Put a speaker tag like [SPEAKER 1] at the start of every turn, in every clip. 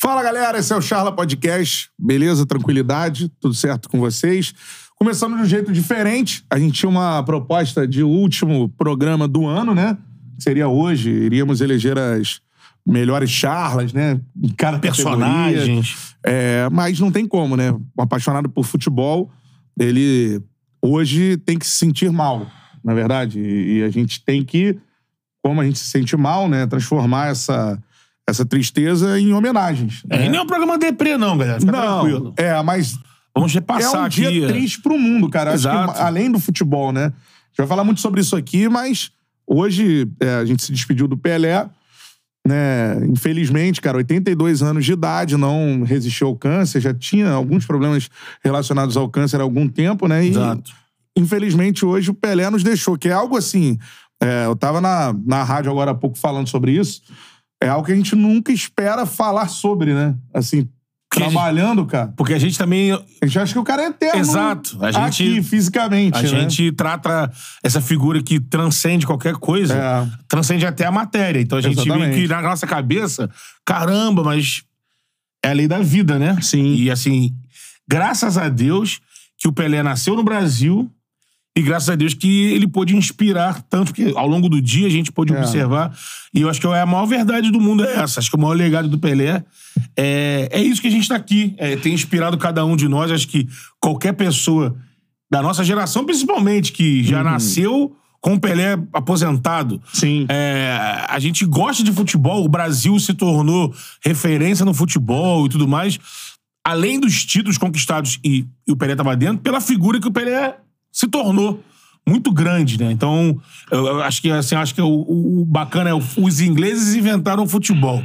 [SPEAKER 1] Fala galera, esse é o Charla Podcast. Beleza, tranquilidade, tudo certo com vocês? Começamos de um jeito diferente. A gente tinha uma proposta de último programa do ano, né? Seria hoje, iríamos eleger as melhores charlas, né? Em cada categoria.
[SPEAKER 2] personagens.
[SPEAKER 1] É, mas não tem como, né? Um apaixonado por futebol, ele hoje tem que se sentir mal, na verdade. E, e a gente tem que, como a gente se sente mal, né? Transformar essa, essa tristeza em homenagens.
[SPEAKER 2] É,
[SPEAKER 1] né?
[SPEAKER 2] e nem é um programa deprê, não, galera. Fica
[SPEAKER 1] não,
[SPEAKER 2] tranquilo.
[SPEAKER 1] é, mas
[SPEAKER 2] Vamos
[SPEAKER 1] é
[SPEAKER 2] repassar
[SPEAKER 1] um
[SPEAKER 2] aqui.
[SPEAKER 1] dia triste pro mundo, cara. Acho que
[SPEAKER 2] Exato.
[SPEAKER 1] além do futebol, né? A gente vai falar muito sobre isso aqui, mas hoje é, a gente se despediu do Pelé, né? Infelizmente, cara, 82 anos de idade, não resistiu ao câncer, já tinha alguns problemas relacionados ao câncer há algum tempo, né? E
[SPEAKER 2] Exato.
[SPEAKER 1] infelizmente hoje o Pelé nos deixou, que é algo assim. é, eu tava na, na rádio agora há pouco falando sobre isso. É algo que a gente nunca espera falar sobre, né? Assim,
[SPEAKER 2] Que a gente-
[SPEAKER 1] trabalhando, cara.
[SPEAKER 2] Porque a gente também.
[SPEAKER 1] A gente acha que o cara é eterno.
[SPEAKER 2] Exato. A gente-
[SPEAKER 1] Aqui, fisicamente.
[SPEAKER 2] A
[SPEAKER 1] né?
[SPEAKER 2] gente trata essa figura que transcende qualquer coisa,
[SPEAKER 1] É.
[SPEAKER 2] transcende até a matéria. Então a gente
[SPEAKER 1] Exatamente.
[SPEAKER 2] meio que na nossa cabeça, caramba, mas é a lei da vida, né?
[SPEAKER 1] Sim.
[SPEAKER 2] E assim, graças a Deus que o Pelé nasceu no Brasil e graças a Deus que ele pôde inspirar tanto que ao longo do dia a gente pôde
[SPEAKER 1] É.
[SPEAKER 2] observar. E eu acho que é a maior verdade do mundo é essa. Acho que o maior legado do Pelé é, é isso que a gente está aqui. É, tem inspirado cada um de nós. Acho que qualquer pessoa da nossa geração, principalmente, que
[SPEAKER 1] Uhum.
[SPEAKER 2] já nasceu com o Pelé aposentado,
[SPEAKER 1] Sim.
[SPEAKER 2] é, a gente gosta de futebol, o Brasil se tornou referência no futebol e tudo mais. Além dos títulos conquistados e, e o Pelé estava dentro, pela figura que o Pelé se tornou. Muito grande, né? Então, eu, eu acho que assim, acho que o, o- o bacana é o- os ingleses inventaram o futebol.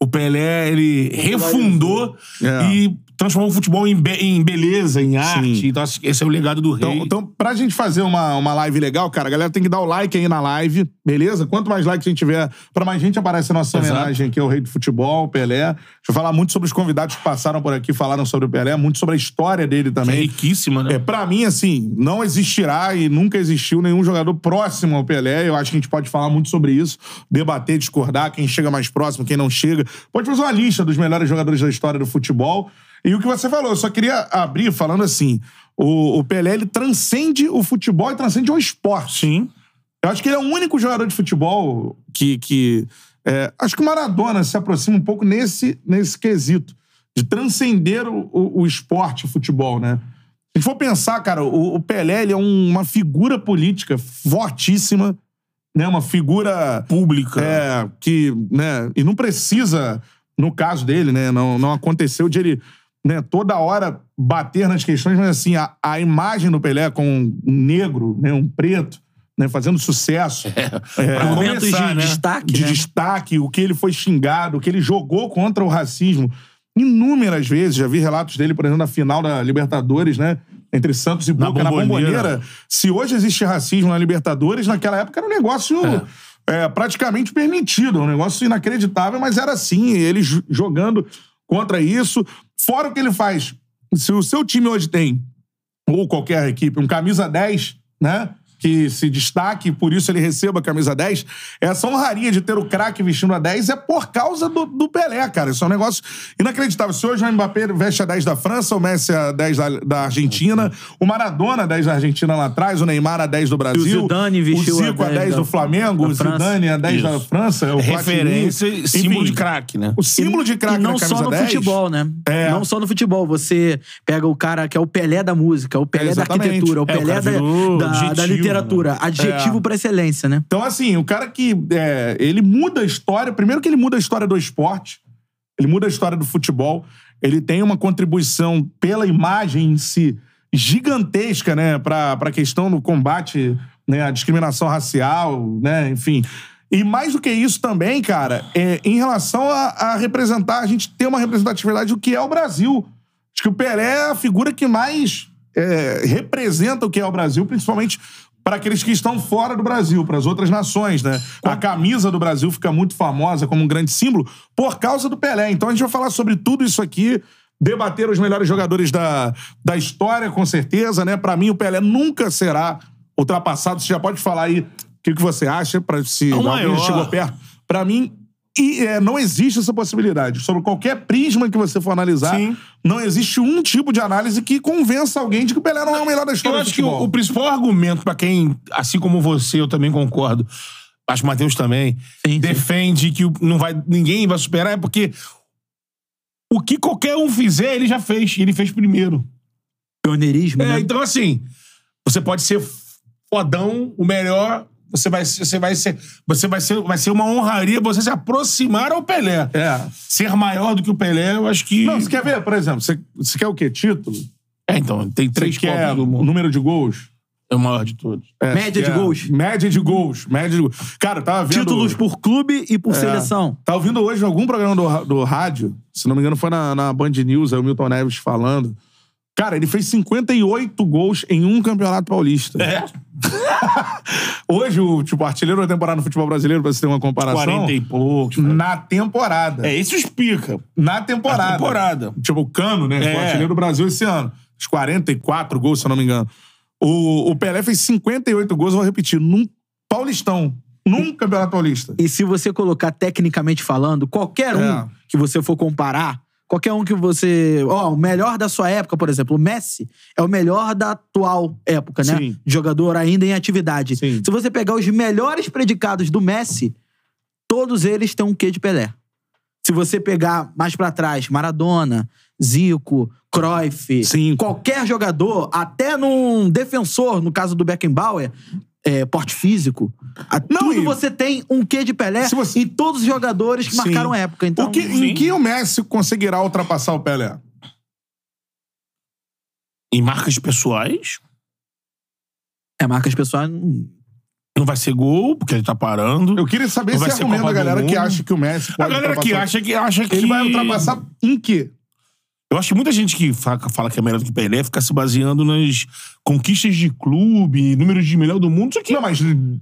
[SPEAKER 2] O Pelé, ele refundou
[SPEAKER 1] É.
[SPEAKER 2] e transformou o futebol em, be- em beleza, em arte. Então, acho que esse é o legado do rei.
[SPEAKER 1] Então, então, pra gente fazer uma, uma live legal, cara, a galera tem que dar o like aí na live, beleza? Quanto mais like a gente tiver, pra mais gente aparece a nossa
[SPEAKER 2] Exato.
[SPEAKER 1] homenagem aqui ao Rei do Futebol, Pelé. Deixa eu falar muito sobre os convidados que passaram por aqui, falaram sobre o Pelé, muito sobre a história dele
[SPEAKER 2] é
[SPEAKER 1] também.
[SPEAKER 2] riquíssima, né?
[SPEAKER 1] É, pra mim, assim, não existirá e nunca existiu nenhum jogador próximo ao Pelé. Eu acho que a gente pode falar muito sobre isso, debater, discordar, quem chega mais próximo, quem não chega. Pode fazer uma lista dos melhores jogadores da história do futebol. E o que você falou, eu só queria abrir falando assim: o, o Pelé ele transcende o futebol e transcende o esporte.
[SPEAKER 2] Sim.
[SPEAKER 1] Eu acho que ele é o único jogador de futebol que. que é, acho que o Maradona se aproxima um pouco nesse, nesse quesito de transcender o, o, o esporte, o futebol, né? Se a gente for pensar, cara, o, o Pelé ele é um- uma figura política fortíssima, né? Uma figura
[SPEAKER 2] Pública.
[SPEAKER 1] é, que, né, e não precisa, no caso dele, né, não, não aconteceu de ele, né, toda hora bater nas questões, mas assim, a, a imagem do Pelé com um negro, né, um preto, né, fazendo sucesso. É,
[SPEAKER 2] pra
[SPEAKER 3] momentos de
[SPEAKER 2] começar, né?
[SPEAKER 3] destaque,
[SPEAKER 1] de
[SPEAKER 3] né?
[SPEAKER 1] destaque, o que ele foi xingado, o que ele jogou contra o racismo. Inúmeras vezes, já vi relatos dele, por exemplo, na final da Libertadores, né? Entre Santos e
[SPEAKER 2] Na
[SPEAKER 1] Boca, na bomboneira.
[SPEAKER 2] Bomboneira.
[SPEAKER 1] Se hoje existe racismo na Libertadores, naquela época era um negócio é, praticamente permitido, um negócio inacreditável, mas era assim, ele jo- jogando contra isso. Fora o que ele faz. Se o seu time hoje tem ou qualquer equipe, um camisa 10, né? Que se destaque, e por isso ele receba a camisa 10. Essa honraria de ter o craque vestindo a 10 é por causa do, do Pelé, cara. Isso é um negócio inacreditável. Se hoje o Mbappé veste a 10 da França, o Messi a 10 da, da Argentina, o Maradona a 10 da Argentina lá atrás, o Neymar a 10 do Brasil,
[SPEAKER 3] Zidane vestiu
[SPEAKER 1] o Zico a 10, do
[SPEAKER 3] da-
[SPEAKER 1] Flamengo,
[SPEAKER 3] da
[SPEAKER 1] o
[SPEAKER 3] França.
[SPEAKER 1] Zidane a 10 da
[SPEAKER 2] Isso.
[SPEAKER 1] França, o Platini.
[SPEAKER 2] referência e símbolo
[SPEAKER 1] Enfim,
[SPEAKER 2] de craque, né?
[SPEAKER 1] O símbolo de craque
[SPEAKER 3] E
[SPEAKER 1] na
[SPEAKER 3] não
[SPEAKER 1] camisa
[SPEAKER 3] só no
[SPEAKER 1] 10.
[SPEAKER 3] futebol, né?
[SPEAKER 1] É.
[SPEAKER 3] Não só no futebol. Você pega o cara que é o Pelé da música, o Pelé da
[SPEAKER 1] Exatamente.
[SPEAKER 3] arquitetura, o
[SPEAKER 2] É, o
[SPEAKER 3] Pelé
[SPEAKER 2] cara
[SPEAKER 3] da,
[SPEAKER 2] virou
[SPEAKER 3] da- da
[SPEAKER 2] adjetivo,
[SPEAKER 3] literatura. Adjetivo pra excelência, né?
[SPEAKER 1] Então, assim, o cara que. é, ele muda a história. Primeiro que ele muda a história do esporte, ele muda a história do futebol. Ele tem uma contribuição pela imagem em si gigantesca, né? Pra, pra questão do combate né, à discriminação racial, né? Enfim. E mais do que isso também, cara, é, em relação a, a representar, a gente ter uma representatividade do que é o Brasil. Acho que o Pelé é a figura que mais é, representa o que é o Brasil, principalmente para aqueles que estão fora do Brasil, para as outras nações, né? A camisa do Brasil fica muito famosa como um grande símbolo por causa do Pelé. Então a gente vai falar sobre tudo isso aqui, debater os melhores jogadores da, da história, com certeza, né? Para mim, o Pelé nunca será ultrapassado. Você já pode falar aí o que, que você acha, para se
[SPEAKER 2] É o
[SPEAKER 1] alguém
[SPEAKER 2] maior.
[SPEAKER 1] chegou perto. Para mim, e, é, não existe essa possibilidade. Sobre qualquer prisma que você for analisar,
[SPEAKER 2] Sim.
[SPEAKER 1] não existe um tipo de análise que convença alguém de que o Pelé não é o melhor da
[SPEAKER 2] Eu
[SPEAKER 1] história do
[SPEAKER 2] acho que o,
[SPEAKER 1] futebol.
[SPEAKER 2] o principal argumento pra quem, assim como você, eu também concordo, acho que o Matheus também,
[SPEAKER 3] Sim, sim.
[SPEAKER 2] defende que o- não vai, ninguém vai superar, é porque o que qualquer um fizer, ele já fez. e Ele fez primeiro.
[SPEAKER 3] Pioneirismo,
[SPEAKER 2] É,
[SPEAKER 3] né?
[SPEAKER 2] então, assim, você pode ser fodão, o melhor. Você vai, ser- você vai ser. Você vai ser. Vai ser uma honraria você se aproximar ao Pelé.
[SPEAKER 1] É.
[SPEAKER 2] Ser maior do que o Pelé, eu acho que.
[SPEAKER 1] Não, você quer ver, por exemplo, você, você quer o quê? Título?
[SPEAKER 2] É, então, tem três
[SPEAKER 1] você quer
[SPEAKER 2] copas do mundo.
[SPEAKER 1] número de gols?
[SPEAKER 2] É o maior de todos.
[SPEAKER 1] É, você
[SPEAKER 3] Média de
[SPEAKER 1] quer-
[SPEAKER 3] gols.
[SPEAKER 1] Média de gols. Média de gols. Cara, eu tava vendo...
[SPEAKER 3] Títulos por clube e por seleção.
[SPEAKER 1] Tá ouvindo hoje algum programa do, ra- do rádio? Se não me engano, foi na, na Band News, aí o Milton Neves falando. Cara, ele fez 58 gols em um campeonato paulista.
[SPEAKER 2] É.
[SPEAKER 1] Hoje, o tipo, artilheiro da temporada no futebol brasileiro, pra você ter uma comparação.
[SPEAKER 2] 40 e poucos.
[SPEAKER 1] Na temporada.
[SPEAKER 2] É, esses pica.
[SPEAKER 1] Na temporada.
[SPEAKER 2] Na temporada.
[SPEAKER 1] Tipo, o Cano, né?
[SPEAKER 2] É.
[SPEAKER 1] Foi o artilheiro do Brasil esse ano. Os 44 gols, se eu não me engano. O, o Pelé fez 58 gols, eu vou repetir, num Paulistão. Num Campeonato Paulista.
[SPEAKER 3] E se você colocar tecnicamente falando, qualquer um
[SPEAKER 1] É.
[SPEAKER 3] que você for comparar, qualquer um que você. Ó, o melhor da sua época, por exemplo, o Messi é o melhor da atual época, né?
[SPEAKER 1] Sim.
[SPEAKER 3] Jogador ainda em atividade.
[SPEAKER 1] Sim.
[SPEAKER 3] Se você pegar os melhores predicados do Messi, todos eles têm um quê de Pelé. Se você pegar mais pra trás, Maradona, Zico, Cruyff,
[SPEAKER 1] Sim.
[SPEAKER 3] qualquer jogador, até num defensor, no caso do Beckenbauer, é, porte físico, a-
[SPEAKER 1] Não,
[SPEAKER 3] tudo
[SPEAKER 1] e-
[SPEAKER 3] você tem um quê de Pelé
[SPEAKER 1] Se você-
[SPEAKER 3] e todos os jogadores que
[SPEAKER 1] Sim.
[SPEAKER 3] marcaram a época. Então,
[SPEAKER 1] o que, em
[SPEAKER 2] sim.
[SPEAKER 1] que o Messi conseguirá ultrapassar o Pelé?
[SPEAKER 2] Em marcas pessoais,
[SPEAKER 3] é marcas pessoais. hum,
[SPEAKER 2] não vai ser gol, porque ele tá parando.
[SPEAKER 1] Eu queria saber
[SPEAKER 2] Não vai
[SPEAKER 1] esse
[SPEAKER 2] ser
[SPEAKER 1] argumento
[SPEAKER 2] Copa
[SPEAKER 1] da
[SPEAKER 2] do
[SPEAKER 1] galera que
[SPEAKER 2] Mundo.
[SPEAKER 1] acha que o Messi
[SPEAKER 2] A
[SPEAKER 1] pode
[SPEAKER 2] galera que
[SPEAKER 1] ultrapassar.
[SPEAKER 2] acha que acha que.
[SPEAKER 1] Ele vai ultrapassar em quê?
[SPEAKER 2] Eu acho que muita gente que fa- fala que é melhor do que o Pelé fica se baseando nas conquistas de clube, números de melhor do mundo, isso aqui.
[SPEAKER 1] Não, mas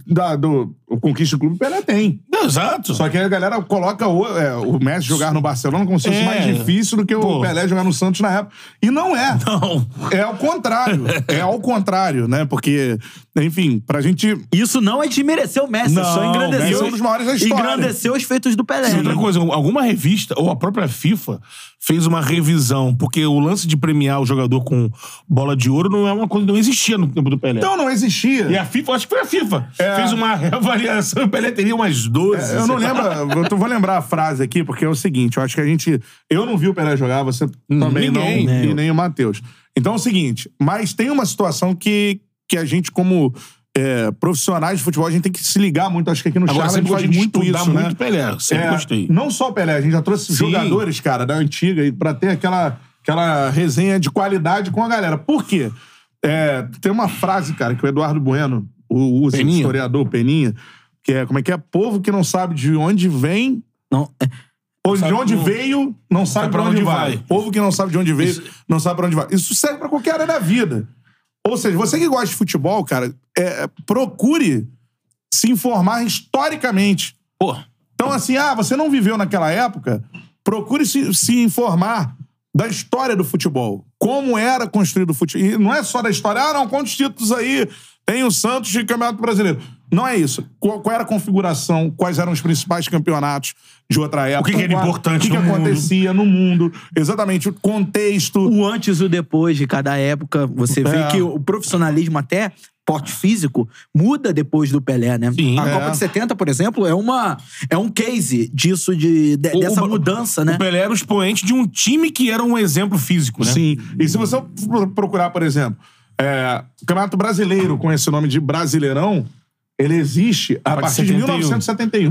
[SPEAKER 1] da, do, o Conquista Clube o Pelé tem.
[SPEAKER 2] Não, exato.
[SPEAKER 1] Só que aí a galera coloca o, é, o Messi jogar no Barcelona como se fosse
[SPEAKER 2] É.
[SPEAKER 1] mais difícil do que o
[SPEAKER 2] Pô.
[SPEAKER 1] Pelé jogar no Santos na época. E não é.
[SPEAKER 2] Não.
[SPEAKER 1] É ao contrário. É ao contrário, né? Porque, enfim, pra gente.
[SPEAKER 3] Isso não é desmerecer o Messi,
[SPEAKER 2] Não,
[SPEAKER 3] só
[SPEAKER 1] Messi
[SPEAKER 3] engrandeceu,
[SPEAKER 1] é um dos maiores da história.
[SPEAKER 3] engrandeceu os feitos do
[SPEAKER 1] É,
[SPEAKER 3] Pelé.
[SPEAKER 2] E outra
[SPEAKER 3] né?
[SPEAKER 2] coisa, alguma revista ou a própria FIFA fez uma revisão, porque o lance de premiar o jogador com bola de ouro não é uma coisa que não existia no tempo do Pelé.
[SPEAKER 1] Então não existia.
[SPEAKER 2] e a FIFA, acho que foi a FIFA,
[SPEAKER 1] É.
[SPEAKER 2] fez uma avaliação, o Pelé teria umas 12.
[SPEAKER 1] Eu não
[SPEAKER 2] sei lá.
[SPEAKER 1] lembro, eu tô- vou lembrar a frase aqui, porque é o seguinte: eu acho que a gente. Eu não vi o Pelé jogar, você também
[SPEAKER 2] Ninguém,
[SPEAKER 1] não,
[SPEAKER 2] né?
[SPEAKER 1] e nem o Matheus. Então é o seguinte: mas tem uma situação que, que a gente, como é, profissionais de futebol, a gente tem que se ligar muito. Acho que aqui no
[SPEAKER 2] Agora
[SPEAKER 1] Charla a gente
[SPEAKER 2] sempre
[SPEAKER 1] faz
[SPEAKER 2] gostei de
[SPEAKER 1] muito
[SPEAKER 2] estudar
[SPEAKER 1] isso, né?
[SPEAKER 2] muito Pelé, sempre
[SPEAKER 1] É,
[SPEAKER 2] gostei.
[SPEAKER 1] Não só o Pelé, a gente já trouxe
[SPEAKER 2] Sim.
[SPEAKER 1] jogadores, cara, da antiga, e pra ter aquela, aquela resenha de qualidade com a galera. Por quê? É, tem uma frase, cara, que o Eduardo Bueno o- usa, o
[SPEAKER 2] Peninha.
[SPEAKER 1] historiador Peninha, que é como é que é? Povo que não sabe de onde vem.
[SPEAKER 3] Não, é-
[SPEAKER 1] Ou de
[SPEAKER 2] sabe
[SPEAKER 1] onde
[SPEAKER 2] como-
[SPEAKER 1] veio, não sabe pra onde, vai. Povo que não sabe de onde veio, não sabe pra onde vai. Isso serve pra qualquer área da vida. Ou seja, você que gosta de futebol, cara, é, procure se informar historicamente.
[SPEAKER 2] Pô,
[SPEAKER 1] Então, assim, ah, você não viveu naquela época, procure se, se informar da história do futebol. Como era construído o futebol. E não é só da história, ah, não, quantos títulos aí tem o Santos de Campeonato Brasileiro. Não é isso. Qual, qual era a configuração, quais eram os principais campeonatos de outra época.
[SPEAKER 2] que que era
[SPEAKER 1] qual-
[SPEAKER 2] importante
[SPEAKER 1] O que, que
[SPEAKER 2] no mundo.
[SPEAKER 1] acontecia no mundo. Exatamente, o contexto.
[SPEAKER 3] o antes e o depois de cada época, você vê
[SPEAKER 1] É.
[SPEAKER 3] que o profissionalismo até porte físico muda depois do Pelé, né?
[SPEAKER 2] Sim.
[SPEAKER 3] a
[SPEAKER 1] É.
[SPEAKER 3] Copa de 70, por exemplo, é uma é um case disso de, de-
[SPEAKER 2] O-
[SPEAKER 3] dessa
[SPEAKER 2] o-
[SPEAKER 3] mudança, né?
[SPEAKER 2] O Pelé era o expoente de um time que era um exemplo físico, né?
[SPEAKER 1] Sim. E se você pro- procurar, por exemplo, é, o Campeonato Brasileiro com esse nome de Brasileirão, ele existe a
[SPEAKER 2] Pode
[SPEAKER 1] partir de
[SPEAKER 2] 71.
[SPEAKER 1] 1971.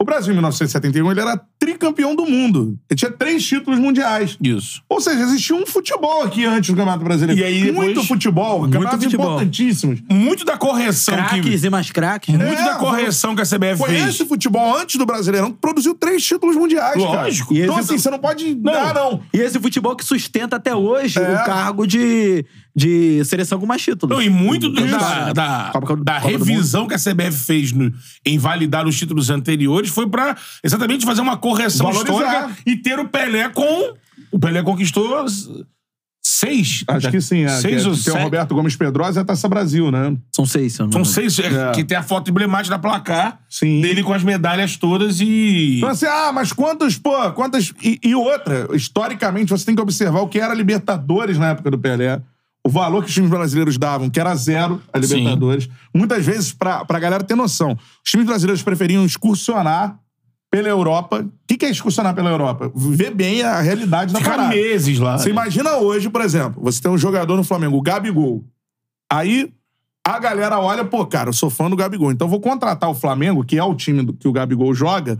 [SPEAKER 1] O Brasil, em 1971, ele era tricampeão do mundo. Ele tinha três títulos mundiais.
[SPEAKER 2] Isso.
[SPEAKER 1] Ou seja, existia um futebol aqui antes do Campeonato Brasileiro.
[SPEAKER 2] E aí depois-
[SPEAKER 1] Muito futebol,
[SPEAKER 3] Muito
[SPEAKER 1] campeonatos
[SPEAKER 3] futebol.
[SPEAKER 1] importantíssimos.
[SPEAKER 2] Muito da correção que
[SPEAKER 3] Craques e mais craques, né?
[SPEAKER 2] muito
[SPEAKER 1] É,
[SPEAKER 2] da correção que a CBF
[SPEAKER 1] Foi
[SPEAKER 2] fez.
[SPEAKER 1] esse futebol antes do Brasileirão que produziu três títulos mundiais, cara.
[SPEAKER 2] Lógico. é
[SPEAKER 1] Então,
[SPEAKER 3] E esse-
[SPEAKER 1] assim, você não pode... dar não.
[SPEAKER 3] E esse futebol que sustenta até hoje
[SPEAKER 1] É.
[SPEAKER 3] o cargo de, de seleção com mais títulos.
[SPEAKER 2] Não, e muito do- da,
[SPEAKER 3] Isso.
[SPEAKER 2] da,
[SPEAKER 3] Copa- Copa
[SPEAKER 2] da
[SPEAKER 3] do Mundo.
[SPEAKER 2] revisão que a CBF fez no- em validar os títulos anteriores foi pra exatamente fazer uma correção
[SPEAKER 1] Valorizar.
[SPEAKER 2] histórica e ter o Pelé com. O Pelé conquistou s- Seis?
[SPEAKER 1] Acho que sim. É.
[SPEAKER 2] Seis
[SPEAKER 1] Que
[SPEAKER 2] ou
[SPEAKER 1] Tem o
[SPEAKER 2] sete?
[SPEAKER 1] Roberto Gomes Pedrosa e a Taça Brasil, né?
[SPEAKER 3] São seis, se eu não
[SPEAKER 2] São
[SPEAKER 3] me engano.
[SPEAKER 2] seis, é,
[SPEAKER 1] É.
[SPEAKER 2] que tem a foto emblemática da placar
[SPEAKER 1] Sim.
[SPEAKER 2] dele com as medalhas todas e.
[SPEAKER 1] Então, assim, ah, mas quantos, pô, quantas. E, e outra, historicamente, você tem que observar o que era a Libertadores na época do Pelé. O valor que os times brasileiros davam, que era zero a
[SPEAKER 2] Sim.
[SPEAKER 1] Libertadores. Muitas vezes, pra, pra galera ter noção, os times brasileiros preferiam excursionar pela Europa. O que, que é excursionar pela Europa? Ver bem a realidade da
[SPEAKER 2] Ficar
[SPEAKER 1] parada.
[SPEAKER 2] meses lá.
[SPEAKER 1] Você imagina hoje, por exemplo, você tem um jogador no Flamengo, o Gabigol. Aí a galera olha, pô, cara, eu sou fã do Gabigol, então eu vou contratar o Flamengo, que é o time do- que o Gabigol joga,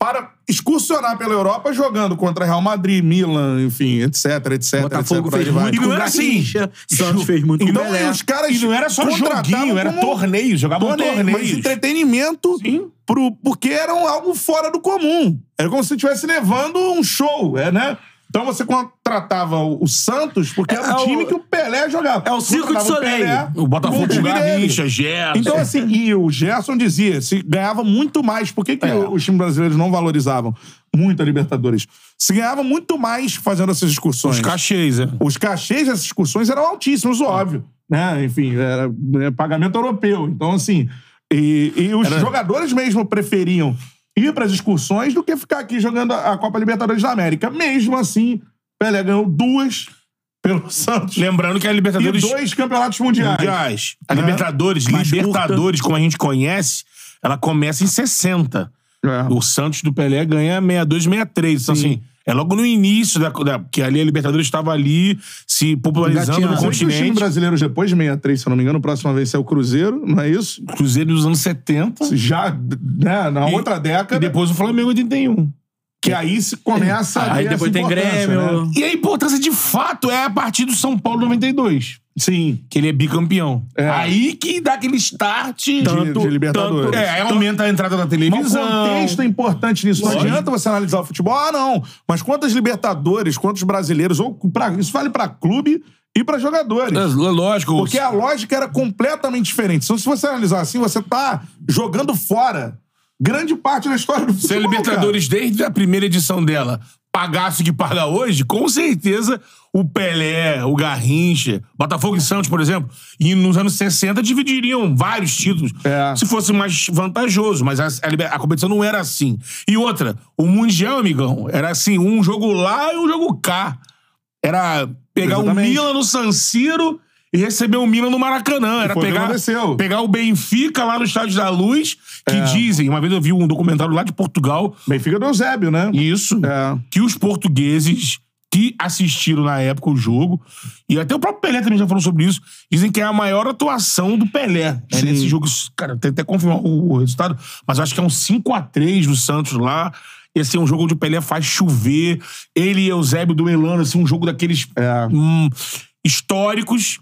[SPEAKER 1] para excursionar pela Europa jogando contra Real Madrid, Milan, enfim, etc, etc.
[SPEAKER 3] Botafogo
[SPEAKER 1] etc, por aí
[SPEAKER 3] fez
[SPEAKER 1] vai.
[SPEAKER 3] muito
[SPEAKER 2] É, E não
[SPEAKER 3] com
[SPEAKER 2] era assim.
[SPEAKER 3] Garrincha, Santos fez muito É. com
[SPEAKER 1] Então,
[SPEAKER 3] Pelé.
[SPEAKER 1] os caras
[SPEAKER 2] E não é era só
[SPEAKER 1] contratavam
[SPEAKER 2] joguinho, era
[SPEAKER 1] como
[SPEAKER 2] torneio,
[SPEAKER 3] Tá
[SPEAKER 2] jogavam
[SPEAKER 1] torneio,
[SPEAKER 3] né?
[SPEAKER 2] torneio.
[SPEAKER 1] mas entretenimento
[SPEAKER 2] Sim.
[SPEAKER 1] pro, porque era um- algo fora do comum. Era como se estivesse levando um show, é, né? Então você contratava o o Santos porque
[SPEAKER 3] É,
[SPEAKER 1] era o
[SPEAKER 3] é o-
[SPEAKER 1] time que o Pelé jogava.
[SPEAKER 3] é o Circo de
[SPEAKER 1] Contratava
[SPEAKER 3] Soleil.
[SPEAKER 1] Pelé,
[SPEAKER 2] O Botafogo
[SPEAKER 1] com
[SPEAKER 2] com
[SPEAKER 1] time dele.
[SPEAKER 2] Garrincha, Gerson.
[SPEAKER 1] Então, assim, e o Gerson dizia, se ganhava muito mais. Por que, que
[SPEAKER 2] É.
[SPEAKER 1] os times brasileiros não valorizavam muito a Libertadores? Se ganhava muito mais fazendo essas excursões.
[SPEAKER 2] os cachês, é.
[SPEAKER 1] Os cachês dessas excursões eram altíssimos, óbvio. Né? Enfim, era né, pagamento europeu. Então, assim. E, e os jogadores mesmo preferiam ir para as excursões do que ficar aqui jogando a a Copa Libertadores da América. Mesmo assim, Pelé ganhou duas pelo Santos
[SPEAKER 2] Lembrando que a
[SPEAKER 1] e
[SPEAKER 2] Libertadores
[SPEAKER 1] dois campeonatos mundiais.
[SPEAKER 2] mundiais. A
[SPEAKER 1] Né?
[SPEAKER 2] Libertadores,
[SPEAKER 3] Mais
[SPEAKER 2] Libertadores, como a gente conhece, ela começa em 60.
[SPEAKER 1] É.
[SPEAKER 2] O Santos do Pelé ganha 62, 63. Então,
[SPEAKER 1] Sim.
[SPEAKER 2] assim, é logo no início da, da- que ali a Libertadores estava ali se popularizando
[SPEAKER 3] Engatinhando.
[SPEAKER 2] no
[SPEAKER 1] Sei que os times
[SPEAKER 2] continente.
[SPEAKER 1] brasileiros depois de 63, se eu não me engano, o próximo vez é o Cruzeiro, não é isso?
[SPEAKER 2] Cruzeiro dos anos 70.
[SPEAKER 1] Já né, na
[SPEAKER 2] E-
[SPEAKER 1] outra
[SPEAKER 2] E
[SPEAKER 1] década,
[SPEAKER 2] depois o Flamengo 81.
[SPEAKER 1] que aí se começa a
[SPEAKER 3] Aí
[SPEAKER 1] ver
[SPEAKER 3] depois
[SPEAKER 2] é
[SPEAKER 1] essa
[SPEAKER 3] tem
[SPEAKER 1] importância,
[SPEAKER 3] Grêmio.
[SPEAKER 1] né?
[SPEAKER 2] E a importância de fato é a partir do São Paulo 92,
[SPEAKER 1] Sim.
[SPEAKER 2] que ele é bicampeão.
[SPEAKER 1] É.
[SPEAKER 2] Aí que dá aquele start.
[SPEAKER 1] de Libertadores.
[SPEAKER 2] É, aí aumenta a entrada da
[SPEAKER 1] Mas o
[SPEAKER 2] televisão.
[SPEAKER 1] contexto é importante nisso. Não
[SPEAKER 2] Lógico.
[SPEAKER 1] adianta você analisar o futebol. Ah, não. Mas quantas Libertadores, quantos brasileiros, ou pra, isso vale pra clube e pra jogadores.
[SPEAKER 2] É, Lógico.
[SPEAKER 1] Porque a lógica era completamente diferente. Então, se você analisar assim, você tá jogando fora grande parte da história do futebol.
[SPEAKER 2] Se a Libertadores, desde a primeira edição dela, pagasse o que paga hoje, com certeza o Pelé, o Garrincha, Botafogo e Santos, por exemplo, e nos anos 60 dividiriam vários títulos.
[SPEAKER 1] É.
[SPEAKER 2] Se fosse mais vantajoso, mas a, a liber- a competição não era assim. E outra, o Mundial, amigão, era assim, um jogo lá e um jogo cá. Era pegar
[SPEAKER 1] Exatamente.
[SPEAKER 2] o Milan no San Siro e receber o Milan no Maracanã. Era
[SPEAKER 1] foi o que
[SPEAKER 2] pegar,
[SPEAKER 1] aconteceu.
[SPEAKER 2] pegar o Benfica lá no Estádio da Luz, que
[SPEAKER 1] É.
[SPEAKER 2] dizem, uma vez eu vi um documentário lá de Portugal,
[SPEAKER 1] cara. Benfica do Eusébio, né?
[SPEAKER 2] isso,
[SPEAKER 1] É.
[SPEAKER 2] que os portugueses que assistiram na época o jogo, e até o próprio Pelé também já falou sobre isso, dizem que é a maior atuação do Pelé né,
[SPEAKER 1] Sim.
[SPEAKER 2] nesse jogo. Cara, tem até que confirmar o o resultado, mas eu acho que é um 5 a 3 do Santos lá. Esse é um jogo onde o Pelé faz chover, ele e Eusébio duelando, assim, um jogo daqueles
[SPEAKER 1] É.
[SPEAKER 2] hum, históricos.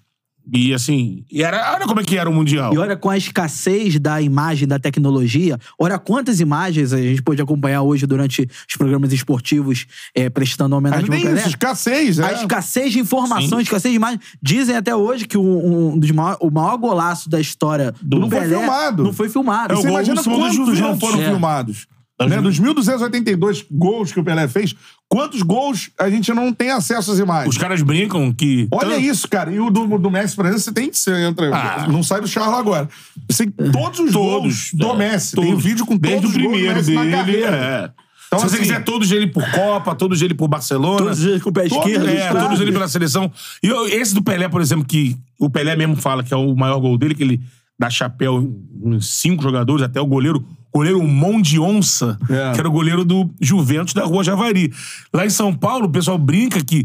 [SPEAKER 2] E assim, e era, olha como é que era o Mundial.
[SPEAKER 3] E olha com a escassez da imagem, da tecnologia, olha quantas imagens a gente pôde acompanhar hoje durante os programas esportivos eh, prestando
[SPEAKER 1] Mas
[SPEAKER 3] homenagem ao
[SPEAKER 1] tem
[SPEAKER 3] Pelé.
[SPEAKER 1] isso, escassez, né?
[SPEAKER 3] A escassez de informações,
[SPEAKER 2] Sim.
[SPEAKER 3] escassez de imagens. Dizem até hoje que um, um dos maior, o maior golaço da história do
[SPEAKER 1] Não foi
[SPEAKER 3] Pelé
[SPEAKER 1] filmado.
[SPEAKER 3] não foi filmado.
[SPEAKER 1] E
[SPEAKER 2] É o
[SPEAKER 1] você
[SPEAKER 2] gol
[SPEAKER 1] imagina
[SPEAKER 2] em cima do
[SPEAKER 1] quantos
[SPEAKER 2] Juventus.
[SPEAKER 1] um não foram
[SPEAKER 3] É.
[SPEAKER 1] filmados.
[SPEAKER 2] Tá
[SPEAKER 1] Né? Dos 1.282 gols que o Pelé fez, quantos gols a gente não tem acesso às imagens?
[SPEAKER 2] Os caras brincam que.
[SPEAKER 1] Olha
[SPEAKER 2] tanto-
[SPEAKER 1] isso, cara. E o do, do Messi, por exemplo, você tem que ser. Entra,
[SPEAKER 2] Então- Ah.
[SPEAKER 1] Não sai do charro agora. Você tem todos os
[SPEAKER 2] Todos.
[SPEAKER 1] gols do
[SPEAKER 2] é,
[SPEAKER 1] Messi.
[SPEAKER 2] todos.
[SPEAKER 1] Tem um vídeo com
[SPEAKER 2] Desde
[SPEAKER 1] todos
[SPEAKER 2] o
[SPEAKER 1] os gols do
[SPEAKER 2] primeiro
[SPEAKER 1] Messi na
[SPEAKER 2] dele.
[SPEAKER 1] carreira.
[SPEAKER 2] é.
[SPEAKER 1] Então,
[SPEAKER 2] Se você
[SPEAKER 1] assim-
[SPEAKER 2] quiser todos ele por Copa, todos ele por Barcelona.
[SPEAKER 3] Todos eles com o pé
[SPEAKER 1] Todos-
[SPEAKER 3] esquerdo. né?
[SPEAKER 2] É,
[SPEAKER 1] Sabe?
[SPEAKER 2] todos ele pela seleção. E eu- esse do Pelé, por exemplo, que o Pelé mesmo fala que é o maior gol dele, que ele dá chapéu em cinco jogadores, até o goleiro, goleiro Mão de Onça,
[SPEAKER 1] É.
[SPEAKER 2] que era o goleiro do Juventus da Rua Javari. Lá em São Paulo, o pessoal brinca que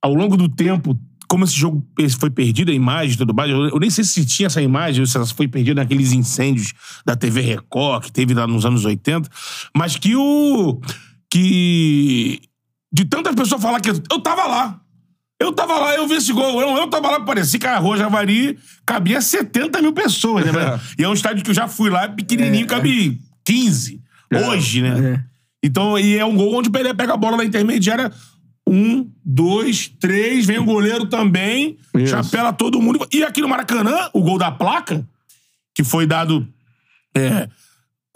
[SPEAKER 2] ao longo do tempo, como esse jogo esse foi perdido, a imagem e tudo mais, eu, eu nem sei se tinha essa imagem, ou se ela foi perdida naqueles incêndios da TV Record, que teve lá nos anos 80, mas que o. que. de tantas pessoas falar que. Eu tava lá. Eu tava lá, eu vi esse gol. Eu, eu tava lá, parecia que a Rua Javari cabia 70 mil pessoas, né?
[SPEAKER 1] É.
[SPEAKER 2] E é um estádio que eu já fui lá, pequenininho, cabe 15. Hoje, né?
[SPEAKER 3] É.
[SPEAKER 2] Então, e é um gol onde o Pelé pega a bola na intermediária. Um, dois, três, vem o goleiro também,
[SPEAKER 1] Isso.
[SPEAKER 2] chapela todo mundo. E aqui no Maracanã, o gol da placa, que foi dado é,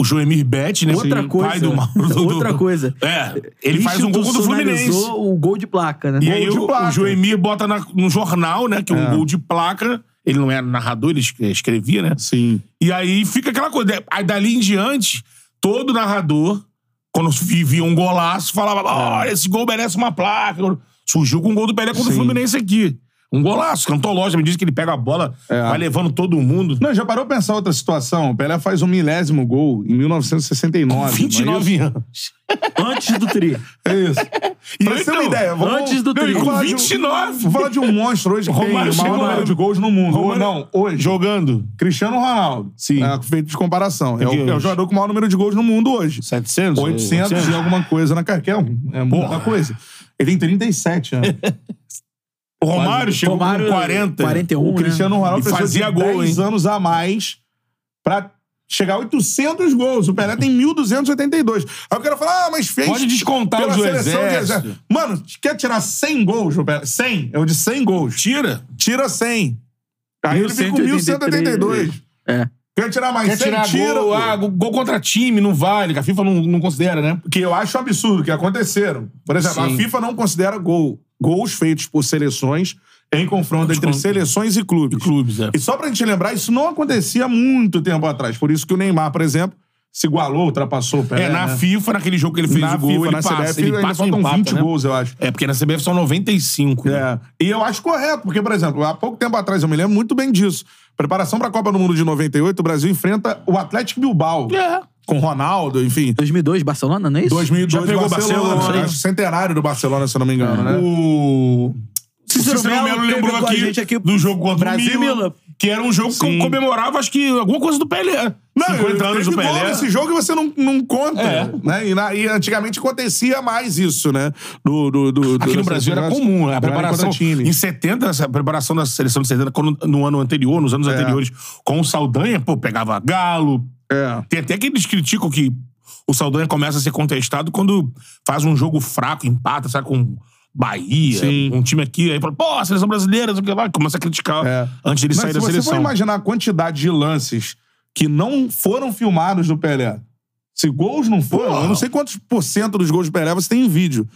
[SPEAKER 2] o Joemir Bet, né?
[SPEAKER 3] Outra
[SPEAKER 2] esse
[SPEAKER 3] coisa.
[SPEAKER 2] pai do Mauro. do-
[SPEAKER 3] outra coisa.
[SPEAKER 2] É, ele faz um gol contra o Fluminense.
[SPEAKER 3] Institucionalizou o gol de placa, né?
[SPEAKER 2] E
[SPEAKER 3] Gol
[SPEAKER 2] aí
[SPEAKER 3] de
[SPEAKER 2] o,
[SPEAKER 3] placa.
[SPEAKER 2] o Joemir bota na- no jornal, né? Que é um gol de placa. Ele não era narrador, ele es- escrevia, né?
[SPEAKER 1] Sim.
[SPEAKER 2] E aí fica aquela coisa. né? Aí dali em diante, todo narrador, quando vi- via um golaço, falava: olha, esse gol merece uma placa. Surgiu com o gol do Pelé contra o
[SPEAKER 1] Sim.
[SPEAKER 2] Fluminense aqui. Um golaço, cantológico. Me diz que ele pega a bola,
[SPEAKER 1] É.
[SPEAKER 2] vai levando todo mundo.
[SPEAKER 1] Não, já parou pra pensar outra situação? O Pelé faz um milésimo gol em 1969.
[SPEAKER 2] 29 anos.
[SPEAKER 3] Antes do tri.
[SPEAKER 1] não É isso. É isso. pra você ter uma
[SPEAKER 2] então,
[SPEAKER 1] ideia, vamos...
[SPEAKER 3] antes do
[SPEAKER 1] Não, e
[SPEAKER 3] tri.
[SPEAKER 1] falar de um-
[SPEAKER 2] 29.
[SPEAKER 1] Vamos falar de um monstro hoje que tem
[SPEAKER 2] Romário
[SPEAKER 1] o maior
[SPEAKER 2] chegou-
[SPEAKER 1] número de gols no mundo. Ou
[SPEAKER 2] Romário-
[SPEAKER 1] não, hoje.
[SPEAKER 2] Jogando.
[SPEAKER 1] Cristiano Ronaldo.
[SPEAKER 2] Sim.
[SPEAKER 1] É, feito de comparação. É
[SPEAKER 2] Entendi.
[SPEAKER 1] o, é o jogador com o maior número de gols no mundo hoje.
[SPEAKER 2] 700?
[SPEAKER 1] 800 e alguma coisa na carreira. É muita
[SPEAKER 2] Porra.
[SPEAKER 1] coisa. Ele tem 37 anos.
[SPEAKER 2] O Romário chegou
[SPEAKER 3] Romário,
[SPEAKER 2] com 40.
[SPEAKER 3] 41,
[SPEAKER 1] o Cristiano
[SPEAKER 2] um E
[SPEAKER 1] Ronaldo precisou
[SPEAKER 2] fazia
[SPEAKER 1] de
[SPEAKER 2] gol,
[SPEAKER 1] 10 anos a mais pra chegar a 800 gols. O Pelé tem 1.282. Aí o cara fala, ah, mas fez...
[SPEAKER 2] Pode descontar
[SPEAKER 1] pela
[SPEAKER 2] os do
[SPEAKER 1] seleção de
[SPEAKER 2] exército.
[SPEAKER 1] exército. Mano, quer tirar 100 gols, o Pelé? 100. É o de 100 gols.
[SPEAKER 2] Tira.
[SPEAKER 1] Tira 100.
[SPEAKER 3] né?
[SPEAKER 1] Aí ele fica com 1.182.
[SPEAKER 3] 1.182. É.
[SPEAKER 1] Quer tirar mais
[SPEAKER 2] Quer
[SPEAKER 1] 100?
[SPEAKER 2] tirar
[SPEAKER 1] tira,
[SPEAKER 2] gol,
[SPEAKER 1] pô.
[SPEAKER 2] ah, gol, gol contra time, não vale, que a FIFA não, não considera, né?
[SPEAKER 1] que eu acho absurdo que aconteceram. Por exemplo,
[SPEAKER 2] Sim.
[SPEAKER 1] a FIFA não considera gol gols feitos por seleções em confronto entre seleções e clubes.
[SPEAKER 2] Clubes, é.
[SPEAKER 1] E só pra gente lembrar, isso não acontecia há muito tempo atrás. Por isso que o Neymar, por exemplo, se igualou, ultrapassou o Pelé.
[SPEAKER 2] É, na
[SPEAKER 1] né?
[SPEAKER 2] FIFA, naquele jogo que ele fez
[SPEAKER 1] na
[SPEAKER 2] o gol,
[SPEAKER 1] FIFA,
[SPEAKER 2] ele
[SPEAKER 1] na
[SPEAKER 2] passa,
[SPEAKER 1] CBF,
[SPEAKER 2] ele
[SPEAKER 1] ainda
[SPEAKER 2] passa e
[SPEAKER 1] faltam
[SPEAKER 2] empata,
[SPEAKER 1] 20
[SPEAKER 2] né?
[SPEAKER 1] gols, eu acho.
[SPEAKER 2] É, porque na CBF são 95. né?
[SPEAKER 1] É. E eu acho correto, porque, por exemplo, há pouco tempo atrás, eu me lembro muito bem disso. Preparação pra Copa do Mundo de 98, o Brasil enfrenta o Atlético Bilbao.
[SPEAKER 2] É.
[SPEAKER 1] Com Ronaldo, enfim.
[SPEAKER 3] 2002, Barcelona, não é isso?
[SPEAKER 1] 2002,
[SPEAKER 2] Já pegou
[SPEAKER 1] Barcelona.
[SPEAKER 2] Barcelona, né? Uhum.
[SPEAKER 1] acho que centenário do Barcelona, se eu não me engano, né?
[SPEAKER 2] O...
[SPEAKER 3] Cícero
[SPEAKER 2] o Cícero
[SPEAKER 3] Melo
[SPEAKER 2] Melo
[SPEAKER 3] teve
[SPEAKER 2] lembrou
[SPEAKER 3] com a
[SPEAKER 2] aqui,
[SPEAKER 3] gente aqui
[SPEAKER 2] do jogo contra
[SPEAKER 3] Brasil
[SPEAKER 2] o
[SPEAKER 3] e
[SPEAKER 2] Milan,
[SPEAKER 3] Milan.
[SPEAKER 2] que era um jogo
[SPEAKER 1] Sim.
[SPEAKER 2] que comemorava, acho que, alguma coisa do Pelé.
[SPEAKER 1] Não,
[SPEAKER 2] 50 anos do
[SPEAKER 1] teve gol
[SPEAKER 2] Pelé.
[SPEAKER 1] nesse jogo e você não, não conta.
[SPEAKER 2] É.
[SPEAKER 1] Né? E, na- e antigamente acontecia mais isso, né? Do, do, do,
[SPEAKER 2] Aqui no Brasil era comum, né? a preparação. Em
[SPEAKER 1] Time.
[SPEAKER 2] 70, essa preparação da seleção de 70, quando- no ano anterior, nos anos
[SPEAKER 1] É.
[SPEAKER 2] anteriores, com o Saldanha, pô, pegava Galo.
[SPEAKER 1] É.
[SPEAKER 2] Tem até que eles criticam que o Saldanha começa a ser contestado quando faz um jogo fraco, empata, sabe, com Bahia,
[SPEAKER 1] Sim.
[SPEAKER 2] um time aqui, aí fala, pô, a seleção brasileira, não sei o que lá, começa a criticar
[SPEAKER 1] É.
[SPEAKER 2] antes dele
[SPEAKER 1] Mas
[SPEAKER 2] sair
[SPEAKER 1] se
[SPEAKER 2] da
[SPEAKER 1] você for
[SPEAKER 2] seleção.
[SPEAKER 1] imaginar a quantidade de lances que não foram filmados do Pelé, se gols não foram,
[SPEAKER 2] Porra.
[SPEAKER 1] eu não sei quantos por cento dos gols do Pelé você tem em vídeo.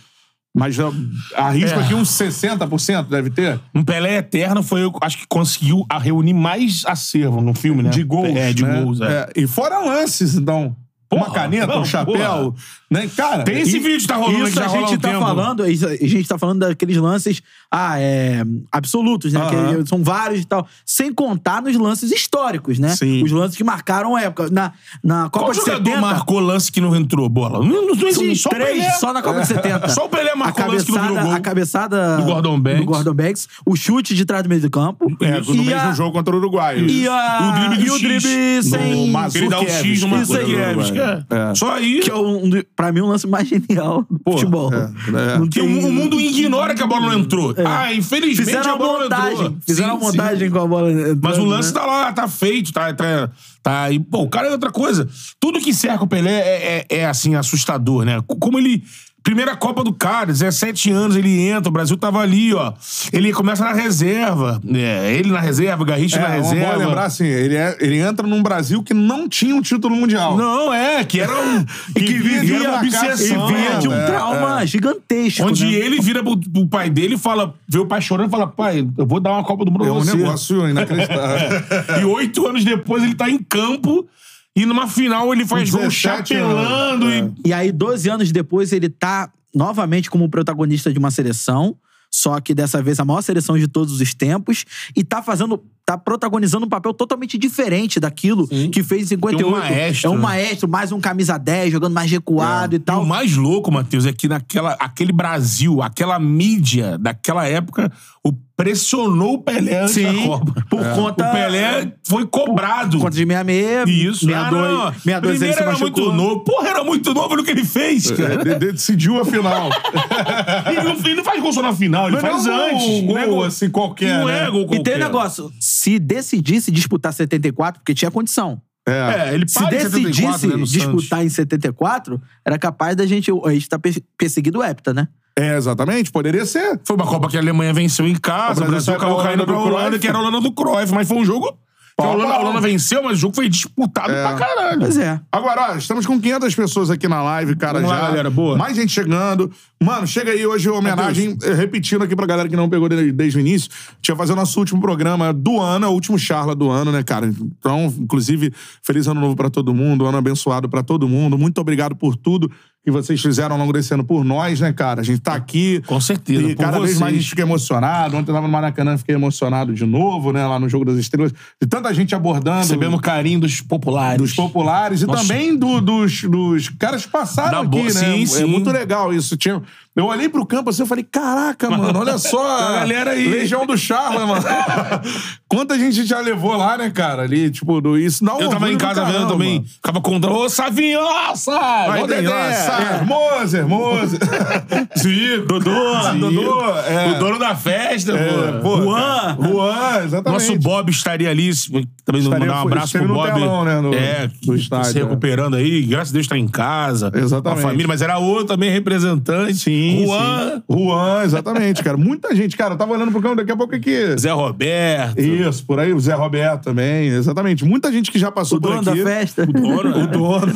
[SPEAKER 1] Mas eu arrisco
[SPEAKER 2] É.
[SPEAKER 1] aqui uns 60% deve ter.
[SPEAKER 2] Um Pelé eterno foi, eu acho que conseguiu a reunir mais acervo no filme, né?
[SPEAKER 1] De gols.
[SPEAKER 2] É, de
[SPEAKER 1] né?
[SPEAKER 2] gols, é.
[SPEAKER 1] É, E fora lances, então. Uma
[SPEAKER 2] Porra,
[SPEAKER 1] caneta,
[SPEAKER 2] não,
[SPEAKER 1] um chapéu.
[SPEAKER 2] porra.
[SPEAKER 1] Né? Cara,
[SPEAKER 2] Tem esse
[SPEAKER 1] e-
[SPEAKER 2] vídeo, tá rolando, que
[SPEAKER 3] Isso
[SPEAKER 2] já
[SPEAKER 3] a
[SPEAKER 2] rola há
[SPEAKER 3] gente
[SPEAKER 2] um
[SPEAKER 3] tá
[SPEAKER 2] tempo.
[SPEAKER 3] falando, isso a gente tá falando daqueles lances ah, é, absolutos, né?
[SPEAKER 1] Aham.
[SPEAKER 3] Que são vários e tal. Sem contar nos lances históricos, né?
[SPEAKER 1] Sim.
[SPEAKER 3] Os lances que marcaram a época. Na, na Copa
[SPEAKER 2] Qual
[SPEAKER 3] de
[SPEAKER 2] jogador
[SPEAKER 3] 70.
[SPEAKER 2] marcou lance que não entrou bola? Não, não
[SPEAKER 3] são
[SPEAKER 2] existe. Só o
[SPEAKER 3] três
[SPEAKER 2] Pelé. É.
[SPEAKER 3] só na Copa de 70.
[SPEAKER 2] Só o Pelé
[SPEAKER 3] a
[SPEAKER 2] marcou lance que não virou
[SPEAKER 3] cabeçada,
[SPEAKER 2] gol.
[SPEAKER 3] a cabeçada
[SPEAKER 2] Do Gordon Banks.
[SPEAKER 3] do Gordon Banks, o chute de trás do meio do campo.
[SPEAKER 1] É, no
[SPEAKER 3] e,
[SPEAKER 1] mesmo
[SPEAKER 3] a,
[SPEAKER 1] jogo contra o Uruguai.
[SPEAKER 3] e a-
[SPEAKER 2] Ah, O drible do
[SPEAKER 3] e o
[SPEAKER 2] X.
[SPEAKER 3] drible sem.
[SPEAKER 2] Mas ele dá um X numa
[SPEAKER 3] Isso aí,
[SPEAKER 2] coisa,
[SPEAKER 1] Uruguai.
[SPEAKER 2] Kevin, que é.
[SPEAKER 1] É.
[SPEAKER 2] Só aí
[SPEAKER 3] Que é um, do- pra mim, um lance mais genial do futebol.
[SPEAKER 1] é, é.
[SPEAKER 3] Não
[SPEAKER 2] né? que o,
[SPEAKER 3] tem-
[SPEAKER 2] mu- o mundo ignora que a bola não entrou. Ah, infelizmente
[SPEAKER 3] Fizeram
[SPEAKER 2] a
[SPEAKER 3] a
[SPEAKER 2] bola não
[SPEAKER 3] montagem.
[SPEAKER 2] entrou.
[SPEAKER 3] Fizeram a
[SPEAKER 2] Sim, sim.
[SPEAKER 3] montagem com a bola. entrando,
[SPEAKER 2] Mas o lance
[SPEAKER 3] né?
[SPEAKER 2] tá lá, tá feito, tá, tá, tá aí. Pô, o cara é outra coisa. Tudo que cerca o Pelé é, é- é, assim, assustador, né? C- Como ele. Primeira Copa do cara, 17 anos, ele entra, o Brasil tava ali, ó. Ele começa na reserva. É, ele na reserva, o Garrincha
[SPEAKER 1] É,
[SPEAKER 2] na
[SPEAKER 1] uma
[SPEAKER 2] reserva.
[SPEAKER 1] boa lembrar assim, ele, é- ele entra num Brasil que não tinha um título mundial.
[SPEAKER 2] Não, é, que era um.
[SPEAKER 1] E que vivia de
[SPEAKER 2] era uma
[SPEAKER 1] uma caça-
[SPEAKER 2] obsessão.
[SPEAKER 1] e
[SPEAKER 3] É, de um
[SPEAKER 1] É,
[SPEAKER 3] trauma gigantesco.
[SPEAKER 2] né? Onde
[SPEAKER 3] né?
[SPEAKER 2] ele vira pro, pro pai dele e fala, vê o pai chorando e fala, pai, eu vou dar uma Copa do Mundo
[SPEAKER 1] É
[SPEAKER 2] pra
[SPEAKER 1] um
[SPEAKER 2] você.
[SPEAKER 1] negócio inacreditável.
[SPEAKER 2] E oito anos depois ele tá em campo e numa final ele faz gol
[SPEAKER 1] 17
[SPEAKER 2] chapelando
[SPEAKER 1] anos,
[SPEAKER 2] e.
[SPEAKER 3] E aí, 12 anos depois, ele tá novamente como protagonista de uma seleção. Só que dessa vez a maior seleção de todos os tempos. E tá fazendo. tá protagonizando um papel totalmente diferente daquilo que fez em 58.
[SPEAKER 2] Tem um maestro,
[SPEAKER 3] é um
[SPEAKER 2] né? Um
[SPEAKER 3] maestro, mais um camisa 10, jogando mais recuado e
[SPEAKER 2] E o
[SPEAKER 3] tal.
[SPEAKER 2] mais louco, Matheus, é que naquela, aquele Brasil, aquela mídia daquela época, o pressionou o Pelé antes da
[SPEAKER 3] Sim,
[SPEAKER 2] Copa.
[SPEAKER 3] por conta-
[SPEAKER 2] O Pelé foi cobrado.
[SPEAKER 3] Contra de 66.
[SPEAKER 2] Isso, ah, não.
[SPEAKER 3] 62. 62 ele
[SPEAKER 2] Primeiro
[SPEAKER 3] se
[SPEAKER 2] era
[SPEAKER 3] machucou.
[SPEAKER 2] muito novo. Porra, era muito novo no que ele fez, cara.
[SPEAKER 1] É, de- de- decidiu a final.
[SPEAKER 2] Ele não, ele não faz gol só na final, ele
[SPEAKER 1] Mas
[SPEAKER 2] faz
[SPEAKER 1] não
[SPEAKER 2] antes.
[SPEAKER 1] Um
[SPEAKER 2] Não é
[SPEAKER 1] gol
[SPEAKER 2] gol-
[SPEAKER 1] assim qualquer,
[SPEAKER 2] não
[SPEAKER 1] né?
[SPEAKER 2] é gol
[SPEAKER 3] E tem
[SPEAKER 2] qualquer.
[SPEAKER 3] um negócio: se decidisse disputar 74, porque tinha condição.
[SPEAKER 1] É.
[SPEAKER 2] É, ele
[SPEAKER 3] Se
[SPEAKER 2] para em 74,
[SPEAKER 3] decidisse
[SPEAKER 2] né, no Santos.
[SPEAKER 3] disputar em 74, era capaz da gente. A gente tá pe- perseguindo o Hepta, né?
[SPEAKER 1] É, exatamente. Poderia ser.
[SPEAKER 2] Foi uma Copa que a Alemanha venceu em casa, o
[SPEAKER 1] O Brasil
[SPEAKER 2] Brasil
[SPEAKER 1] saiu
[SPEAKER 2] acabou
[SPEAKER 1] pra
[SPEAKER 2] caindo pra
[SPEAKER 1] Holanda do
[SPEAKER 2] Holanda,
[SPEAKER 1] Cruyff.
[SPEAKER 2] que era a Holanda do Cruyff, mas foi um jogo Porque
[SPEAKER 1] Pau
[SPEAKER 2] a
[SPEAKER 1] a
[SPEAKER 2] Holanda,
[SPEAKER 1] pau.
[SPEAKER 2] a Holanda venceu, mas o jogo foi disputado
[SPEAKER 1] É.
[SPEAKER 2] pra caralho.
[SPEAKER 3] Pois é.
[SPEAKER 1] Agora, ó, estamos com 500 pessoas aqui na live, cara,
[SPEAKER 2] Vamos lá,
[SPEAKER 1] já.
[SPEAKER 2] galera, boa.
[SPEAKER 1] Mais gente chegando. Mano, chega aí hoje homenagem, eh, repetindo aqui pra galera que não pegou de- desde o início. A gente vai fazer o nosso último programa do ano, é o último charla do ano, né, cara? Então, inclusive, feliz ano novo pra todo mundo, ano abençoado pra todo mundo. Muito obrigado por tudo que vocês fizeram ao longo desse ano por nós, né, cara? A gente tá aqui.
[SPEAKER 2] Com certeza,
[SPEAKER 1] E
[SPEAKER 2] por
[SPEAKER 1] cada vez
[SPEAKER 2] vocês.
[SPEAKER 1] mais a gente fica emocionado. Ontem eu tava no Maracanã, fiquei emocionado de novo, né, lá no Jogo das Estrelas. E tanta gente abordando.
[SPEAKER 2] Recebendo o carinho dos populares.
[SPEAKER 1] Dos populares e
[SPEAKER 2] Nossa.
[SPEAKER 1] também do- dos, dos caras que passaram
[SPEAKER 2] Da
[SPEAKER 1] aqui,
[SPEAKER 2] bo-
[SPEAKER 1] né?
[SPEAKER 2] sim,
[SPEAKER 1] é
[SPEAKER 2] sim.
[SPEAKER 1] muito legal isso. Tinha... Eu olhei pro campo assim e falei: caraca, mano, olha só.
[SPEAKER 2] A galera aí.
[SPEAKER 1] Legião do Charla, mano. Quanta gente já levou lá, né, cara? Ali, tipo, do... isso dá um
[SPEAKER 2] Eu tava
[SPEAKER 1] orgulho
[SPEAKER 2] em
[SPEAKER 1] do
[SPEAKER 2] casa
[SPEAKER 1] caramba.
[SPEAKER 2] vendo também. Ah, Ficava contando, ô Savinho, ó, sai!
[SPEAKER 1] Vai,
[SPEAKER 2] Ó,
[SPEAKER 1] Dedé,
[SPEAKER 2] é.
[SPEAKER 1] sai, Moser, Moser.
[SPEAKER 2] Zico, Dodô,
[SPEAKER 1] Dodô, é.
[SPEAKER 2] o dono da festa,
[SPEAKER 1] É,
[SPEAKER 2] pô.
[SPEAKER 1] pô,
[SPEAKER 2] Juan.
[SPEAKER 1] cara. Juan, exatamente.
[SPEAKER 2] Nosso Bob estaria ali, se- também
[SPEAKER 1] Estaria-
[SPEAKER 2] mandar um abraço
[SPEAKER 1] esteve
[SPEAKER 2] pro
[SPEAKER 1] no
[SPEAKER 2] Bob.
[SPEAKER 1] telão, né, no-
[SPEAKER 2] é,
[SPEAKER 1] do
[SPEAKER 2] que tá se
[SPEAKER 1] estádio, é.
[SPEAKER 2] recuperando aí, graças a Deus tá em casa.
[SPEAKER 1] Exatamente.
[SPEAKER 2] Com a família, mas era outro também representante.
[SPEAKER 1] Sim,
[SPEAKER 2] Juan,
[SPEAKER 1] sim. Juan, exatamente, cara. Muita gente, cara. Eu tava olhando pro campo, daqui a pouco é que...
[SPEAKER 2] Zé Roberto.
[SPEAKER 1] Isso, por aí, o Zé Roberto também, exatamente. Muita gente que já passou
[SPEAKER 3] O
[SPEAKER 1] por
[SPEAKER 3] dono da
[SPEAKER 1] aqui.
[SPEAKER 3] festa.
[SPEAKER 1] O dono, né? o dono.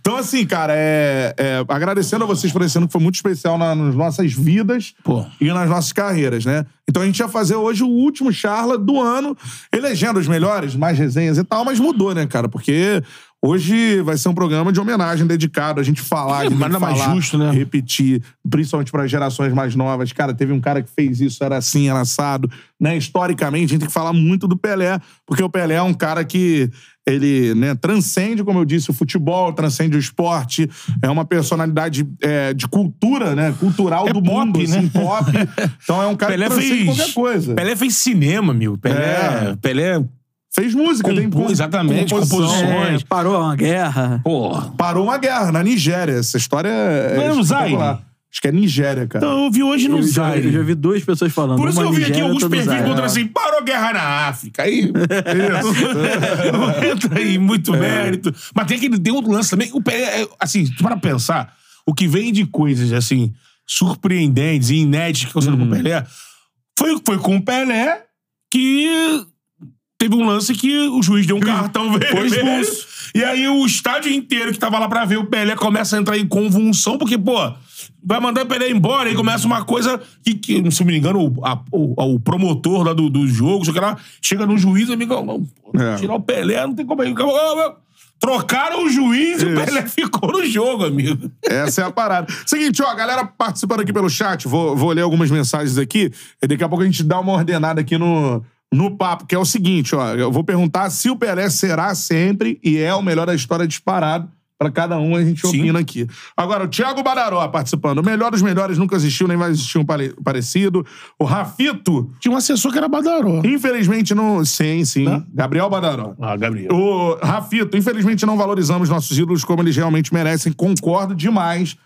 [SPEAKER 1] então, assim, cara, é, é, agradecendo a vocês por esse ano que foi muito especial na- nas nossas vidas
[SPEAKER 2] Pô.
[SPEAKER 1] e nas nossas carreiras, né? Então a gente ia fazer hoje o último charla do ano, elegendo os melhores, mais resenhas e tal, mas mudou, né, cara? Porque hoje vai ser um programa de homenagem dedicado a gente falar,
[SPEAKER 2] É,
[SPEAKER 1] a gente
[SPEAKER 2] nada mais
[SPEAKER 1] falar,
[SPEAKER 2] justo, né?
[SPEAKER 1] repetir, principalmente para gerações mais novas. Cara, teve um cara que fez isso, era assim, era assado. Né? Historicamente, a gente tem que falar muito do Pelé, porque o Pelé é um cara que ele né, transcende, como eu disse, o futebol, transcende o esporte, é uma personalidade é, de cultura, né? Cultural
[SPEAKER 2] É
[SPEAKER 1] do
[SPEAKER 2] pop,
[SPEAKER 1] mundo,
[SPEAKER 2] né?
[SPEAKER 1] assim, pop. Então é um cara
[SPEAKER 2] Pelé
[SPEAKER 1] que transcende
[SPEAKER 2] fez-
[SPEAKER 1] qualquer coisa.
[SPEAKER 2] Pelé fez cinema, meu. Pelé,
[SPEAKER 1] É.
[SPEAKER 2] Pelé
[SPEAKER 1] Fez música, tem
[SPEAKER 2] compôs,
[SPEAKER 1] com-
[SPEAKER 2] exatamente,
[SPEAKER 1] composição.
[SPEAKER 2] composições.
[SPEAKER 3] É, parou uma guerra.
[SPEAKER 2] Pô.
[SPEAKER 1] Parou uma guerra na Nigéria. Essa história é.
[SPEAKER 2] Não é no
[SPEAKER 1] espetacular.
[SPEAKER 2] Zaire?
[SPEAKER 1] Acho que é Nigéria, cara.
[SPEAKER 2] Então eu vi hoje no
[SPEAKER 3] Eu já, eu já
[SPEAKER 2] Zaire.
[SPEAKER 3] vi duas pessoas falando.
[SPEAKER 2] Por isso que
[SPEAKER 3] uma
[SPEAKER 2] eu vi aqui
[SPEAKER 3] Nigéria,
[SPEAKER 2] alguns
[SPEAKER 3] outra no
[SPEAKER 2] perfis
[SPEAKER 3] Zaire.
[SPEAKER 2] botando assim, parou a guerra na África. Aí
[SPEAKER 1] Isso.
[SPEAKER 2] Não entra aí muito mérito. Mas tem aquele, tem outro lance também. O Pelé, é, assim, tu para pensar, o que vem de coisas, assim, surpreendentes e inéditas que aconteceram com o Pelé, foi, foi com o Pelé que teve um lance que o juiz deu um cartão vermelho.
[SPEAKER 1] expulso.
[SPEAKER 2] E aí o estádio inteiro que tava lá pra ver o Pelé começa a entrar em convulsão, porque, pô, vai mandar o Pelé embora, aí começa uma coisa que, que, se eu não me engano, o, a- o- o promotor lá do, do jogo, sei lá, chega no juiz e amigo, não, pô,
[SPEAKER 1] É.
[SPEAKER 2] tirar o Pelé, não tem como aí. Acabou, ó, ó. Trocaram o juiz e o Pelé ficou no jogo, amigo.
[SPEAKER 1] Essa é a parada. Seguinte, ó, a galera participando aqui pelo chat, vou, vou ler algumas mensagens aqui, e daqui a pouco a gente dá uma ordenada aqui no, no papo, que é o seguinte, ó, eu vou perguntar se o Pelé será sempre e é o melhor da história disparado. Pra cada um a gente
[SPEAKER 2] Sim.
[SPEAKER 1] opina aqui. Agora, o Thiago Badaró participando. O melhor dos melhores nunca existiu, nem vai existir um pare- parecido. O Rafito,
[SPEAKER 2] Tinha um assessor que era Badaró.
[SPEAKER 1] infelizmente, não. Sim, sim. Gabriel Badaró.
[SPEAKER 2] Ah, Gabriel.
[SPEAKER 1] O Rafito, infelizmente não valorizamos nossos ídolos como eles realmente merecem. Concordo demais.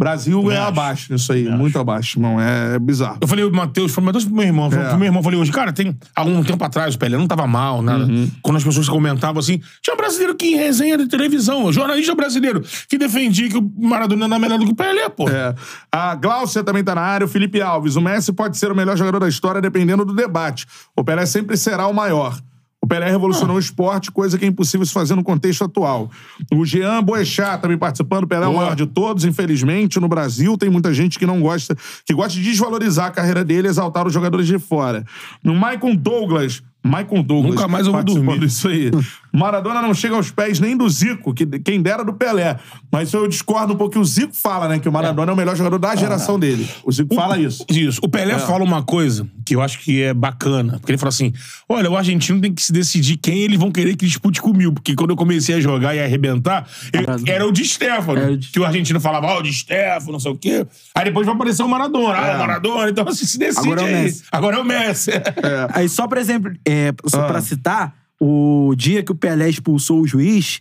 [SPEAKER 1] Brasil é
[SPEAKER 2] acho.
[SPEAKER 1] abaixo nisso aí. muito abaixo, irmão. É, é bizarro.
[SPEAKER 2] Eu falei pro Matheus, falei, Matheus pro meu irmão, falei
[SPEAKER 1] É.
[SPEAKER 2] pro meu irmão, falei hoje, cara, tem algum tempo atrás, o Pelé não tava mal, nada.
[SPEAKER 1] Uhum.
[SPEAKER 2] Quando as pessoas comentavam assim, tinha um brasileiro que em resenha de televisão, jornalista brasileiro, que defendia que o Maradona era melhor do que o Pelé, pô.
[SPEAKER 1] É. A Glaucia também tá na área. O Felipe Alves. O Messi pode ser o melhor jogador da história dependendo do debate. O Pelé sempre será o maior. O Pelé revolucionou
[SPEAKER 2] Ah.
[SPEAKER 1] o esporte, coisa que é impossível se fazer no contexto atual. O Jean Boechat também participando. O Pelé é o
[SPEAKER 2] Boa.
[SPEAKER 1] maior de todos, infelizmente. No Brasil tem muita gente que não gosta, que gosta de desvalorizar a carreira dele e exaltar os jogadores de fora. No Michael Douglas... Michael Douglas.
[SPEAKER 2] Nunca mais eu vou
[SPEAKER 1] participando
[SPEAKER 2] dormir.
[SPEAKER 1] isso aí. Maradona não chega aos pés nem do Zico, que quem dera do Pelé. Mas isso eu discordo um pouco que o Zico fala, né? Que o Maradona é, o melhor jogador da geração dele. O Zico fala isso.
[SPEAKER 2] Isso. O
[SPEAKER 1] É.
[SPEAKER 2] Pelé fala uma coisa que eu acho que é bacana. Porque ele fala assim: olha, o argentino tem que se decidir quem eles vão querer que dispute comigo. Porque quando eu comecei a jogar e a arrebentar, eu-
[SPEAKER 3] Maradona.
[SPEAKER 2] era o de Stefano.
[SPEAKER 3] Era o Di-
[SPEAKER 2] Que o argentino falava, ó, o de Stefano, não sei o quê. Aí depois vai aparecer o Maradona.
[SPEAKER 1] É.
[SPEAKER 2] Ah, o Maradona. Então assim, se decide
[SPEAKER 3] Agora é o
[SPEAKER 2] aí.
[SPEAKER 3] Messi.
[SPEAKER 2] Agora é o Messi.
[SPEAKER 3] Aí só pra exemplo, é, só
[SPEAKER 1] Ah.
[SPEAKER 3] pra citar, o dia que o Pelé expulsou o juiz,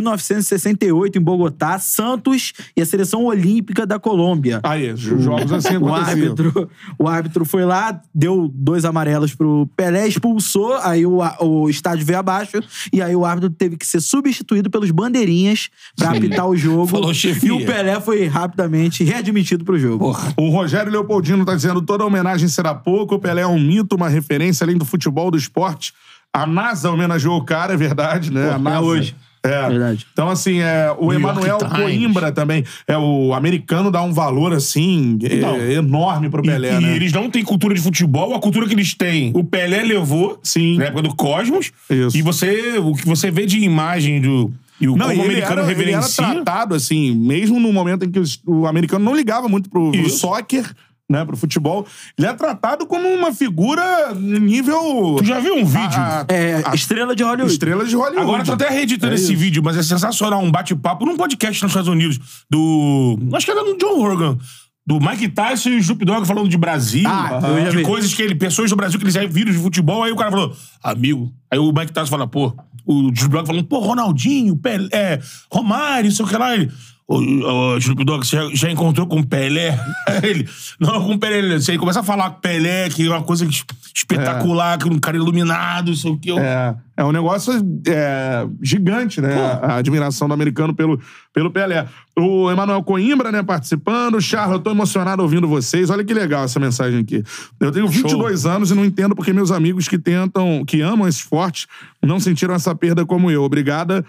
[SPEAKER 3] 1968 em Bogotá, Santos e a seleção olímpica da Colômbia.
[SPEAKER 1] Aí, os jogos assim
[SPEAKER 3] O
[SPEAKER 1] aconteciam.
[SPEAKER 3] árbitro, o árbitro foi lá, deu dois amarelos pro Pelé, expulsou, aí o, a- o estádio veio abaixo, e aí o árbitro teve que ser substituído pelos bandeirinhas pra apitar o jogo.
[SPEAKER 2] Falou,
[SPEAKER 3] e
[SPEAKER 2] chefia.
[SPEAKER 3] o Pelé foi rapidamente readmitido pro jogo.
[SPEAKER 1] O Rogério Leopoldino tá dizendo: toda homenagem será pouco, o Pelé é um mito, uma referência além do futebol, do esporte. A NASA homenageou o cara, é verdade, né? a NASA.
[SPEAKER 4] hoje.
[SPEAKER 1] É.
[SPEAKER 3] Verdade.
[SPEAKER 1] Então, assim, é, o
[SPEAKER 2] New
[SPEAKER 1] Emanuel
[SPEAKER 2] York Times.
[SPEAKER 1] Coimbra também. É, o americano dá um valor, assim, é,
[SPEAKER 2] Então.
[SPEAKER 1] enorme pro
[SPEAKER 2] E,
[SPEAKER 1] Pelé,
[SPEAKER 2] e
[SPEAKER 1] né?
[SPEAKER 2] eles não têm cultura de futebol, a cultura que eles têm. O Pelé levou
[SPEAKER 1] Sim.
[SPEAKER 2] na época do Cosmos.
[SPEAKER 1] Isso.
[SPEAKER 2] E você, o que você vê de imagem do e o
[SPEAKER 1] Não,
[SPEAKER 2] como
[SPEAKER 1] e
[SPEAKER 2] o
[SPEAKER 1] ele
[SPEAKER 2] americano
[SPEAKER 1] era, ele era
[SPEAKER 2] reverencia.
[SPEAKER 1] tratado, assim, mesmo no momento em que os- o americano não ligava muito pro, pro
[SPEAKER 2] Isso.
[SPEAKER 1] soccer, né, pro futebol, ele é tratado como uma figura nível...
[SPEAKER 2] Tu já viu um vídeo?
[SPEAKER 1] a-
[SPEAKER 3] É,
[SPEAKER 1] a-
[SPEAKER 3] estrela de Hollywood.
[SPEAKER 1] estrelas de Hollywood.
[SPEAKER 2] Agora eu tô até reeditando esse vídeo, mas é sensacional. Um bate-papo num podcast nos Estados Unidos do. Acho que era do John Horgan. Do Mike Tyson e o Snoop Dogg falando de Brasil,
[SPEAKER 3] Ah, eu já
[SPEAKER 2] de
[SPEAKER 3] vi.
[SPEAKER 2] coisas que ele, pessoas do Brasil que eles viram de futebol, aí o cara falou, amigo. Aí o Mike Tyson fala, pô, o Snoop Dogg falando, pô, Ronaldinho, Pelé, é, Romário, sei o que lá. Ele, ô, ô, Snoop Dogg, você já, já encontrou com o Pelé? Aí ele, não, com o Pelé. Ele, Você começa a falar com o Pelé, que é uma coisa es- espetacular, que é um cara iluminado, sei o que. Eu,
[SPEAKER 1] É, é um negócio é, gigante, né? A admiração do americano pelo, pelo Pelé. O Emanuel Coimbra, né, participando. Charles, eu tô emocionado ouvindo vocês. Olha que legal essa mensagem aqui. Eu tenho 22 anos e não entendo porque meus amigos que tentam, que amam esse esporte, não sentiram essa perda como eu. Obrigada.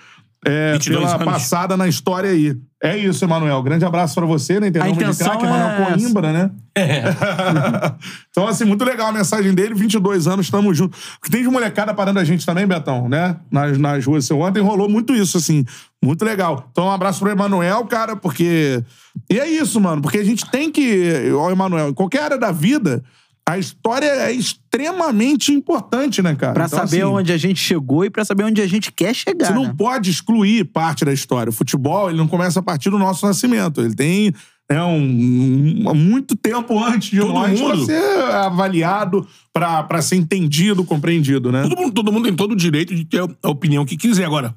[SPEAKER 1] é,
[SPEAKER 2] 22
[SPEAKER 1] pela
[SPEAKER 2] anos.
[SPEAKER 1] passada na história aí. É isso, Emanuel. Grande abraço pra você, né? Entendeu?
[SPEAKER 3] A
[SPEAKER 1] Nome de
[SPEAKER 3] intenção
[SPEAKER 1] craque,
[SPEAKER 3] é
[SPEAKER 1] Emanuel
[SPEAKER 3] essa.
[SPEAKER 1] Coimbra, né?
[SPEAKER 2] É.
[SPEAKER 1] então, assim, muito legal a mensagem dele. 22 anos, tamo junto. Porque tem de molecada parando a gente também, Betão, né? Nas, nas ruas. Assim, ontem rolou muito isso, assim. Muito legal. Então, um abraço pro Emanuel, cara, porque... E é isso, mano. Porque a gente tem que... Ó, Emanuel, em qualquer área da vida, a história é extremamente importante, né, cara?
[SPEAKER 3] Pra
[SPEAKER 1] Então,
[SPEAKER 3] saber
[SPEAKER 1] assim,
[SPEAKER 3] onde a gente chegou e pra saber onde a gente quer chegar.
[SPEAKER 1] você não
[SPEAKER 3] né?
[SPEAKER 1] pode excluir parte da história. O futebol, ele não começa a partir do nosso nascimento. Ele tem né, um, um- muito tempo antes de
[SPEAKER 2] Todo
[SPEAKER 1] nós pra
[SPEAKER 2] mundo.
[SPEAKER 1] ser avaliado, pra pra ser entendido, compreendido, né?
[SPEAKER 2] Todo mundo, todo mundo tem todo o direito de ter a opinião que quiser. Agora,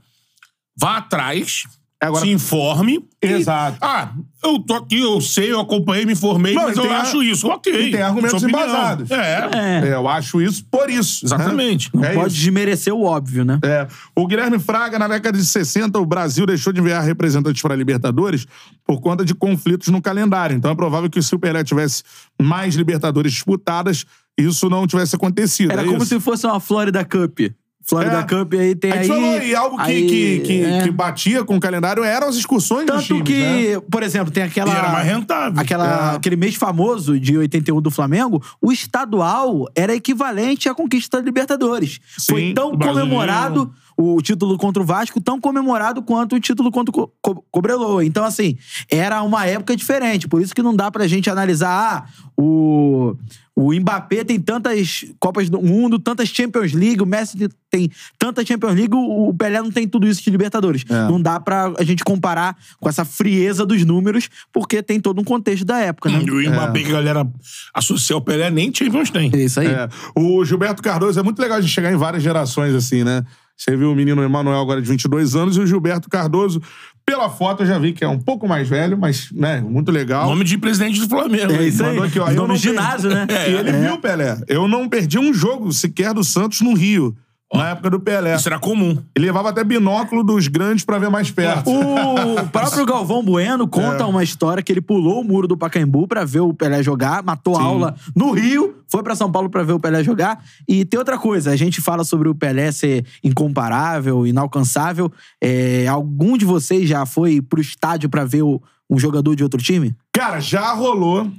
[SPEAKER 2] vá atrás,
[SPEAKER 1] É, Agora-
[SPEAKER 2] se informe. e-
[SPEAKER 1] Exato.
[SPEAKER 2] ah, eu tô aqui, eu sei, eu acompanhei, me informei,
[SPEAKER 1] Não,
[SPEAKER 2] mas
[SPEAKER 1] e
[SPEAKER 2] eu
[SPEAKER 1] tem a-
[SPEAKER 2] acho isso. Ok.
[SPEAKER 1] e tem argumentos
[SPEAKER 2] sua opinião.
[SPEAKER 1] embasados.
[SPEAKER 2] É,
[SPEAKER 3] É.
[SPEAKER 1] É, eu acho isso por isso. né?
[SPEAKER 2] exatamente.
[SPEAKER 3] Não
[SPEAKER 1] É
[SPEAKER 3] pode
[SPEAKER 1] isso.
[SPEAKER 3] desmerecer o óbvio, né?
[SPEAKER 1] É. O Guilherme Fraga, na década de 60, o Brasil deixou de enviar representantes para a Libertadores por conta de conflitos no calendário. Então é provável que se o Pelé tivesse mais Libertadores disputadas, isso não tivesse acontecido.
[SPEAKER 3] Era
[SPEAKER 1] é
[SPEAKER 3] como
[SPEAKER 1] isso?
[SPEAKER 3] se fosse uma Florida Cup. Florida
[SPEAKER 1] É.
[SPEAKER 3] Cup aí tem
[SPEAKER 1] A gente
[SPEAKER 3] aí.
[SPEAKER 1] falou aí, algo que,
[SPEAKER 3] aí,
[SPEAKER 1] que, que,
[SPEAKER 3] é.
[SPEAKER 1] que batia com o calendário eram as excursões dos
[SPEAKER 3] Tanto
[SPEAKER 1] times, né?
[SPEAKER 3] que, por exemplo, tem
[SPEAKER 2] E era mais
[SPEAKER 3] aquela.
[SPEAKER 2] rentável.
[SPEAKER 3] Aquela,
[SPEAKER 1] É.
[SPEAKER 3] Aquele mês famoso de 81 do Flamengo, o estadual era equivalente à conquista da Libertadores. Foi
[SPEAKER 1] Sim,
[SPEAKER 3] tão
[SPEAKER 2] o brasileiro.
[SPEAKER 3] comemorado o título contra o Vasco, tão comemorado quanto o título contra o Co Co- Cobreloa. Então, assim, era uma época diferente. Por isso que não dá pra gente analisar ah, o, o Mbappé tem tantas Copas do Mundo, tantas Champions League, o Messi tem tantas Champions League, o o Pelé não tem tudo isso de Libertadores.
[SPEAKER 1] É.
[SPEAKER 3] Não dá pra a gente comparar com essa frieza dos números, porque tem todo um contexto da época, né?
[SPEAKER 2] E o Mbappé que a galera associa ao Pelé, nem Champions tem.
[SPEAKER 3] É isso aí.
[SPEAKER 1] É. O Gilberto Cardoso é muito legal a gente chegar em várias gerações assim, né? Você viu o menino Emanuel agora de 22 anos e o Gilberto Cardoso, pela foto eu já vi que é um pouco mais velho, mas né, muito legal.
[SPEAKER 2] Nome de presidente do Flamengo.
[SPEAKER 3] É
[SPEAKER 2] hein?
[SPEAKER 3] isso aí.
[SPEAKER 1] mandou aqui, ó,
[SPEAKER 3] Os
[SPEAKER 1] eu não
[SPEAKER 3] nomes de
[SPEAKER 1] perdi.
[SPEAKER 3] ginásio, né?
[SPEAKER 1] E ele viu o Pelé. Eu não perdi um jogo sequer do Santos no Rio, na época do Pelé.
[SPEAKER 2] Isso era comum.
[SPEAKER 1] Ele levava até binóculo dos grandes pra ver mais perto.
[SPEAKER 3] O próprio Galvão Bueno conta uma história que ele pulou o muro do Pacaembu pra ver o Pelé jogar, matou aula no Rio, foi pra São Paulo pra ver o Pelé jogar. E tem outra coisa, a gente fala sobre o Pelé ser incomparável, inalcançável. É, algum de vocês já foi pro estádio pra ver o- um jogador de outro time?
[SPEAKER 1] Cara, já rolou.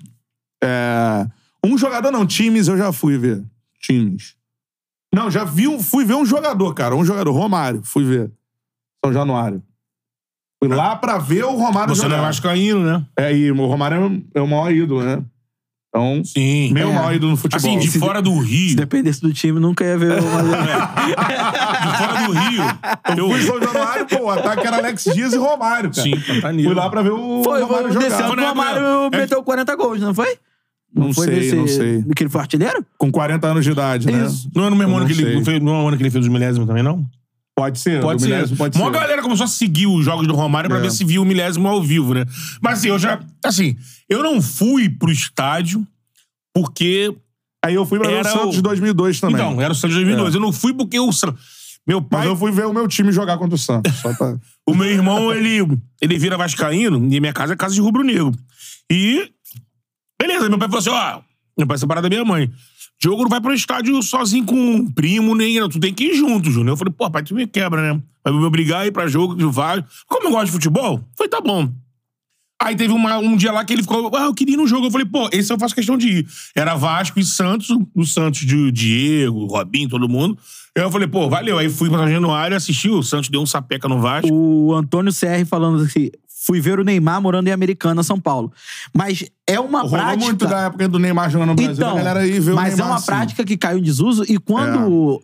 [SPEAKER 1] é, um jogador, não, times eu já fui ver. Times. Não, já vi, um- fui ver um jogador, cara. Um jogador, Romário, fui ver. São Januário. Fui lá pra ver o Romário
[SPEAKER 2] Você não é
[SPEAKER 1] jogar.
[SPEAKER 2] vascaíno, né?
[SPEAKER 1] É, e o Romário é o- é o maior ídolo, né? Então,
[SPEAKER 2] Sim.
[SPEAKER 1] meu
[SPEAKER 3] É.
[SPEAKER 1] maior ídolo no futebol.
[SPEAKER 2] Assim, de
[SPEAKER 3] Se-
[SPEAKER 2] fora do
[SPEAKER 3] Se
[SPEAKER 2] Rio.
[SPEAKER 3] dependesse do time, nunca ia ver o
[SPEAKER 2] De fora do Rio. Eu...
[SPEAKER 1] Fui em São Januário, pô, o ataque era Alex Dias e Romário, cara.
[SPEAKER 2] Sim, tá
[SPEAKER 1] Fui lá pra ver o
[SPEAKER 3] Foi, um né?
[SPEAKER 1] Romário
[SPEAKER 3] foi desse ano
[SPEAKER 1] jogar.
[SPEAKER 2] Quando
[SPEAKER 3] que o
[SPEAKER 2] é a
[SPEAKER 3] Romário
[SPEAKER 2] primeira- é-
[SPEAKER 3] meteu 40 gols, não foi?
[SPEAKER 1] Não sei, não sei.
[SPEAKER 3] Que ele foi artilheiro?
[SPEAKER 1] Com 40 anos de idade, né?
[SPEAKER 3] Isso.
[SPEAKER 2] Não é no mesmo
[SPEAKER 1] Eu
[SPEAKER 2] ano
[SPEAKER 1] não
[SPEAKER 2] que ele,
[SPEAKER 1] sei.
[SPEAKER 2] não foi- não é no ano que ele fez os milésimos também, não?
[SPEAKER 1] Pode ser.
[SPEAKER 2] Pode
[SPEAKER 1] do
[SPEAKER 2] ser.
[SPEAKER 1] milésimo, Pode
[SPEAKER 2] Uma
[SPEAKER 1] ser.
[SPEAKER 2] galera começou a seguir os jogos do Romário pra
[SPEAKER 1] É.
[SPEAKER 2] ver se viu o milésimo ao vivo, né? Mas assim, eu já. Assim, eu não fui pro estádio porque.
[SPEAKER 1] Aí eu fui pra ver o
[SPEAKER 2] Era
[SPEAKER 1] Santos
[SPEAKER 2] o-
[SPEAKER 1] de 2002 também. É.
[SPEAKER 2] Então, era o Santos de 2002. Eu não fui porque o. San- Meu
[SPEAKER 1] Mas
[SPEAKER 2] pai,
[SPEAKER 1] eu fui ver o meu time jogar contra o Santos. Só pra...
[SPEAKER 2] o meu irmão, ele, ele vira Vascaíno e minha casa é casa de rubro-negro. E. Beleza, meu pai falou assim: ó, Não parece a parada da minha mãe. Diogo não vai pro estádio sozinho com um primo, nem. Tu tem que ir junto, Júnior. Eu falei, pô, pai, tu me quebra, né? Vai me obrigar a ir pra jogo, tu vai. Como eu gosto de futebol, foi tá bom. Aí teve uma- um dia lá que ele ficou, ah, eu queria ir no jogo. Eu falei, pô, esse eu faço questão de ir. Era Vasco e Santos, o- o Santos de Diego, Robinho, todo mundo. Eu falei, pô, valeu. Aí fui pra Januário, assisti, o Santos deu um sapeca no Vasco.
[SPEAKER 3] O Antônio CR falando assim: fui ver o Neymar morando em Americana, São Paulo. Mas é uma
[SPEAKER 1] Rolou
[SPEAKER 3] prática.
[SPEAKER 1] muito da época do Neymar jogando no Brasil, a
[SPEAKER 3] Então,
[SPEAKER 1] galera aí vê o
[SPEAKER 3] mas é
[SPEAKER 1] Neymar
[SPEAKER 3] uma
[SPEAKER 1] assim. É.
[SPEAKER 3] prática que caiu em desuso e quando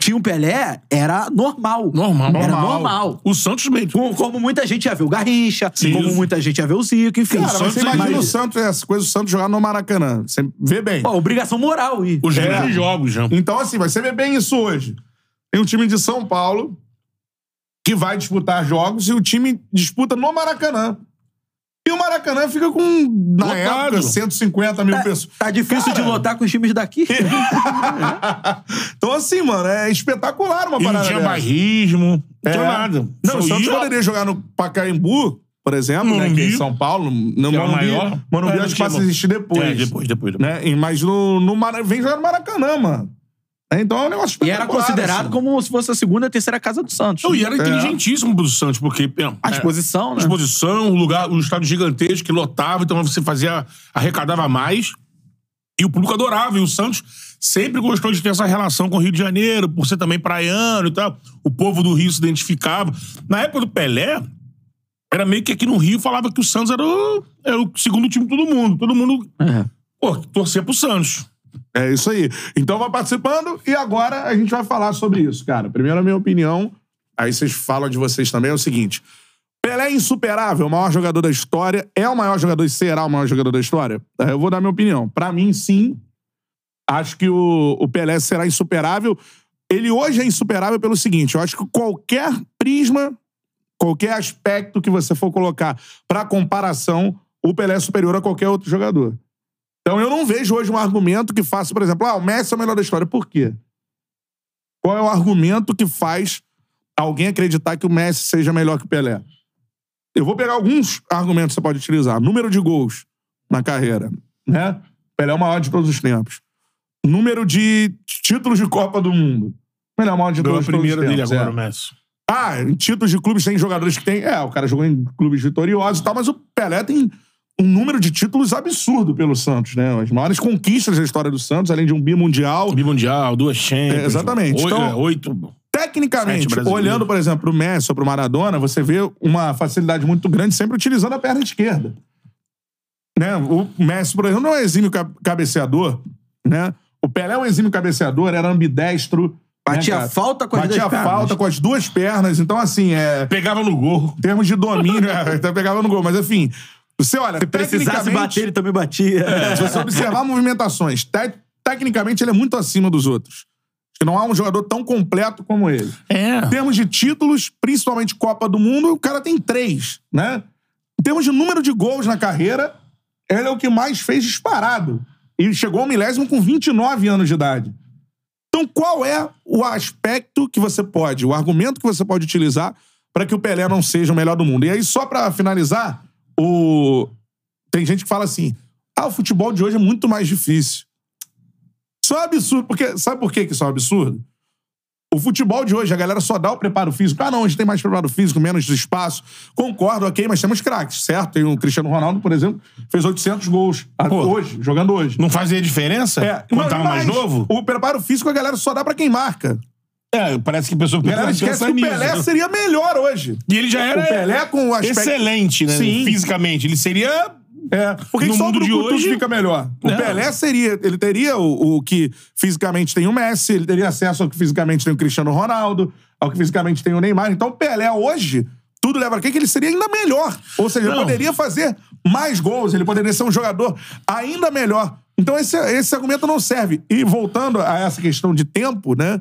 [SPEAKER 3] tinha o Pelé, era normal.
[SPEAKER 2] Normal.
[SPEAKER 3] Era
[SPEAKER 1] Normal.
[SPEAKER 3] normal.
[SPEAKER 2] O Santos mesmo.
[SPEAKER 3] Como, como muita gente ia ver o Garrincha,
[SPEAKER 2] Sim.
[SPEAKER 3] como muita gente ia ver o Zico, enfim.
[SPEAKER 1] Cara, mas
[SPEAKER 2] Santos
[SPEAKER 1] você
[SPEAKER 2] é
[SPEAKER 1] imagina
[SPEAKER 2] mais-
[SPEAKER 1] o Santos, essa coisa, o Santos jogar no Maracanã. Você vê bem.
[SPEAKER 3] Pô, obrigação moral ir.
[SPEAKER 2] Os
[SPEAKER 1] É.
[SPEAKER 2] grandes jogos, já.
[SPEAKER 1] Então, assim, vai ser bem isso hoje. Tem um time de São Paulo que vai disputar jogos e o time disputa no Maracanã. E o Maracanã fica com, na
[SPEAKER 2] Lotado.
[SPEAKER 1] época, 150 mil pessoas.
[SPEAKER 3] Tá difícil
[SPEAKER 1] Cara.
[SPEAKER 3] de lotar com os times daqui.
[SPEAKER 1] Então, assim, mano, é espetacular uma
[SPEAKER 2] E não
[SPEAKER 1] parada.
[SPEAKER 2] tinha
[SPEAKER 1] dessa.
[SPEAKER 2] barrismo, não tinha
[SPEAKER 1] É.
[SPEAKER 2] nada.
[SPEAKER 1] Não, o
[SPEAKER 2] Só
[SPEAKER 1] Santos
[SPEAKER 2] ia-
[SPEAKER 1] poderia jogar no Pacaembu, por exemplo, né,
[SPEAKER 2] Morumbi.
[SPEAKER 1] que é em São Paulo, no
[SPEAKER 2] Que era
[SPEAKER 1] Morumbi.
[SPEAKER 2] maior.
[SPEAKER 1] Morumbi
[SPEAKER 2] É,
[SPEAKER 1] acho que
[SPEAKER 2] não
[SPEAKER 1] passa a
[SPEAKER 2] tinha-
[SPEAKER 1] existir depois.
[SPEAKER 2] É, depois, depois. depois.
[SPEAKER 1] Né? E- Mas no, no Mara- vem jogar no Maracanã, mano. É, Então é um negócio
[SPEAKER 3] E era
[SPEAKER 1] espetacular,
[SPEAKER 3] considerado
[SPEAKER 1] assim.
[SPEAKER 3] como se fosse a segunda, a terceira casa do Santos.
[SPEAKER 2] Não, e era
[SPEAKER 1] É.
[SPEAKER 2] inteligentíssimo pro Santos, porque... é,
[SPEAKER 3] A
[SPEAKER 2] é,
[SPEAKER 3] exposição, né?
[SPEAKER 2] exposição, um lugar, um estádio gigantesco que lotava, então você fazia, arrecadava mais. E o público adorava, e o Santos sempre gostou de ter essa relação com o Rio de Janeiro, por ser também praiano e tal. O povo do Rio se identificava. Na época do Pelé, era meio que aqui no Rio falava que o Santos era o, era o segundo time de todo mundo. Todo mundo,
[SPEAKER 1] Né,
[SPEAKER 3] É.
[SPEAKER 2] pô, torcia pro Santos.
[SPEAKER 1] É isso aí. Então vai participando e agora a gente vai falar sobre isso, cara. Primeiro a minha opinião, aí vocês falam de vocês também, é o seguinte. Pelé é insuperável, o maior jogador da história. É o maior jogador e será o maior jogador da história? É, Eu vou dar minha opinião. Pra mim, sim. Acho que o, o Pelé será insuperável. Ele hoje é insuperável pelo seguinte: eu acho que qualquer prisma, qualquer aspecto que você for colocar pra comparação, o Pelé é superior a qualquer outro jogador. Então eu não vejo hoje um argumento que faça, por exemplo, ah, o Messi é o melhor da história. Por quê? Qual é o argumento que faz alguém acreditar que o Messi seja melhor que o Pelé? Eu vou pegar alguns argumentos que você pode utilizar. Número de gols na carreira, né? Pelé é o maior de todos os tempos. Número de títulos de Copa do Mundo. Pelé é o maior de
[SPEAKER 2] Ganhou
[SPEAKER 1] todos,
[SPEAKER 2] o
[SPEAKER 1] todos os
[SPEAKER 2] primeiro dele
[SPEAKER 1] tempos.
[SPEAKER 2] agora,
[SPEAKER 1] é.
[SPEAKER 2] o Messi.
[SPEAKER 1] Ah, em títulos de clubes tem jogadores que tem. É, o cara jogou em clubes vitoriosos e tal, mas o Pelé tem um número de títulos absurdo pelo Santos, né? As maiores conquistas da história do Santos, além de um bimundial.
[SPEAKER 2] Bimundial, duas Champions.
[SPEAKER 1] É, exatamente.
[SPEAKER 2] Oito,
[SPEAKER 1] Então-
[SPEAKER 2] é, oito. Sete
[SPEAKER 1] Tecnicamente,
[SPEAKER 2] brasileiros.
[SPEAKER 1] olhando, por exemplo, pro Messi ou pro Maradona, você vê uma facilidade muito grande sempre utilizando a perna esquerda. Né? O Messi, por exemplo, não é um exímio ca- cabeceador, né? O Pelé é um exímio cabeceador, era ambidestro.
[SPEAKER 3] Batia
[SPEAKER 1] né, cara?
[SPEAKER 3] falta com as
[SPEAKER 1] Batia
[SPEAKER 3] duas pernas.
[SPEAKER 1] falta com as duas pernas. Então, assim, é...
[SPEAKER 2] Pegava no gol.
[SPEAKER 1] Em termos de domínio, é, até pegava no gol, mas enfim. Você olha, é,
[SPEAKER 3] Se precisasse bater, é. ele também batia.
[SPEAKER 1] se você observar movimentações, te- tecnicamente ele é muito acima dos outros. Acho que não há um jogador tão completo como ele.
[SPEAKER 2] É.
[SPEAKER 1] Em termos de títulos, principalmente Copa do Mundo, o cara tem três, né? Em termos de número de gols na carreira, ele é o que mais fez disparado. E chegou ao milésimo com 29 anos de idade. Então, qual é o aspecto que você pode, o argumento que você pode utilizar para que o Pelé não seja o melhor do mundo? E aí, só para finalizar, o... tem gente que fala assim: ah, o futebol de hoje é muito mais difícil. Isso é um absurdo. Porque... Sabe por que que isso é um absurdo? O futebol de hoje, a galera só dá o preparo físico. Ah, não, a gente tem mais preparo físico, menos espaço. Concordo, ok, mas temos craques, certo? Tem o Cristiano Ronaldo, por exemplo, fez 800 gols a-
[SPEAKER 2] Pô.
[SPEAKER 1] hoje, jogando hoje.
[SPEAKER 2] Não fazia diferença?
[SPEAKER 1] É,
[SPEAKER 2] Quando
[SPEAKER 1] não,
[SPEAKER 2] tava mais
[SPEAKER 1] mas
[SPEAKER 2] novo?
[SPEAKER 1] O preparo físico a galera só dá pra quem marca.
[SPEAKER 2] É, parece que a pessoa
[SPEAKER 1] A galera esquece que o Pelé seria melhor hoje.
[SPEAKER 2] né? E ele já era
[SPEAKER 1] o Pelé com o aspecto.
[SPEAKER 2] excelente, né?
[SPEAKER 1] Sim.
[SPEAKER 2] Fisicamente. Ele seria.
[SPEAKER 1] É, porque
[SPEAKER 2] No
[SPEAKER 1] só o
[SPEAKER 2] mundo de
[SPEAKER 1] Brucutu
[SPEAKER 2] hoje-
[SPEAKER 1] fica melhor. O
[SPEAKER 2] É.
[SPEAKER 1] Pelé seria. Ele teria o, o que fisicamente tem o Messi, ele teria acesso ao que fisicamente tem o Cristiano Ronaldo, ao que fisicamente tem o Neymar. Então o Pelé hoje. Tudo leva a crer que ele seria ainda melhor. Ou seja, ele
[SPEAKER 2] Não.
[SPEAKER 1] poderia fazer mais gols, ele poderia ser um jogador ainda melhor. Então esse, esse argumento não serve. E voltando a essa questão de tempo, né?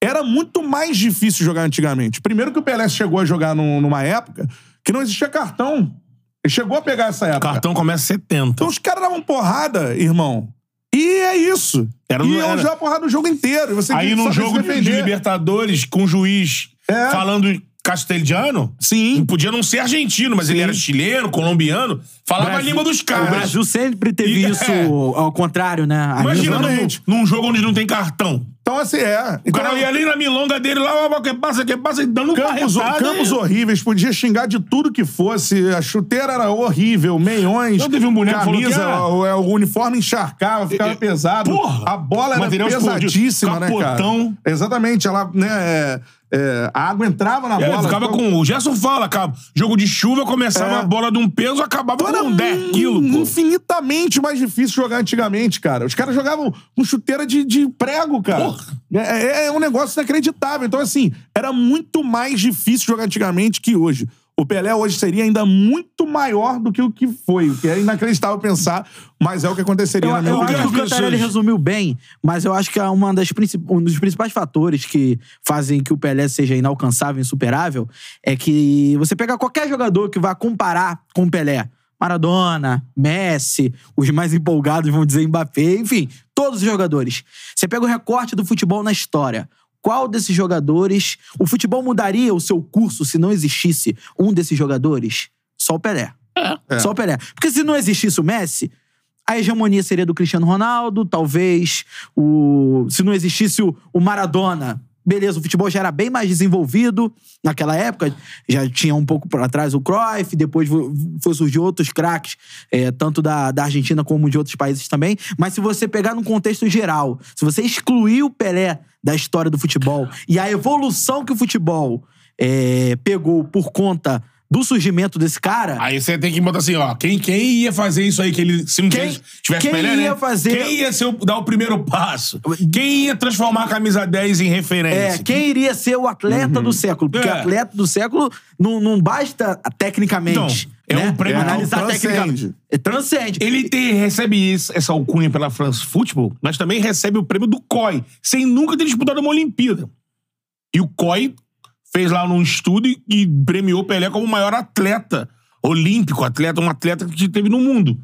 [SPEAKER 1] era muito mais difícil jogar antigamente. Primeiro que o Pelé chegou a jogar num- numa época que não existia cartão. Ele chegou a pegar essa época.
[SPEAKER 2] Cartão começa 70.
[SPEAKER 1] Então os caras davam porrada, irmão. E é isso.
[SPEAKER 2] Era-
[SPEAKER 1] e iam
[SPEAKER 2] era-
[SPEAKER 1] jogar porrada no jogo inteiro. E Você
[SPEAKER 2] Aí
[SPEAKER 1] tinha que
[SPEAKER 2] num
[SPEAKER 1] saber se
[SPEAKER 2] jogo de, de
[SPEAKER 1] defender.
[SPEAKER 2] Libertadores, com o juiz
[SPEAKER 1] É.
[SPEAKER 2] falando. castelhano,
[SPEAKER 1] Sim.
[SPEAKER 2] ele podia não ser argentino, mas ele era chileno, colombiano, falava a língua
[SPEAKER 1] É,
[SPEAKER 2] dos
[SPEAKER 3] O
[SPEAKER 2] caras.
[SPEAKER 3] Brasil sempre teve
[SPEAKER 2] E-
[SPEAKER 3] isso
[SPEAKER 2] é.
[SPEAKER 3] ao contrário, né? A
[SPEAKER 2] Imagina
[SPEAKER 3] Nilva-
[SPEAKER 2] num,
[SPEAKER 1] Exatamente.
[SPEAKER 2] num jogo onde não tem cartão.
[SPEAKER 1] Então, assim, é.
[SPEAKER 2] O
[SPEAKER 1] Então,
[SPEAKER 2] cara ia ali na milonga dele, lá, ó, que passa, que passa, e dando um
[SPEAKER 1] Campos,
[SPEAKER 2] carretado,
[SPEAKER 1] campos
[SPEAKER 2] e-
[SPEAKER 1] horríveis, podia xingar de tudo que fosse. A chuteira era horrível, meiões.
[SPEAKER 2] Não, teve um boneco que falou que
[SPEAKER 1] camisa,
[SPEAKER 2] era-
[SPEAKER 1] o, é, o uniforme encharcava, ficava
[SPEAKER 2] E- e-
[SPEAKER 1] pesado.
[SPEAKER 2] Porra!
[SPEAKER 1] a bola era
[SPEAKER 2] Material explodido.
[SPEAKER 1] pesadíssima, né, cara?
[SPEAKER 2] Capotão.
[SPEAKER 1] Exatamente, ela, né, é, é, a água entrava na
[SPEAKER 2] É,
[SPEAKER 1] bola. então,
[SPEAKER 2] ficava
[SPEAKER 3] então.
[SPEAKER 1] ficava-
[SPEAKER 2] com. O Gerson fala, cara, jogo de chuva começava
[SPEAKER 1] É.
[SPEAKER 2] a bola de um peso, acabava
[SPEAKER 1] Era
[SPEAKER 2] com 10
[SPEAKER 1] in-
[SPEAKER 2] quilos, pô.
[SPEAKER 1] Hum, infinitamente mais difícil jogar antigamente, cara. Os caras jogavam com chuteira de, de prego, cara.
[SPEAKER 2] Porra.
[SPEAKER 1] É, é- é um negócio inacreditável. Então, assim, era muito mais difícil jogar antigamente que hoje. O Pelé hoje seria ainda muito maior do que o que foi, o que é inacreditável pensar, mas é o que aconteceria
[SPEAKER 3] Eu,
[SPEAKER 1] na minha
[SPEAKER 3] eu acho
[SPEAKER 1] opinião.
[SPEAKER 3] que o
[SPEAKER 2] As pessoas-
[SPEAKER 3] Cantarelli resumiu bem, mas eu acho que é uma das princi- um dos principais fatores que fazem que o Pelé seja inalcançável, insuperável, é que você pega qualquer jogador que vá comparar com o Pelé. Maradona, Messi, os mais empolgados vão dizer Mbappé, enfim, todos os jogadores. Você pega o recorte do futebol na história. Qual desses jogadores. O futebol mudaria o seu curso se não existisse um desses jogadores? Só o Pelé. Só o Pelé. Porque se não existisse o Messi, a hegemonia seria do Cristiano Ronaldo, talvez o se não existisse o, o Maradona. Beleza, o futebol já era bem mais desenvolvido naquela época, já tinha um pouco para trás o Cruyff, depois vo- foi surgir outros craques, eh, tanto da, da Argentina como de outros países também. Mas se você pegar num contexto geral, se você excluir o Pelé da história do futebol e a evolução que o futebol eh, pegou por conta do surgimento desse cara,
[SPEAKER 2] Aí você tem que botar assim, ó. Quem, quem ia fazer isso aí que ele. Se não
[SPEAKER 3] Quem-
[SPEAKER 2] tivesse, tivesse
[SPEAKER 3] quem
[SPEAKER 2] Pelé,
[SPEAKER 3] ia
[SPEAKER 2] né?
[SPEAKER 3] fazer-
[SPEAKER 2] Quem ia ser o- dar o primeiro passo? Quem ia transformar a camisa 10 em referência?
[SPEAKER 3] É, quem iria ser o atleta do século? Porque
[SPEAKER 2] É.
[SPEAKER 3] atleta do século não, não basta tecnicamente.
[SPEAKER 2] Então, é
[SPEAKER 3] né?
[SPEAKER 2] um prêmio que
[SPEAKER 3] analisar
[SPEAKER 1] transcende.
[SPEAKER 3] tecnicamente. É, Transcende.
[SPEAKER 2] Ele tem- recebe isso- essa alcunha pela France Football, mas também recebe o prêmio do COI, sem nunca ter disputado uma Olimpíada. E o COI fez lá um estudo e, e premiou o Pelé como o maior atleta olímpico, atleta, um atleta que teve no mundo.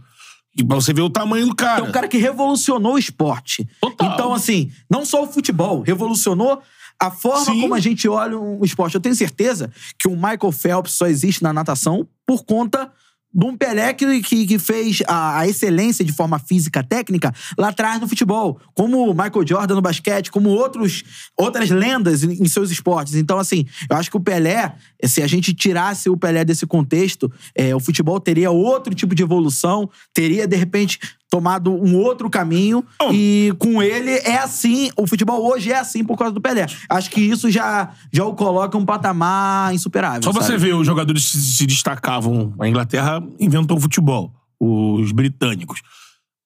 [SPEAKER 2] E pra você ver o tamanho do cara.
[SPEAKER 3] É um cara que revolucionou o esporte.
[SPEAKER 2] Total.
[SPEAKER 3] Então, assim, não só o futebol, revolucionou a forma
[SPEAKER 2] Sim.
[SPEAKER 3] como a gente olha o esporte. Eu tenho certeza que o Michael Phelps só existe na natação por conta de um Pelé que, que, que fez a, a excelência de forma física técnica lá atrás no futebol. Como o Michael Jordan no basquete, como outros, outras lendas em, em seus esportes. Então, assim, eu acho que o Pelé, se a gente tirasse o Pelé desse contexto, é, o futebol teria outro tipo de evolução, teria, de repente, tomado um outro caminho.
[SPEAKER 2] Não.
[SPEAKER 3] E com ele é assim. O futebol hoje é assim por causa do Pelé. Acho que isso já, já o coloca em um patamar insuperável.
[SPEAKER 2] Só você
[SPEAKER 3] sabe?
[SPEAKER 2] ver, os jogadores se, se destacavam. A Inglaterra inventou o futebol, os britânicos.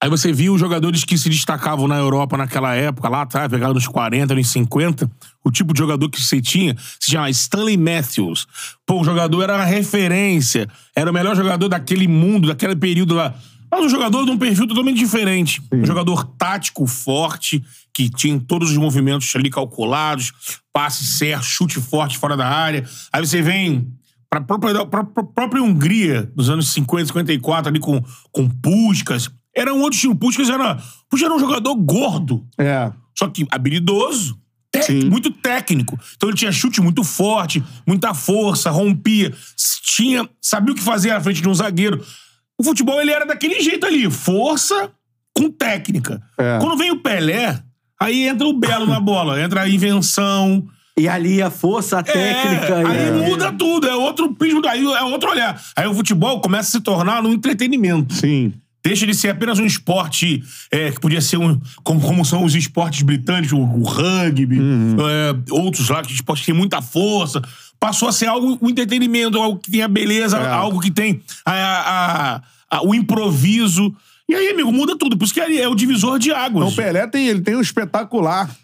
[SPEAKER 2] Aí você viu os jogadores que se destacavam na Europa naquela época, lá atrás, pegaram nos 40, nos 50, o tipo de jogador que você tinha se chama Stanley Matthews. Pô, o jogador era a referência, era o melhor jogador daquele mundo, daquele período lá. Mas um jogador de um perfil totalmente diferente. Um jogador tático, forte, que tinha todos os movimentos ali calculados, passe certo, chute forte fora da área. Aí você vem para a própria, pra- pra própria Hungria, dos anos 50, 54, ali com, com Puskas. Era um outro estilo. Puskas era, Puskas era um jogador gordo,
[SPEAKER 1] É.
[SPEAKER 2] só que habilidoso, tec-
[SPEAKER 1] Sim.
[SPEAKER 2] muito técnico. Então ele tinha chute muito forte, muita força, rompia, s- tinha, sabia o que fazer à frente de um zagueiro. O futebol ele era daquele jeito ali, força com técnica.
[SPEAKER 1] É.
[SPEAKER 2] Quando vem o Pelé, aí entra o Belo na bola, entra a invenção,
[SPEAKER 3] E ali a força, a técnica.
[SPEAKER 2] é,
[SPEAKER 1] né?
[SPEAKER 2] aí
[SPEAKER 3] e-
[SPEAKER 2] muda tudo, é outro prisma, aí é outro olhar. Aí o futebol começa a se tornar um entretenimento.
[SPEAKER 1] Sim.
[SPEAKER 2] Deixa de ser apenas um esporte é, que podia ser um. Como, como são os esportes britânicos, o, o rugby,
[SPEAKER 1] Uhum.
[SPEAKER 2] é, outros lá, que esportes que tem muita força. Passou a ser algo, um entretenimento, algo que tem a beleza,
[SPEAKER 1] É.
[SPEAKER 2] algo que tem a- a- a- a- o improviso. E aí, amigo, muda tudo. Por isso que ali é o divisor de
[SPEAKER 1] Então,
[SPEAKER 2] águas.
[SPEAKER 1] o Pelé tem, ele tem o espetacular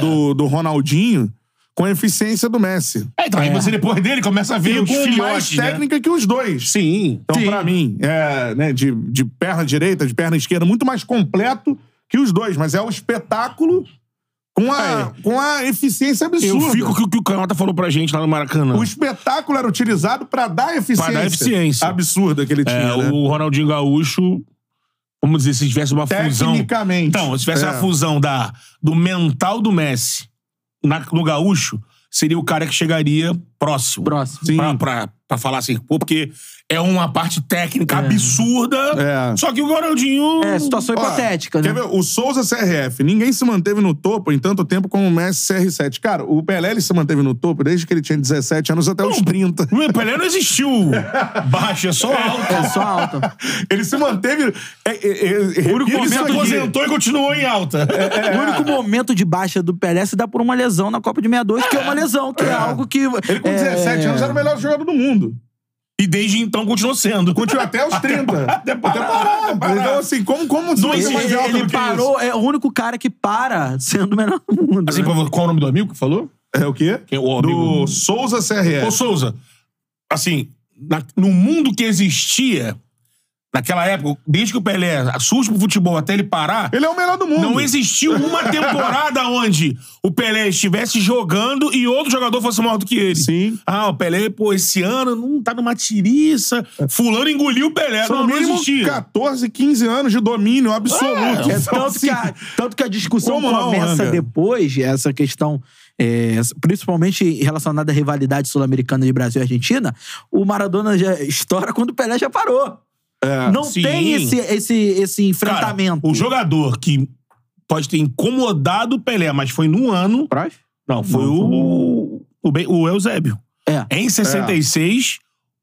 [SPEAKER 1] do, do, do Ronaldinho com a eficiência do Messi.
[SPEAKER 2] É, então, aí você depois dele começa a ver
[SPEAKER 1] E
[SPEAKER 2] os
[SPEAKER 1] com mais
[SPEAKER 2] filhotes. né?
[SPEAKER 1] técnica que os dois.
[SPEAKER 2] Sim.
[SPEAKER 1] Então,
[SPEAKER 2] Sim.
[SPEAKER 1] pra mim, é, né, de, de perna direita, de perna esquerda, muito mais completo que os dois, mas é o espetáculo com a, com a eficiência absurda.
[SPEAKER 2] Eu fico com o que o Canota falou pra gente lá no Maracanã.
[SPEAKER 1] O espetáculo era utilizado pra dar eficiência.
[SPEAKER 2] eficiência.
[SPEAKER 1] Absurda que ele tinha.
[SPEAKER 2] É,
[SPEAKER 1] né?
[SPEAKER 2] O Ronaldinho Gaúcho, vamos dizer, se tivesse uma fusão.
[SPEAKER 1] Tecnicamente.
[SPEAKER 2] Então, se tivesse
[SPEAKER 1] É.
[SPEAKER 2] uma fusão da, do mental do Messi na- no Gaúcho seria o cara que chegaria próximo.
[SPEAKER 3] Próximo.
[SPEAKER 1] Sim.
[SPEAKER 2] Pra, pra, pra falar assim, pô, porque é uma parte técnica absurda.
[SPEAKER 1] É.
[SPEAKER 2] Só que o Ronaldinho.
[SPEAKER 3] É, situação
[SPEAKER 1] Ó,
[SPEAKER 3] hipotética, né?
[SPEAKER 1] Quer ver? O Souza CRF. Ninguém se manteve no topo em tanto tempo como o Messi CR7. Cara, o Pelé ele se manteve no topo desde que ele tinha 17 anos até os 30.
[SPEAKER 2] O Pelé não existiu baixo, é só alto.
[SPEAKER 3] É só alta.
[SPEAKER 1] Ele se manteve. É, é, é, repito
[SPEAKER 2] Ele se
[SPEAKER 1] isso aqui.
[SPEAKER 2] aposentou e continuou em alta.
[SPEAKER 1] É.
[SPEAKER 3] O único momento de baixa do Pelé se dá por uma lesão na Copa de 62, que é uma lesão, que é, algo que.
[SPEAKER 1] Ele com 17 anos era o melhor jogador do mundo.
[SPEAKER 2] E desde então continuou sendo.
[SPEAKER 1] Continua até os 30.
[SPEAKER 2] Até parar, até parar.
[SPEAKER 1] Então, assim, como, como se mantém
[SPEAKER 2] existe-
[SPEAKER 1] mais
[SPEAKER 3] Ele,
[SPEAKER 1] alto
[SPEAKER 3] ele
[SPEAKER 1] do que
[SPEAKER 3] parou, é o único cara que para sendo o melhor do mundo.
[SPEAKER 2] Assim,
[SPEAKER 3] né?
[SPEAKER 2] por favor, qual é o nome do amigo que falou?
[SPEAKER 1] isso? É o quê?
[SPEAKER 2] Quem- o amigo-
[SPEAKER 1] Do Souza CRF.
[SPEAKER 2] Ô, Souza, assim, na- no mundo que existia, naquela época, desde que o Pelé surge pro futebol até ele parar,
[SPEAKER 1] Ele é o melhor do mundo.
[SPEAKER 2] não existiu uma temporada onde o Pelé estivesse jogando e outro jogador fosse maior do que ele.
[SPEAKER 1] Sim.
[SPEAKER 2] Ah, o Pelé, pô, esse ano não tá numa tiriça. Fulano engoliu o Pelé.
[SPEAKER 1] São
[SPEAKER 2] Não,
[SPEAKER 1] É. no
[SPEAKER 2] não
[SPEAKER 1] mínimo
[SPEAKER 2] existia.
[SPEAKER 1] 14, 15 anos de domínio absoluto.
[SPEAKER 3] É,
[SPEAKER 1] Então,
[SPEAKER 3] tanto,
[SPEAKER 1] assim,
[SPEAKER 3] que a, tanto que a discussão
[SPEAKER 1] como não,
[SPEAKER 3] começa
[SPEAKER 1] Anga?
[SPEAKER 3] depois, essa questão, é, principalmente relacionada à rivalidade sul-americana de Brasil e Argentina, o Maradona já estoura quando o Pelé já parou. não
[SPEAKER 2] É, sim.
[SPEAKER 3] tem esse, esse, esse
[SPEAKER 2] Cara,
[SPEAKER 3] enfrentamento.
[SPEAKER 2] o jogador que pode ter incomodado o Pelé, mas foi num ano.
[SPEAKER 3] Braz?
[SPEAKER 2] Não, foi
[SPEAKER 3] Não, um
[SPEAKER 2] o, o, Be- o Eusébio.
[SPEAKER 3] É.
[SPEAKER 2] Em 66,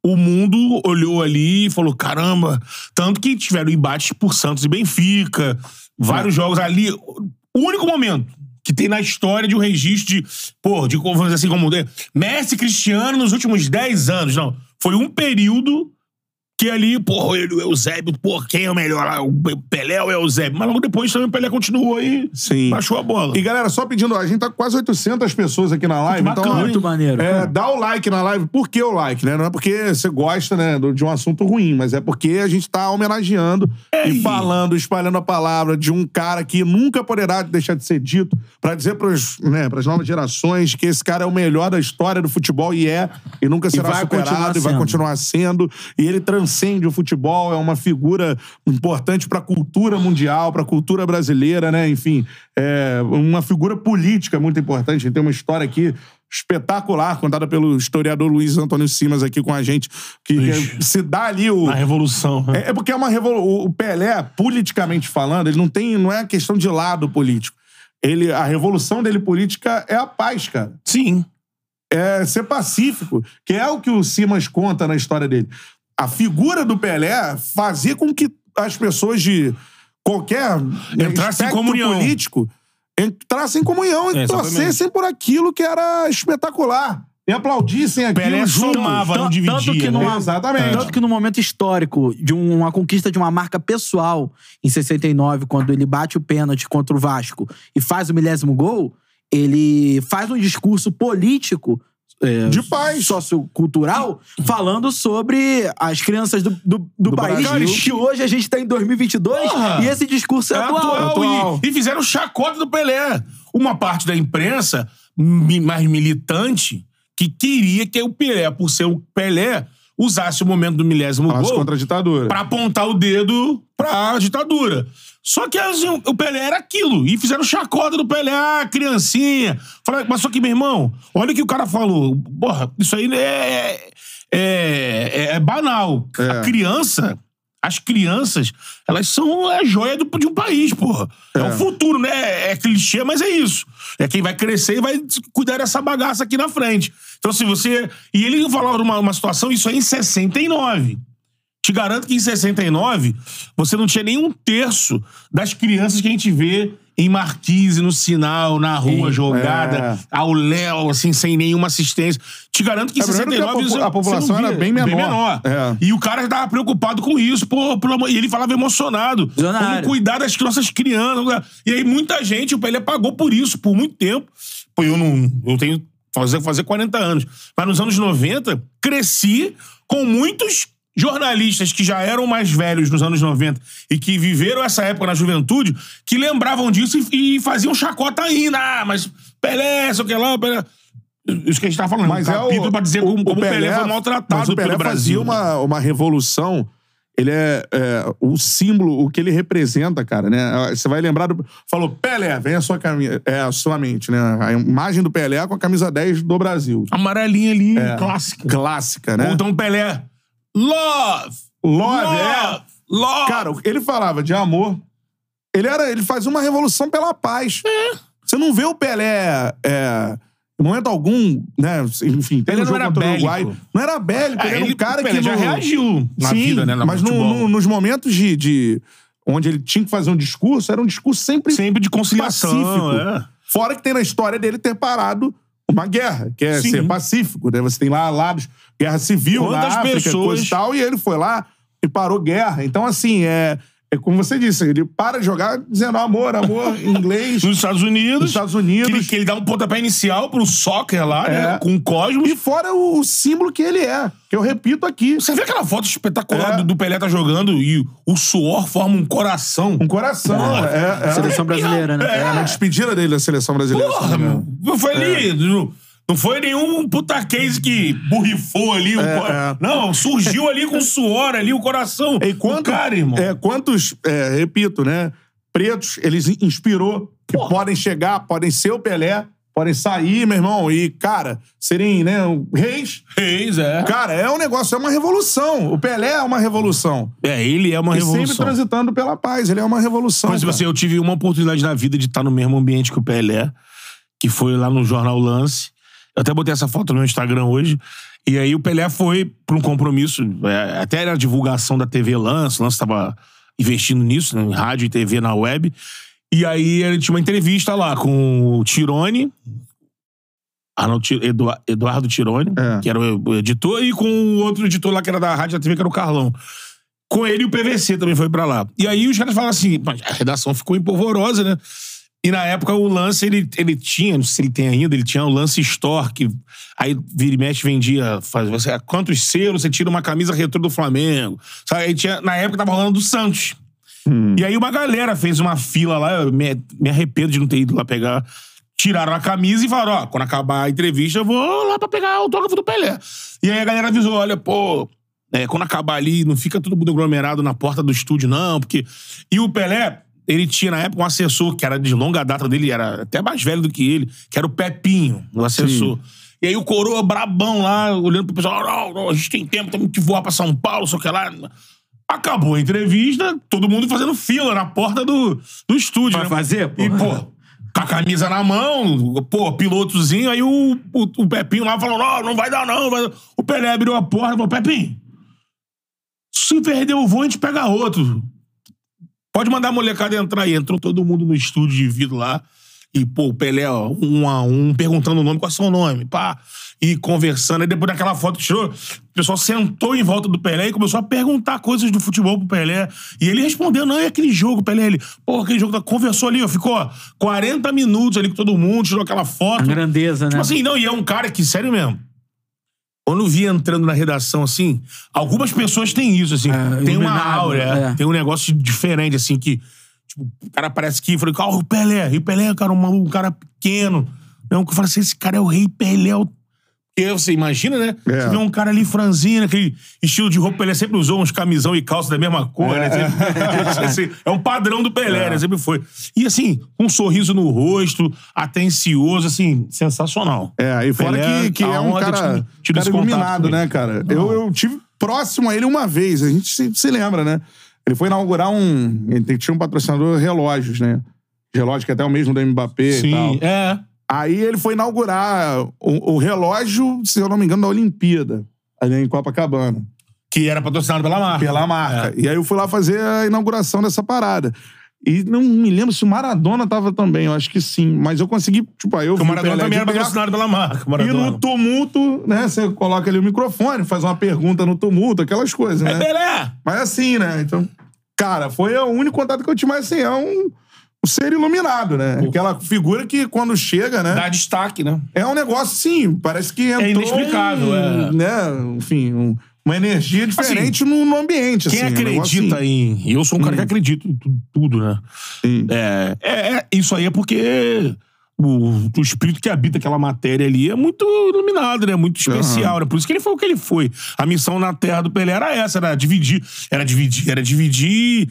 [SPEAKER 2] o mundo olhou ali e falou: caramba. Tanto que tiveram embates por Santos e Benfica, vários jogos ali. O único momento que tem na história de um registro de, pô, de como- vamos dizer assim, como Messi e Cristiano nos últimos 10 anos. Não. Foi um período que ali, pô, ele, o Eusébio, pô, quem é o melhor lá? O Pelé ou o Eusébio? Mas logo depois também o Pelé continuou e
[SPEAKER 1] Sim.
[SPEAKER 2] baixou a bola.
[SPEAKER 1] E galera, só pedindo, a gente tá com quase 800 pessoas aqui na live,
[SPEAKER 2] Muito
[SPEAKER 1] então
[SPEAKER 2] bacana,
[SPEAKER 3] Muito
[SPEAKER 2] hein?
[SPEAKER 3] maneiro.
[SPEAKER 1] é, dá o like na live. Por que o like, né? Não é porque você gosta, né, do- de um assunto ruim, mas é porque a gente tá homenageando e falando, espalhando a palavra de um cara que nunca poderá deixar de ser dito, pra dizer pros, né, pras novas gerações que esse cara é o melhor da história do futebol e é, e nunca será
[SPEAKER 3] vai continuar
[SPEAKER 1] superado e vai
[SPEAKER 3] sendo.
[SPEAKER 1] continuar sendo, e ele transcende o futebol, é uma figura importante pra cultura mundial, pra cultura brasileira, né? Enfim, é uma figura política muito importante. Ele tem uma história aqui espetacular contada pelo historiador Luiz Antônio Simas aqui com a gente, que
[SPEAKER 2] Ixi.
[SPEAKER 1] que se dá ali o
[SPEAKER 2] Na revolução. né?
[SPEAKER 1] é, é porque é uma revolução. O Pelé, politicamente falando, ele não tem, não é questão de lado político. Ele, a revolução dele política é a paz, cara
[SPEAKER 2] Sim.
[SPEAKER 1] é ser pacífico, que é o que o Simas conta na história dele. A figura do Pelé fazia com que as pessoas de qualquer né,
[SPEAKER 2] Entrassem em
[SPEAKER 1] espectro
[SPEAKER 2] comunhão.
[SPEAKER 1] político entrassem em comunhão e
[SPEAKER 2] É, exatamente.
[SPEAKER 1] torcessem por aquilo que era espetacular. E aplaudissem aquilo
[SPEAKER 2] Pelé
[SPEAKER 1] juntos.
[SPEAKER 2] somava, não
[SPEAKER 3] Tan-
[SPEAKER 2] dividia.
[SPEAKER 3] tanto que
[SPEAKER 2] né?
[SPEAKER 3] não há-
[SPEAKER 1] Exatamente.
[SPEAKER 3] Tanto que no momento histórico de um- uma conquista de uma marca pessoal em 69, quando ele bate o pênalti contra o Vasco e faz o milésimo gol, ele faz um discurso político é,
[SPEAKER 1] De paz.
[SPEAKER 3] sociocultural falando sobre as crianças do, do, do
[SPEAKER 1] Do
[SPEAKER 3] país
[SPEAKER 1] Brasil.
[SPEAKER 3] que hoje a gente está em 2022
[SPEAKER 2] Porra!
[SPEAKER 3] e esse discurso é,
[SPEAKER 2] É
[SPEAKER 3] atual.
[SPEAKER 2] atual,
[SPEAKER 1] atual.
[SPEAKER 2] E, e fizeram chacota do Pelé. Uma parte da imprensa mi- mais militante que queria que o Pelé, por ser o Pelé, usasse o momento do milésimo
[SPEAKER 1] As
[SPEAKER 2] gol
[SPEAKER 1] contra a ditadura.
[SPEAKER 2] pra apontar o dedo pra ditadura. Só que assim, o Pelé era aquilo. E fizeram chacota do Pelé, ah, criancinha. Falaram, mas só que, meu irmão, olha o que o cara falou. Porra, isso aí é, é, é- é banal.
[SPEAKER 1] É.
[SPEAKER 2] A criança, as crianças, elas são a joia do- de um país, porra. É, o futuro, né? É clichê, mas é isso. É quem vai crescer e vai cuidar dessa bagaça aqui na frente. Então, se você. E ele falava uma, uma situação, isso aí em 69. Te garanto que em 69 você não tinha nem um terço das crianças que a gente vê em marquise, no sinal, na rua,
[SPEAKER 3] Sim,
[SPEAKER 2] jogada,
[SPEAKER 1] é.
[SPEAKER 2] ao léu, assim, sem nenhuma assistência. Te garanto que em
[SPEAKER 1] É, primeiro que a
[SPEAKER 2] 69
[SPEAKER 1] popu-
[SPEAKER 2] você-
[SPEAKER 1] a população
[SPEAKER 2] você não
[SPEAKER 1] era
[SPEAKER 2] via.
[SPEAKER 1] bem menor. É.
[SPEAKER 2] E o cara tava preocupado com isso, pô, pelo amor- e ele falava emocionado.
[SPEAKER 3] Visionário.
[SPEAKER 2] Como cuidar das nossas crianças. né? E aí muita gente, o Pelé pagou por isso, por muito tempo. Pô, eu não. Eu tenho. Fazer, fazer 40 anos. Mas nos anos 90, cresci com muitos jornalistas que já eram mais velhos nos anos 90 e que viveram essa época na juventude, que lembravam disso e, e faziam chacota ainda. Ah, mas Pelé, sei o que lá, Pelé. Isso que a gente tava
[SPEAKER 1] é
[SPEAKER 2] falando, mas um capítulo pra dizer como como o Pelé, foi maltratado
[SPEAKER 1] mas o Pelé
[SPEAKER 2] pelo Brasil.
[SPEAKER 1] fazia uma, uma revolução Ele é, é, o símbolo, o que ele representa, cara, né? Você vai lembrar do. Falou, Pelé, vem a sua, cami... é, a sua mente, né? A imagem do Pelé com a camisa 10 do Brasil.
[SPEAKER 2] Amarelinha ali, clássica.
[SPEAKER 1] Clássica, É. né?
[SPEAKER 2] Ou então Pelé. Love!
[SPEAKER 1] Love, é.
[SPEAKER 2] Love! Love!
[SPEAKER 1] Cara, ele falava de amor. Ele era, ele fazia uma revolução pela paz.
[SPEAKER 2] É.
[SPEAKER 1] Você não vê o Pelé é, em momento algum, né? Enfim, tem
[SPEAKER 2] Pelé
[SPEAKER 1] um
[SPEAKER 2] não
[SPEAKER 1] jogo
[SPEAKER 2] era
[SPEAKER 1] contra o
[SPEAKER 2] bélico.
[SPEAKER 1] Uruguai. Não era bélico,
[SPEAKER 2] É,
[SPEAKER 1] ele, era um
[SPEAKER 2] ele-
[SPEAKER 1] cara
[SPEAKER 2] o Pelé
[SPEAKER 1] que
[SPEAKER 2] já
[SPEAKER 1] no-
[SPEAKER 2] reagiu na vida, né, no
[SPEAKER 1] mas no-
[SPEAKER 2] futebol.
[SPEAKER 1] no- nos momentos de, de- onde ele tinha que fazer um discurso, era um discurso sempre,
[SPEAKER 2] Sempre de conciliação.
[SPEAKER 1] pacífico.
[SPEAKER 2] é.
[SPEAKER 1] Fora que tem na história dele ter parado uma guerra, que é
[SPEAKER 2] Sim.
[SPEAKER 1] ser pacífico, né? Você tem lá lados, guerra civil,
[SPEAKER 2] Quantas
[SPEAKER 1] na África,
[SPEAKER 2] pessoas-
[SPEAKER 1] coisa e tal, e ele foi lá e parou guerra. Então, assim, é, é como você disse, ele para de jogar dizendo amor, amor, em inglês,
[SPEAKER 2] Nos Estados Unidos.
[SPEAKER 1] nos Estados Unidos.
[SPEAKER 2] Que ele, que ele dá um pontapé inicial pro soccer lá, né?
[SPEAKER 1] É.
[SPEAKER 2] Com o Cosmos.
[SPEAKER 1] E fora o, o símbolo que ele é, que eu repito aqui.
[SPEAKER 2] Você vê aquela foto espetacular
[SPEAKER 1] É.
[SPEAKER 2] do, do Pelé tá jogando e o suor forma um coração.
[SPEAKER 1] Um coração. é, é.
[SPEAKER 3] Seleção brasileira, né?
[SPEAKER 1] É, uma despedida dele da seleção brasileira. se
[SPEAKER 2] Porra,
[SPEAKER 1] não me engano.
[SPEAKER 2] meu. Não foi
[SPEAKER 1] É.
[SPEAKER 2] ali. Não, não foi nenhum puta case que borrifou ali. o cor-
[SPEAKER 1] é.
[SPEAKER 2] Não, surgiu ali com suor ali, o coração.
[SPEAKER 1] E quanto-
[SPEAKER 2] do cara, irmão.
[SPEAKER 1] É, quantos, é, repito, né? Pretos, eles in- inspirou, que podem chegar, podem ser o Pelé, podem sair, meu irmão, e, cara, serem, né, reis.
[SPEAKER 2] Reis, é.
[SPEAKER 1] Cara, é um negócio, é uma revolução. O Pelé é uma revolução.
[SPEAKER 2] É, ele é uma
[SPEAKER 1] E sempre
[SPEAKER 2] revolução.
[SPEAKER 1] transitando pela paz, ele é uma revolução.
[SPEAKER 2] Mas
[SPEAKER 1] cara.
[SPEAKER 2] assim, eu tive uma oportunidade na vida de estar no mesmo ambiente que o Pelé, que foi lá no Jornal Lance. Eu até botei essa foto no meu Instagram hoje. E aí o Pelé foi para um compromisso, é, até era a divulgação da TV Lance, o Lance estava investindo nisso, né, em rádio e TV na web. E aí ele tinha uma entrevista lá com o Tirone, Arnaldo Ti- Eduar- Eduardo Tirone,
[SPEAKER 1] É.
[SPEAKER 2] que era o editor, e com o outro editor lá que era da rádio e da TV, que era o Carlão. Com ele e o PVC também foi pra lá. E aí os caras falaram assim, mas a redação ficou empolvorosa, né? E na época o lance, ele, ele tinha, não sei se ele tem ainda, ele tinha o lance store, que aí vira e mexe vendia, faz, você, a quantos selos, você tira uma camisa retrô do Flamengo. Sabe? Aí tinha, na época tava rolando do Santos. E aí uma galera fez uma fila lá, eu me, me arrependo de não ter ido lá pegar. Tiraram a camisa e falaram, ó, quando acabar a entrevista, eu vou lá pra pegar o autógrafo do Pelé. E aí a galera avisou, olha, pô, é, quando acabar ali, não fica todo mundo aglomerado na porta do estúdio, não, porque... E o Pelé, ele tinha na época um assessor, que era de longa data dele, era até mais velho do que ele, que era o Pepinho, o assessor. E aí o Coroa brabão lá, olhando pro pessoal, não, não, a gente tem tempo, temos que voar pra São Paulo, só que lá... Acabou a entrevista, todo mundo fazendo fila na porta do, do estúdio. né?
[SPEAKER 3] Pra fazer, pô.
[SPEAKER 2] E, pô, com a camisa na mão, pô, pilotozinho, aí o, o, o Pepinho lá falou: não, não vai dar, não. vai dar." O Pelé abriu a porta e falou: Pepinho, se perder o voo, a gente pega outro. Pode mandar a molecada entrar. E entrou todo mundo no estúdio de vidro lá. E, pô, o Pelé, ó, um a um, perguntando o nome, qual é o seu nome, pá. E conversando. Aí depois daquela foto que tirou, o pessoal sentou em volta do Pelé e começou a perguntar coisas do futebol pro Pelé. E ele respondeu, não, é aquele jogo, Pelé. Ele, pô, aquele jogo. tá- Conversou ali, ó, ficou ó, 40 minutos ali com todo mundo, tirou aquela
[SPEAKER 3] A
[SPEAKER 2] foto.
[SPEAKER 3] grandeza, né?
[SPEAKER 2] Tipo assim, não, e é um cara que, sério mesmo. Quando eu vi entrando na redação, assim, algumas pessoas têm isso, assim. tem uma
[SPEAKER 3] É, iluminado,
[SPEAKER 2] áurea,
[SPEAKER 3] é.
[SPEAKER 2] tem um negócio diferente, assim, que. Tipo, o cara parece que. Eu falei, ó, o Pelé, e o Pelé, cara, um, maluco, um cara pequeno. Não, que eu falei assim, esse cara é o rei Pelé. o- Porque você imagina, né?
[SPEAKER 1] É.
[SPEAKER 2] Você vê um cara ali franzino, aquele estilo de roupa, o Pelé sempre usou uns camisão e calça da mesma cor, né? Sempre- assim, é um padrão do Pelé, né? Sempre foi. E assim, com um sorriso no rosto, atencioso, assim, sensacional.
[SPEAKER 1] É, e fora
[SPEAKER 2] Pelé,
[SPEAKER 1] que, que é
[SPEAKER 2] a
[SPEAKER 1] um
[SPEAKER 2] honra de
[SPEAKER 1] cara,
[SPEAKER 2] ter tido
[SPEAKER 1] cara
[SPEAKER 2] esse contato
[SPEAKER 1] iluminado,
[SPEAKER 2] com ele.
[SPEAKER 1] né, cara? Eu, eu tive próximo a ele uma vez, a gente se, se lembra, né? Ele foi inaugurar um. Ele tem- tinha um patrocinador relógios, né? Relógio que é até o mesmo do Mbappé e tal.
[SPEAKER 2] Sim, é.
[SPEAKER 1] Aí ele foi inaugurar o, o relógio, se eu não me engano, da Olimpíada, ali em Copacabana
[SPEAKER 2] Que era patrocinado pela marca. É.
[SPEAKER 1] pela marca. E aí eu fui lá fazer a inauguração dessa parada. E não me lembro se o Maradona tava também, eu acho que sim. Mas eu consegui, tipo, aí eu
[SPEAKER 2] Porque
[SPEAKER 1] vi
[SPEAKER 2] o Maradona
[SPEAKER 1] Pelé
[SPEAKER 2] também
[SPEAKER 1] de
[SPEAKER 2] era
[SPEAKER 1] perto.
[SPEAKER 2] patrocinado pela marca. o
[SPEAKER 1] E
[SPEAKER 2] Maradona.
[SPEAKER 1] no tumulto, né? Você coloca ali o microfone, faz uma pergunta no tumulto, aquelas coisas,
[SPEAKER 2] É
[SPEAKER 1] né?
[SPEAKER 2] Pelé!
[SPEAKER 1] Mas assim, né? Então, cara, foi o único contato que eu tive, mas assim, é um, um ser iluminado, né? Aquela figura que quando chega, né?
[SPEAKER 2] Dá destaque, né?
[SPEAKER 1] É um negócio, sim, parece que entrou...
[SPEAKER 2] inexplicável,
[SPEAKER 1] um,
[SPEAKER 2] é. Assim,
[SPEAKER 1] Né? Enfim, um- uma energia diferente no, no ambiente,
[SPEAKER 2] Quem
[SPEAKER 1] assim. um Hum. negócio
[SPEAKER 2] acredita em. e Eu sou um cara que acredito em tu- tudo, né?
[SPEAKER 1] assim, Sim.
[SPEAKER 2] É, é- é- isso aí é porque o, o espírito que habita aquela matéria ali é muito iluminado, né? Muito especial, né? Por isso que ele foi o que ele foi. A missão na Terra do Pelé era essa, era dividir, era dividir, era dividir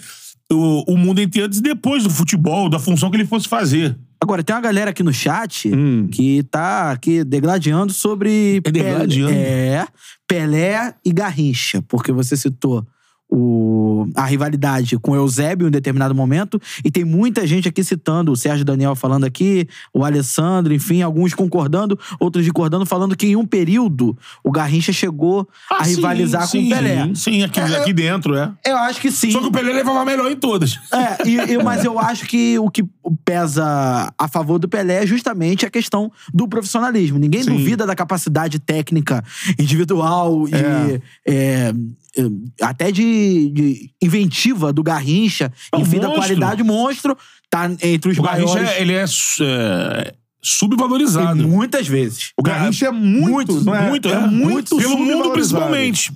[SPEAKER 2] o, o mundo entre antes e depois do futebol, da função que ele fosse fazer.
[SPEAKER 3] Agora, tem uma galera aqui no chat
[SPEAKER 1] Hum.
[SPEAKER 3] que tá aqui degladiando sobre.
[SPEAKER 2] É degladiando?
[SPEAKER 3] Pelé, é, Pelé e Garrincha, porque você citou. O, a rivalidade com o Eusébio em um determinado momento, e tem muita gente aqui citando, o Sérgio Daniel falando aqui, o Alessandro, enfim, alguns concordando, outros discordando, falando que em um período o Garrincha chegou a
[SPEAKER 2] Ah, sim,
[SPEAKER 3] rivalizar com
[SPEAKER 2] sim,
[SPEAKER 3] o Pelé.
[SPEAKER 2] Sim, aqui, aqui dentro, é.
[SPEAKER 3] Eu acho que sim.
[SPEAKER 2] Só que o Pelé levava melhor em todas.
[SPEAKER 3] É, e- e- mas eu acho que o que pesa a favor do Pelé é justamente a questão do profissionalismo. Ninguém
[SPEAKER 1] Sim.
[SPEAKER 3] duvida da capacidade técnica individual e é, é, até de, de inventiva do Garrincha,
[SPEAKER 2] É um
[SPEAKER 3] enfim, da
[SPEAKER 2] monstro.
[SPEAKER 3] qualidade monstro, tá entre os
[SPEAKER 2] O Garrincha,
[SPEAKER 3] maiores
[SPEAKER 2] ele é, su- é,
[SPEAKER 3] e
[SPEAKER 2] subvalorizado.
[SPEAKER 3] muitas vezes.
[SPEAKER 1] O Garrincha é muito,
[SPEAKER 2] Muito,
[SPEAKER 1] não é?
[SPEAKER 2] muito,
[SPEAKER 1] é,
[SPEAKER 2] é.
[SPEAKER 1] muito
[SPEAKER 2] Pelo mundo,
[SPEAKER 1] subvalorizado.
[SPEAKER 2] principalmente.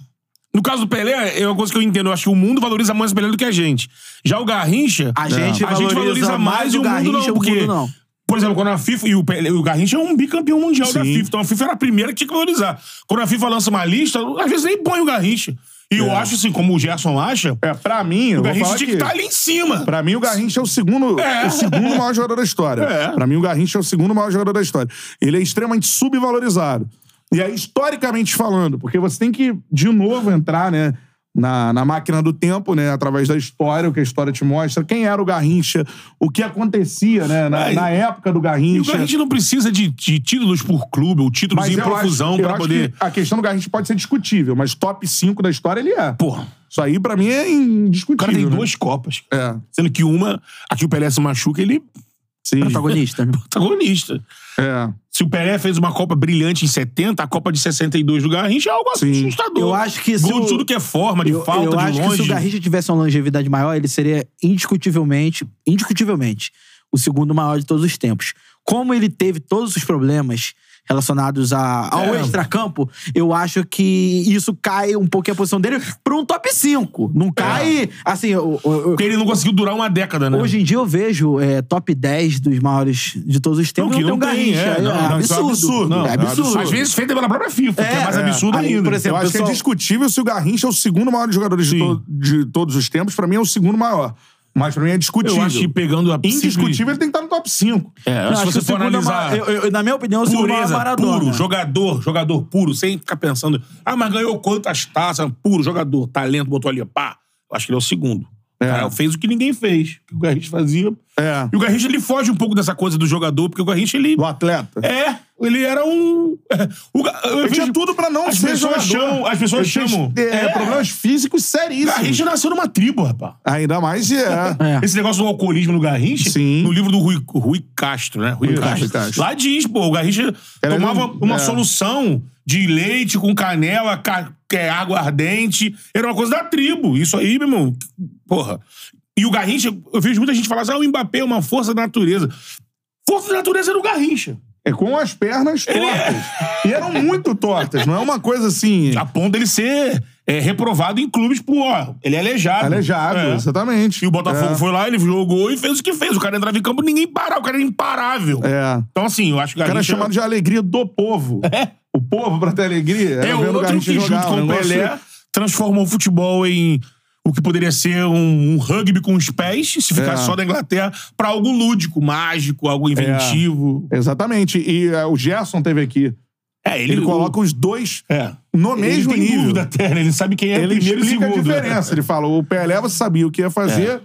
[SPEAKER 2] No caso do Pelé, é uma coisa que eu entendo. Eu acho que o mundo valoriza mais o Pelé do que a gente. Já o Garrincha...
[SPEAKER 3] A gente,
[SPEAKER 2] É. a gente valoriza mais e
[SPEAKER 3] o
[SPEAKER 2] o mundo
[SPEAKER 3] Garrincha
[SPEAKER 2] não,
[SPEAKER 3] o mundo
[SPEAKER 2] porque-
[SPEAKER 3] não.
[SPEAKER 2] Por exemplo, quando a FIFA... E o, Pelé, o Garrincha é um bicampeão mundial da
[SPEAKER 1] Sim.
[SPEAKER 2] FIFA. Então a FIFA era a primeira que tinha que valorizar. Quando a FIFA lança uma lista, às vezes nem põe o Garrincha. E eu acho assim, como o Gerson acha,
[SPEAKER 1] É, pra mim, É. eu
[SPEAKER 2] o
[SPEAKER 1] vou
[SPEAKER 2] Garrincha
[SPEAKER 1] falar
[SPEAKER 2] tinha que
[SPEAKER 1] que-
[SPEAKER 2] estar ali em cima.
[SPEAKER 1] Pra mim, o Garrincha é o segundo,
[SPEAKER 2] É.
[SPEAKER 1] o segundo maior jogador da história.
[SPEAKER 2] É.
[SPEAKER 1] Pra mim, o Garrincha é o segundo maior jogador da história. Ele é extremamente subvalorizado. E aí, historicamente falando, porque você tem que, de novo, entrar, né? Na, na máquina do tempo, né? Através da história, o que a história te mostra, quem era o Garrincha, o que acontecia, né? Na,
[SPEAKER 2] É, e-
[SPEAKER 1] na época do
[SPEAKER 2] E o
[SPEAKER 1] Garrincha.
[SPEAKER 2] Garrincha não precisa de, de títulos por clube ou títulos em
[SPEAKER 1] eu acho-
[SPEAKER 2] profusão
[SPEAKER 1] eu
[SPEAKER 2] pra
[SPEAKER 1] acho
[SPEAKER 2] poder...
[SPEAKER 1] que a questão do Garrincha pode ser discutível, mas top 5 da história ele é.
[SPEAKER 2] Porra,
[SPEAKER 1] Isso aí, pra mim, é
[SPEAKER 2] o cara
[SPEAKER 1] indiscutível.
[SPEAKER 2] tem
[SPEAKER 1] né?
[SPEAKER 2] duas Copas.
[SPEAKER 1] É,
[SPEAKER 2] Sendo que uma, aqui o Pelé se machuca, ele é
[SPEAKER 1] sim.
[SPEAKER 3] Protagonista, né?
[SPEAKER 2] protagonista.
[SPEAKER 1] É.
[SPEAKER 2] Se o Pelé fez uma Copa brilhante em 70, a Copa de 62 do Garrincha é algo
[SPEAKER 1] Sim.
[SPEAKER 2] assustador.
[SPEAKER 3] Eu acho que se
[SPEAKER 2] Gol
[SPEAKER 3] o-
[SPEAKER 2] de tudo que é forma, de
[SPEAKER 3] eu,
[SPEAKER 2] falta,
[SPEAKER 3] eu
[SPEAKER 2] de
[SPEAKER 3] acho
[SPEAKER 2] longe.
[SPEAKER 3] que se o Garrincha tivesse uma longevidade maior, ele seria indiscutivelmente, indiscutivelmente, o segundo maior de todos os tempos. Como ele teve todos os problemas relacionados a- ao
[SPEAKER 2] É.
[SPEAKER 3] extracampo, eu acho que isso cai um pouquinho a posição dele para um top 5.
[SPEAKER 2] É.
[SPEAKER 3] Não cai, assim, eu- eu- eu-
[SPEAKER 2] Porque ele não conseguiu durar uma década, né?
[SPEAKER 3] hoje em dia eu vejo é, top 10 dos maiores de todos os tempos
[SPEAKER 2] Não, que
[SPEAKER 3] e não
[SPEAKER 2] não
[SPEAKER 3] tem o
[SPEAKER 2] tem,
[SPEAKER 3] Garrincha.
[SPEAKER 2] é,
[SPEAKER 3] É,
[SPEAKER 2] não, não, isso é
[SPEAKER 3] absurdo.
[SPEAKER 2] absurdo, não,
[SPEAKER 3] é
[SPEAKER 2] é
[SPEAKER 3] absurdo.
[SPEAKER 2] Às vezes feita pela própria FIFA, que é
[SPEAKER 3] É,
[SPEAKER 2] mais
[SPEAKER 3] é.
[SPEAKER 2] absurdo
[SPEAKER 3] Aí,
[SPEAKER 2] ainda.
[SPEAKER 3] por exemplo,
[SPEAKER 1] Eu acho que é
[SPEAKER 3] pessoal-
[SPEAKER 1] discutível se o Garrincha é o segundo maior jogador de,
[SPEAKER 2] Sim.
[SPEAKER 1] to- de todos os tempos. Pra mim é o segundo maior. Mas pra mim é
[SPEAKER 2] Eu
[SPEAKER 1] discutível.
[SPEAKER 2] acho que pegando a
[SPEAKER 1] Indiscutível, ele tem que estar no top 5.
[SPEAKER 2] É, eu
[SPEAKER 3] Não,
[SPEAKER 2] acho que
[SPEAKER 3] acho
[SPEAKER 2] se
[SPEAKER 3] que o
[SPEAKER 2] você for
[SPEAKER 3] segundo é ma-
[SPEAKER 2] analisar.
[SPEAKER 3] eu- eu- na minha opinião, o segundo maior é
[SPEAKER 2] Pureza,
[SPEAKER 3] Maradona.
[SPEAKER 2] puro, jogador, jogador puro, sem ficar pensando, ah, mas ganhou quantas taças, puro, jogador, talento, botou ali, pá. Eu acho que ele é o segundo. O
[SPEAKER 1] É.
[SPEAKER 2] cara fez o que ninguém fez, o que o Garrincha fazia.
[SPEAKER 1] É.
[SPEAKER 2] E o Garrincha, ele foge um pouco dessa coisa do jogador, porque o Garrincha, ele...
[SPEAKER 1] Do atleta.
[SPEAKER 2] É, ele era um... O Ga- eu
[SPEAKER 1] Ele tinha
[SPEAKER 2] vejo-
[SPEAKER 1] tudo pra não
[SPEAKER 2] as
[SPEAKER 1] ser
[SPEAKER 2] pessoas
[SPEAKER 1] jogador.
[SPEAKER 2] chamam- as pessoas
[SPEAKER 1] Ele tinha,
[SPEAKER 2] chamam.
[SPEAKER 1] é,
[SPEAKER 2] É.
[SPEAKER 1] problemas físicos
[SPEAKER 2] O
[SPEAKER 1] seríssimos.
[SPEAKER 2] Garrincha nasceu numa tribo, rapaz.
[SPEAKER 1] Ainda mais é.
[SPEAKER 3] É.
[SPEAKER 2] Esse negócio do alcoolismo no Garrincha,
[SPEAKER 1] Sim.
[SPEAKER 2] no livro do Rui, Rui Castro, né? Rui,
[SPEAKER 1] Rui
[SPEAKER 2] Castro.
[SPEAKER 1] Castro, Castro.
[SPEAKER 2] Lá diz, pô, o Garrincha
[SPEAKER 1] Era
[SPEAKER 2] tomava
[SPEAKER 1] um-
[SPEAKER 2] uma
[SPEAKER 1] é.
[SPEAKER 2] solução de leite com canela, ca- é, água ardente. Era uma coisa da tribo. Isso aí, meu irmão, porra. E o Garrincha, eu vejo muita gente falar assim, ah, o Mbappé é uma força da natureza. Força da natureza era o Garrincha.
[SPEAKER 1] É com as pernas
[SPEAKER 2] é-
[SPEAKER 1] tortas. E eram muito tortas. Não é uma coisa assim.
[SPEAKER 2] A ponto dele ser é, reprovado em clubes por, ó, ele é aleijado.
[SPEAKER 1] Aleijado,
[SPEAKER 2] É.
[SPEAKER 1] exatamente.
[SPEAKER 2] E o Botafogo
[SPEAKER 1] É.
[SPEAKER 2] foi lá, ele jogou e fez o que fez. O cara entrava em campo, ninguém parava. O cara era imparável.
[SPEAKER 1] É.
[SPEAKER 2] Então, assim, eu acho que o
[SPEAKER 1] O cara é
[SPEAKER 2] Garrincha...
[SPEAKER 1] chamado de alegria do povo. O povo, pra ter alegria, era
[SPEAKER 2] É
[SPEAKER 1] vendo o
[SPEAKER 2] outro
[SPEAKER 1] Garrincha
[SPEAKER 2] que, junto
[SPEAKER 1] jogar.
[SPEAKER 2] com
[SPEAKER 1] um
[SPEAKER 2] o
[SPEAKER 1] negócio-
[SPEAKER 2] Pelé, transformou o futebol em o que poderia ser um, um rugby com os pés, se ficasse
[SPEAKER 1] É.
[SPEAKER 2] só da Inglaterra, pra algo lúdico, mágico, algo inventivo.
[SPEAKER 1] Exatamente. E é, o Gerson teve aqui.
[SPEAKER 2] É,
[SPEAKER 1] Ele, coloca os dois
[SPEAKER 2] É.
[SPEAKER 1] no
[SPEAKER 2] Ele
[SPEAKER 1] mesmo
[SPEAKER 2] tem
[SPEAKER 1] nível.
[SPEAKER 2] dúvida até, né? Ele sabe quem é
[SPEAKER 1] Ele
[SPEAKER 2] primeiro e
[SPEAKER 1] explica
[SPEAKER 2] segundo. É.
[SPEAKER 1] a diferença. Ele fala: o Pelé você sabia o que ia fazer,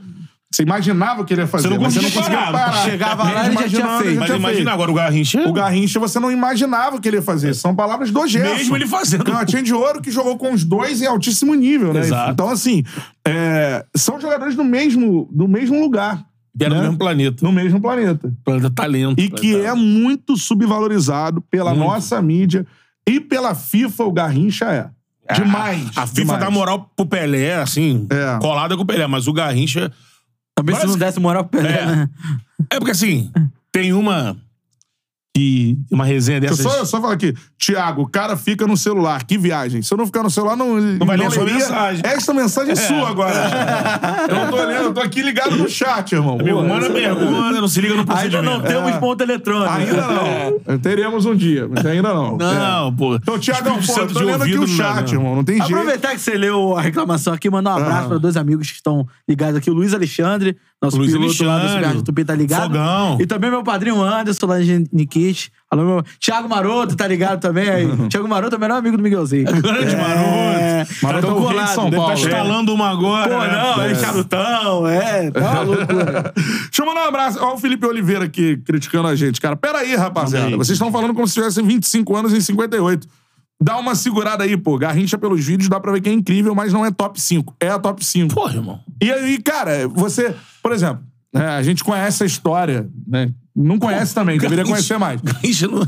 [SPEAKER 1] você imaginava o que ele ia fazer,
[SPEAKER 2] Você não
[SPEAKER 1] mas você não
[SPEAKER 2] conseguia
[SPEAKER 1] conseguia parar.
[SPEAKER 2] parar. Chegava
[SPEAKER 3] lá, ele já tinha
[SPEAKER 1] imaginava,
[SPEAKER 3] feito.
[SPEAKER 2] Mas imagina agora o Garrincha.
[SPEAKER 1] O Garrincha você não imaginava o que ele ia fazer. São palavras do Gerson.
[SPEAKER 2] Mesmo ele fazendo.
[SPEAKER 1] Canhotinha de ouro que jogou com os dois em altíssimo nível, né?
[SPEAKER 2] Exato.
[SPEAKER 1] Então, assim, é, são jogadores do mesmo, do mesmo lugar,
[SPEAKER 2] Era
[SPEAKER 1] né?
[SPEAKER 2] do mesmo planeta.
[SPEAKER 1] no mesmo planeta.
[SPEAKER 2] Planeta talento.
[SPEAKER 1] e que é muito subvalorizado pela
[SPEAKER 2] Muito.
[SPEAKER 1] nossa mídia e pela FIFA, o Garrincha é. Demais.
[SPEAKER 2] A FIFA
[SPEAKER 1] demais.
[SPEAKER 2] dá moral pro Pelé, assim,
[SPEAKER 1] É.
[SPEAKER 2] colada com o Pelé, mas o Garrincha.
[SPEAKER 3] Também se
[SPEAKER 2] Mas-
[SPEAKER 3] é, não desse moral pro Pelé,
[SPEAKER 2] É.
[SPEAKER 3] né?
[SPEAKER 2] É porque assim, tem uma que uma resenha
[SPEAKER 1] Deixa
[SPEAKER 2] dessas...
[SPEAKER 1] eu só, eu só falar aqui. Tiago, o cara fica no celular. Que viagem. Se eu não ficar no celular, não, não
[SPEAKER 2] vai ler a sua
[SPEAKER 1] leria.
[SPEAKER 2] mensagem.
[SPEAKER 1] Essa mensagem é sua agora. eu não tô lendo, eu tô aqui ligado no chat, irmão.
[SPEAKER 2] Amigo,
[SPEAKER 1] Pô,
[SPEAKER 2] manda
[SPEAKER 1] essa-
[SPEAKER 2] pergunta, não se liga no
[SPEAKER 3] Ainda não
[SPEAKER 2] procedimento.
[SPEAKER 3] temos ponto eletrônico.
[SPEAKER 1] é. tá Ainda não. Teremos um dia, mas ainda não.
[SPEAKER 2] Não, pô.
[SPEAKER 1] Então, Tiagão,
[SPEAKER 2] Espírito
[SPEAKER 1] pô, eu
[SPEAKER 2] Santo
[SPEAKER 1] tô
[SPEAKER 2] de
[SPEAKER 1] lendo aqui
[SPEAKER 2] ouvido
[SPEAKER 1] o
[SPEAKER 2] não dá,
[SPEAKER 1] chat,
[SPEAKER 2] não.
[SPEAKER 1] irmão. Não tem jeito.
[SPEAKER 3] Aproveitar que você leu a reclamação aqui, mandar um abraço
[SPEAKER 1] Ah.
[SPEAKER 3] para dois amigos que estão ligados aqui. O Luiz Alexandre, nosso
[SPEAKER 2] Luiz
[SPEAKER 3] piloto lá do
[SPEAKER 2] Alexandre.
[SPEAKER 3] Cigarro de Tupi, tá ligado.
[SPEAKER 2] Fogão.
[SPEAKER 3] E também meu padrinho Anderson, lá de Nikit. Alô, meu... Thiago Maroto, tá ligado também aí. Thiago Maroto é o melhor amigo do Miguelzinho.
[SPEAKER 2] Grande maroto.
[SPEAKER 3] Maroto
[SPEAKER 1] é o rei de São
[SPEAKER 2] Deve
[SPEAKER 1] Paulo,
[SPEAKER 2] tá instalando uma agora.
[SPEAKER 3] Pô,
[SPEAKER 2] né?
[SPEAKER 3] não, é charutão, é. Tá uma loucura.
[SPEAKER 1] Deixa eu mandar um abraço. Olha o Felipe Oliveira aqui criticando a gente, cara. Pera aí, rapaziada.
[SPEAKER 2] Manda aí.
[SPEAKER 1] Vocês estão falando como se tivessem 25 anos em 58. Dá uma segurada aí, pô. Garrincha pelos vídeos dá pra ver que é incrível, mas não é top 5. É a top 5.
[SPEAKER 2] Porra, irmão.
[SPEAKER 1] E aí, cara, você... Por exemplo, é, a gente conhece a história, né? Não conhece também, deveria
[SPEAKER 2] Garrincha-
[SPEAKER 1] conhecer mais.
[SPEAKER 2] Garrincha não,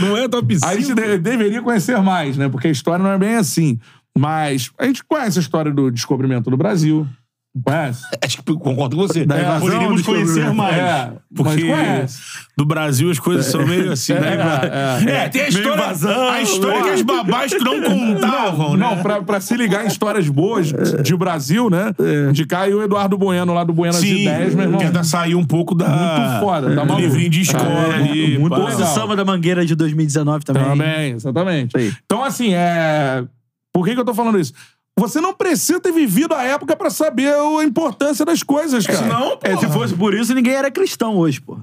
[SPEAKER 2] não é top 5.
[SPEAKER 1] A gente de- deveria conhecer mais, né? Porque a história não é bem assim. Mas a gente conhece a história do descobrimento do Brasil. Não Conhece?
[SPEAKER 2] Acho que concordo com você.
[SPEAKER 1] Da
[SPEAKER 2] É,
[SPEAKER 1] invasão,
[SPEAKER 2] Poderíamos
[SPEAKER 1] desculpa.
[SPEAKER 2] conhecer mais.
[SPEAKER 1] É,
[SPEAKER 2] porque
[SPEAKER 1] mas conhece.
[SPEAKER 2] do Brasil as coisas são meio assim, né?
[SPEAKER 1] é, é.
[SPEAKER 2] tem a
[SPEAKER 1] Meio
[SPEAKER 2] história,
[SPEAKER 1] invasão,
[SPEAKER 2] a história que as babás não contavam, né?
[SPEAKER 1] Não, pra, pra se ligar em histórias boas de, de Brasil, né? De cá e o Eduardo Bueno, lá do Buenas
[SPEAKER 2] Sim,
[SPEAKER 1] Ideias, meu irmão.
[SPEAKER 2] tenta sair um pouco da...
[SPEAKER 1] Muito foda, tá
[SPEAKER 2] do
[SPEAKER 1] maluco.
[SPEAKER 2] livrinho de escola
[SPEAKER 1] É,
[SPEAKER 2] ali.
[SPEAKER 1] muito
[SPEAKER 2] pá.
[SPEAKER 1] legal.
[SPEAKER 3] O samba da Mangueira de 2019 também.
[SPEAKER 1] Também, exatamente.
[SPEAKER 3] Aí.
[SPEAKER 1] Então, assim, é. Por que, que eu tô falando isso? Você não precisa ter vivido a época pra saber a importância das coisas, cara.
[SPEAKER 2] Não,
[SPEAKER 1] é, se
[SPEAKER 2] porra.
[SPEAKER 1] fosse...
[SPEAKER 3] fosse por isso, ninguém era cristão hoje, pô.